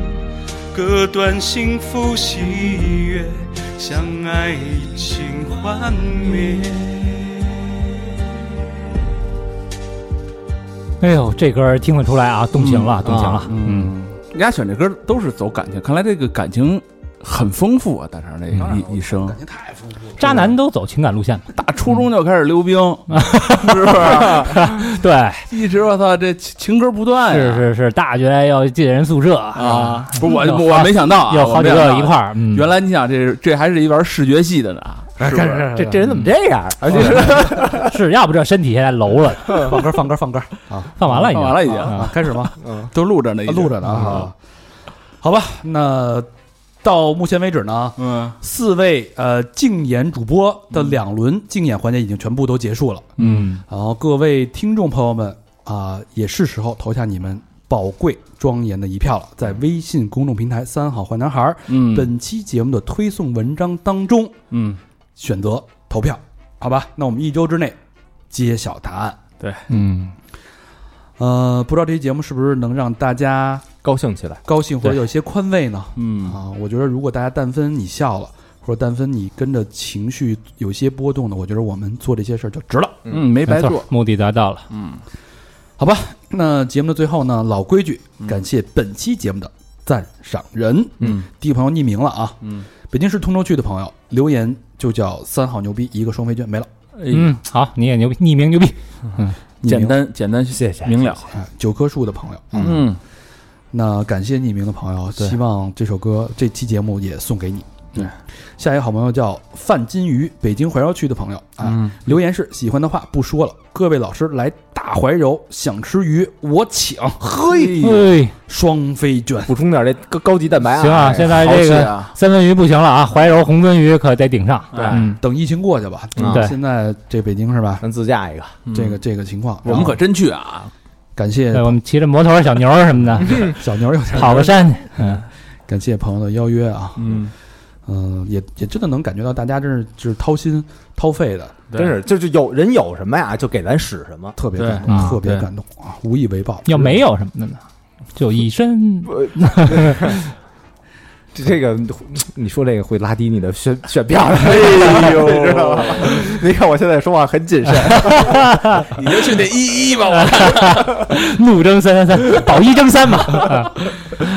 I: 割断幸福喜悦，相爱已经幻灭。
D: 哎呦，这歌听得出来啊，动情了，动情了。
F: 嗯，人家选这歌都是走感情，看来这个感情很丰富啊，大肠这一一生，
D: 渣男都走情感路线嘛，
F: 打初中就开始溜冰，是不是？
D: 对，
F: 一直我操，这情情歌不断
D: 是嗯
F: 呀
D: 是是，大学要进人宿舍，
F: 啊！不是我
D: 有
F: 我
D: 好
F: 没想到啊，
D: 有
F: 我
D: 好
F: 没
D: 几
F: 想
D: 个
F: 到
D: 一块儿。嗯，
F: 原来你想这这还是一玩视觉系的呢，啊是不是？
E: 这这人怎么 这样？而且是
D: 啊是要不这身体现在楼了，
C: 放歌，放歌，放歌
D: 放完了
F: 看
D: 已经，
F: 完了已经，嗯
C: 啊！开始 吗？
F: 都录着呢，已经嗯
C: 录着呢啊。好吧，那到目前为止呢，
F: 嗯
C: 四位呃竞演主播的两轮竞演环节已经全部都结束了。
F: 嗯，
C: 然后各位听众朋友们啊、也是时候投下你们宝贵庄严的一票了。在微信公众平台“三好坏男孩儿”
F: 嗯
C: 本期节目的推送文章当中
F: 嗯，
C: 选择投票，好吧？那我们一周之内揭晓答案。
A: 음.
E: 嗯，
C: 呃，不知道这期节目是不是能让大家
E: 高兴起来，
C: 高兴或者有些宽慰呢？
F: 嗯
C: 啊，我觉得如果大家但分你笑了，或者但分你跟着情绪有些波动呢，我觉得我们做这些事儿就值了。
F: 嗯，没白
D: 没
F: 做嗯
D: 错，，目的达到了。
C: 好吧，那节目的最后呢，老规矩，感谢本期节目的赞赏人。
F: 嗯，
C: 第一个朋友匿名了啊。
F: 嗯，
C: 北京市通州区的朋友留言就叫三好牛逼，一个双飞券没了，嗯
D: 嗯，好，你也牛逼，匿名牛逼，
C: 匿名
F: 简单简单
E: 谢谢
F: 明了，
C: 哎九棵树的朋友。嗯，
F: 嗯，
C: 那感谢匿名的朋友，
F: 对
C: 希望这首歌这期节目也送给你。
F: 对，
C: 下一个好朋友叫范金鱼，北京怀柔区的朋友啊，
F: 嗯
C: 留言是喜欢的话不说了，各位老师来大怀柔，想吃鱼我请，嘿，
D: 哎，
C: 双飞卷。
E: 补充点这高高级蛋白啊。
D: 行啊，
E: 哎
D: 现在
F: 好
D: 这
F: 气
D: 个
F: 啊，
D: 三文鱼不行了啊，怀柔红鳟鱼可得顶上。
F: 对
D: 嗯，
C: 等疫情过去吧。
E: 嗯
D: 对嗯
C: 现在这北京是吧？
E: 咱自驾一个，
C: 这个这个情况，
F: 我们可真去啊，
C: 感谢
D: 对，我们骑着摩托、小牛什么的，
C: 小牛有点嗯
D: 跑个山去。嗯
C: 感谢朋友的邀约啊，
F: 嗯，
C: 嗯，也也真的能感觉到大家真是就是掏心掏肺的，
F: 对
E: 真是就是有人有什么呀，就给咱使什么。
C: 特别
F: 对
C: 感动，
D: 啊
C: 特别
F: 对
C: 感动啊，无
F: 嗯
C: 以为报。
F: 呃
D: 要没有什么的呢，就一身
E: 这 这个你说这个会拉低你的选选票的，
H: 哎 呦，
E: 知道吗？你看我现在说话很谨慎，
H: 你就去那一一吧，
D: 嗯
H: 我
D: 怒争三三三，保一争 三嘛。嗯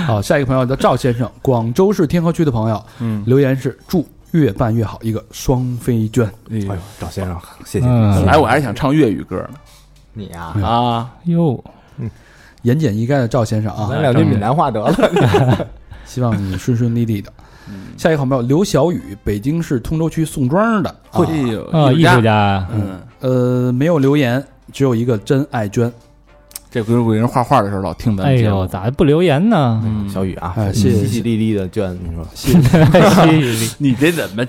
C: 好，下一个朋友叫赵先生，广州市天河区的朋友，嗯，留言是祝越办越好，一个双飞娟。
E: 哎呦，赵先生，谢哎谢你。
F: 本
D: 嗯，
F: 来哎我还是想唱粤语歌呢
E: 你呀，
F: 啊，
D: 哟，
C: 嗯言简意赅的赵先生啊，
E: 咱两句闽南话得了。
C: 希望你顺顺利利的。
F: 嗯
C: 下一个好朋友刘小雨，北京市通州区宋庄的，啊
F: 哎呦，
D: 啊，艺术，家，
F: 嗯，
C: 呃，没有留言，只有一个真爱娟。
F: 这回我给人画画的时候老听咱
D: 哎
F: 们节目
D: 呦，咋不留言呢？
F: 嗯
E: 小雨啊，
C: 哎谢谢
E: 淅淅沥沥的卷，你说
D: 犀
F: 你这怎么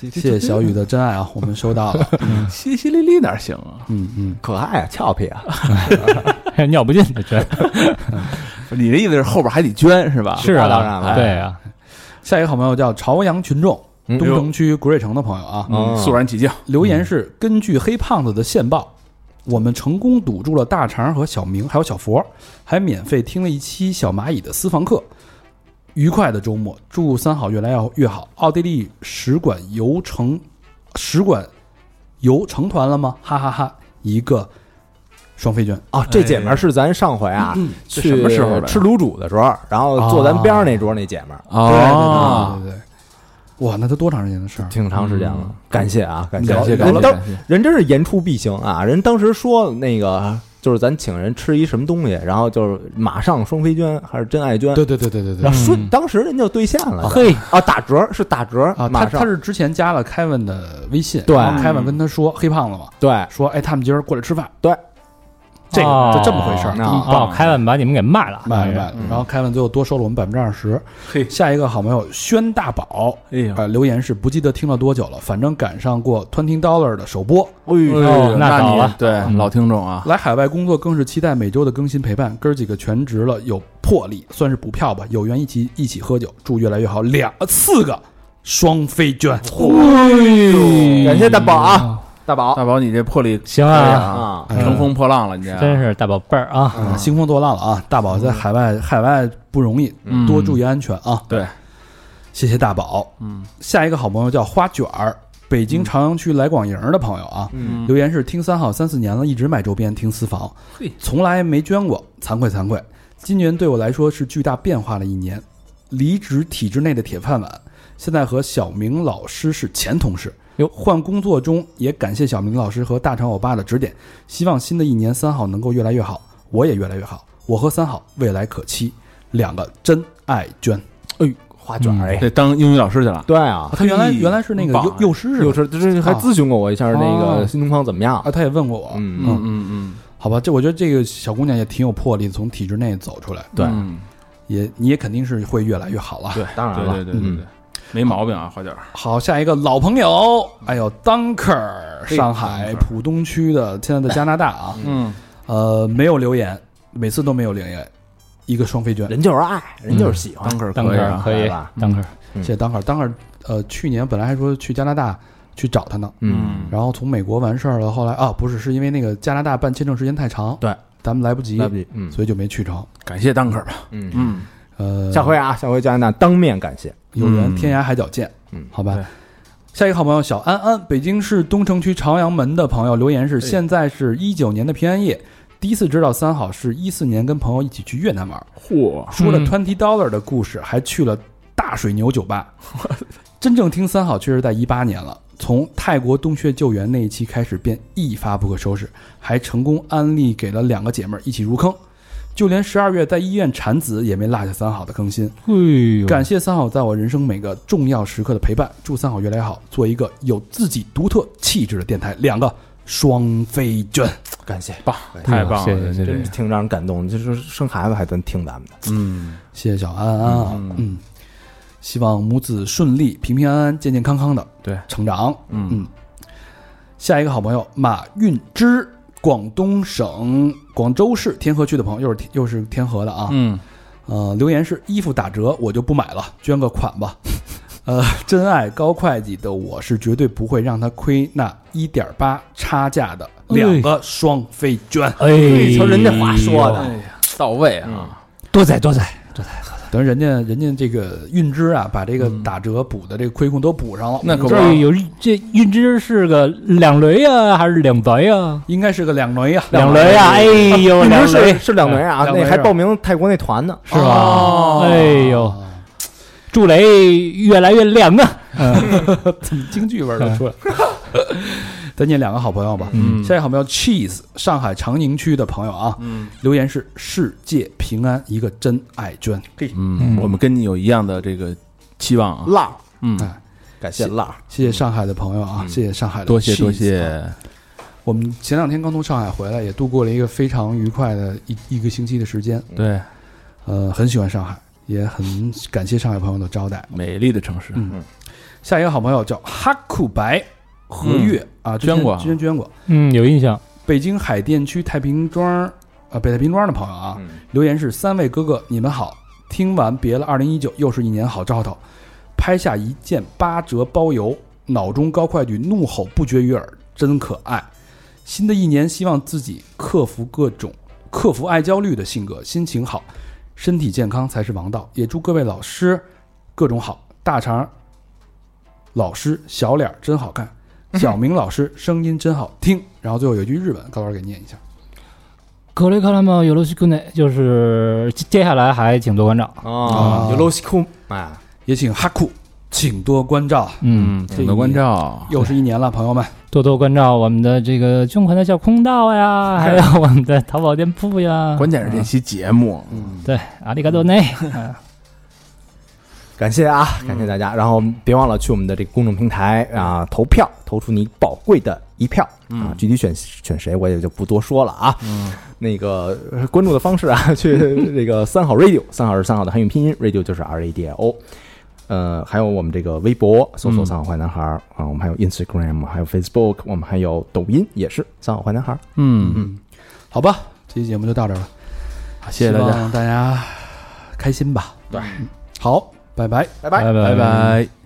C: 谢谢小雨的真爱啊，我们收 到了。
F: 嗯淅淅沥沥哪行啊？
C: 嗯嗯，
E: 可爱啊，俏皮 啊，
D: 利，尿不尽的真
F: 不 是你的意思是后边还得捐是吧？
D: 是
E: 那当然
D: 啊，
E: 了
D: 对啊，
C: 下一个好朋友叫朝阳群众，
E: 嗯
C: 东城区古瑞城的朋友啊，
F: 嗯，
E: 嗯
F: 肃然起敬，
C: 留言是根据黑胖子的线报，我们成功堵住了大肠和小明，还有小佛，还免费听了一期小蚂蚁的私房课。愉快的周末，祝三好越来越好。奥地利使馆游成使馆游成团了吗？哈哈哈一个双飞哎嗯卷，
E: 哦，这姐们儿是咱上回啊
F: 这什
E: 去
F: 么时候来着
E: 吃卤煮的时候，然后坐咱边上那桌那姐们儿，
F: 哦，
C: 对对对对，哇，那都多长时间的事儿？嗯
E: 挺长时间了，感谢啊，感谢
F: 感谢
E: 人
F: 感谢
E: 当
F: 感谢，
E: 人真是言出必行啊！人当时说那个就是咱请人吃一什么东西，然后就是马上双飞捐还是真爱捐，
C: 对对对对对对
E: 然后
D: 嗯
E: 顺当时人就兑现了。
D: 嘿，
E: 啊，打折是打折
C: 啊！他
E: 马
C: 他
E: 上
C: 是之前加了凯文的微信，
E: 对
C: 然后凯文跟他说黑胖子嘛，
E: 对
C: 说哎，他们今儿过来吃饭，
E: 对，
C: 这个
D: 哦
C: 就这么回事儿，
E: 那啊
C: 嗯
D: 哦，凯文把你们给卖了，嗯
C: 卖了卖了，然后凯文最后多收了我们百分之二十。
F: 嘿
C: 下一个好朋友宣大宝，
F: 哎呦，
C: 呃，留言是不记得听了多久了，反正赶上过 Twenty Dollar 的首播，
E: 哎
C: 嗯
D: 哦那
F: 那
D: 倒
F: 你
D: 了
F: 对老听众啊，
C: 来海外工作更是期待每周的更新陪伴，哥儿几个全职了，有魄力，算是补票吧，有缘一起一起喝酒，祝越来越好，两四个双飞娟，
E: 感谢大宝啊，大宝
F: 大宝你这魄力
D: 行
F: 可
C: 哎
F: 以
D: 啊，
F: 啊，
E: 啊，
C: 嗯
F: 乘风破浪了，你这
D: 真是大宝贝儿啊，
F: 嗯
C: 啊，兴风作浪了啊！大宝在海外，海外不容易，
F: 嗯
C: 多注意安全啊！
F: 对，
C: 谢谢大宝。
F: 嗯，
C: 下一个好朋友叫花卷儿，北京朝阳区来广营的朋友啊，
F: 嗯
C: 留言是听三好三四年了，一直买周边，听私房
F: 嘿，
C: 从来没捐过，惭愧惭愧。今年对我来说是巨大变化的一年，离职体制内的铁饭碗，现在和小明老师是前同事。换工作中也感谢小明老师和大长欧巴的指点，希望新的一年三好能够越来越好，我也越来越好，我和三好未来可期。两个真爱娟，
E: 花卷儿哎，
F: 这当英语老师去了，
E: 对啊，
C: 他原来
F: 嘿
C: 原来是那个
F: 棒
C: 幼啊幼师是
E: 又
C: 吧？
E: 是这还咨询过我一下那个新东方怎么样
C: 啊，？他也问过我，
E: 嗯
F: 嗯嗯嗯，
C: 好吧，这我觉得这个小姑娘也挺有魄力，从体制内走出来，
E: 对
F: 嗯
C: 也你也肯定是会越来越好了。
F: 对，
E: 当然了嗯
F: 对对对对对，没毛病啊，花卷儿，
C: 好，下一个老朋友，哎呦，Dunker，上海浦东区的，现在在加拿大啊，
F: 嗯，
C: 呃，没有留言，每次都没有留言，一个双飞娟，
E: 人就是爱，人就是喜欢
F: 当，个儿
D: 当
F: 可以
D: 个儿
F: 啊，
D: 可以
E: 来吧，
D: 当个儿
C: 嗯
E: 嗯
C: 谢谢 Dunker。Dunker，呃，去年本来还说去加拿大去找他呢，
E: 嗯，
C: 然后从美国完事儿了，后来啊，不是，是因为那个加拿大办签证时间太长，
E: 对，
C: 咱们来不及，
E: 来不及，嗯
C: 所以就没去成。
F: 感谢当个儿吧，
E: 嗯。
F: 嗯，
C: 呃，
E: 下回啊，下回加拿大当面感谢。
C: 有缘天涯海角见。
E: 嗯
C: 好吧
F: 对。
C: 下一个好朋友小安安，北京市东城区朝阳门的朋友留言
E: 哎
C: 是：现在是一九年的平安夜，第一次知道三好是一四年跟朋友一起去越南玩，
F: 嚯，
C: 说了
D: 嗯
C: Twenty Dollar 的故事，还去了大水牛酒吧。真正听三好却是在一八年了，从泰国洞穴救援那一期开始便一发不可收拾，还成功安利给了两个姐妹儿一起入坑，就连十二月在医院产子也没落下三好的更新。
D: 哎呦，
C: 感谢三好在我人生每个重要时刻的陪伴，祝三好越来越好，做一个有自己独特气质的电台。两个双飞娟，
E: 感谢，
F: 棒，太棒
D: 谢
F: 了，
D: 谢谢
E: 真
D: 谢
E: 是，挺让人感动。就是生孩子还能听咱们的，
A: 음.
F: 嗯，
C: 谢谢小安安啊，嗯，希望母子顺利、平平安安、健健康康的
F: 对
C: 成长。
F: 嗯
C: 下一个好朋友马运之，广东省广州市天河区的朋友，又是又是天河的啊，
F: 嗯，
C: 呃，留言是衣服打折，我就不买了，捐个款吧。 呃，真爱高会计的我是绝对不会让他亏那一点八差价的两个双飞捐。
D: 哎，
E: 瞅人家话说的
F: 哎呀，到位啊，
D: 多仔多仔多仔，
C: 等于人家人家这个运支啊，把这个打折补的这个亏空都补上了，
F: 那可不
D: 这有这运之是个两雷啊，还是两白啊？
C: 应该是个两轮呀，
D: 两雷啊！哎呦，
E: 运
D: 两
E: 之
D: 雷
E: 是是两轮啊，
C: 两
E: 那
C: 轮
E: 还
C: 是吧
E: 报名泰国那团呢。
D: 是
E: 哦
D: 吧？哎呦，祝雷越来越亮啊！
C: 嗯京剧味儿都出来了。再念两个好朋友吧，
D: 嗯
C: 下一个好朋友 Cheese，上海长宁区的朋友啊，留言是世界平安，一个真爱娟，
F: 嗯，我们跟你有一样的这个期望啊，
E: 浪，
F: 嗯，
E: 感谢浪，
C: 谢谢上海的朋友啊，谢谢上海的，
F: 多谢多。谢，
C: 我们前两天刚从上海回来，也度过了一个非常愉快的一一个星期的时间，
F: 对，
C: 呃，很喜欢上海，也很感谢上海朋友的招待。
F: 美丽的城市，
C: 嗯下一个好朋友叫哈库白和月、啊，之前
F: 捐过啊
C: 之前捐过，
D: 嗯，有印象。
C: 北京海淀区太平庄啊、呃北太平庄的朋友啊，留言是三位哥哥，你们好，听完别了二零一九，又是一年好兆头，拍下一件八折包邮，脑中高快举，怒吼不绝于耳，真可爱。新的一年，希望自己克服各种克服爱焦虑的性格，心情好，身体健康才是王道。也祝各位老师各种好，大肠老师小脸儿真好看，
F: 嗯
C: 小明老师声音真好 听。然后最后有一句日文，高老师给念一下。
D: 格雷卡拉玛有罗西库内，就是接接下来还请多关照。
E: 啊
C: 啊，
E: 有 low 西空哎，
C: 也请哈库，请多关照。
D: 嗯，
F: 请多关照，
C: 又是一年了，朋友们，
D: 多多关照我们的这个捐款的小空道呀，还有我们的淘宝店铺呀。
F: 关键是这期节目，
D: 对，阿里嘎多内。啊
E: 感谢啊，感谢大家。然后别忘了去我们的这个公众平台啊投票，投出你宝贵的一票啊。具体选选谁，我也就不多说了啊。
D: 嗯
E: 那个呃关注的方式啊， 去这个三好 radio，三好是三好的汉语拼音，radio 就是 R A D I O。呃，还有我们这个微博搜索“三好坏男孩”儿啊，我们还有 Instagram，还有 Facebook，我们还有抖音，也是“三好坏男孩”。
F: 嗯，
C: 好吧，这期节目就到这儿了，
F: 好谢谢大家，
C: 家，大家开心吧。对，好，拜拜。
E: 拜拜。
F: 拜拜。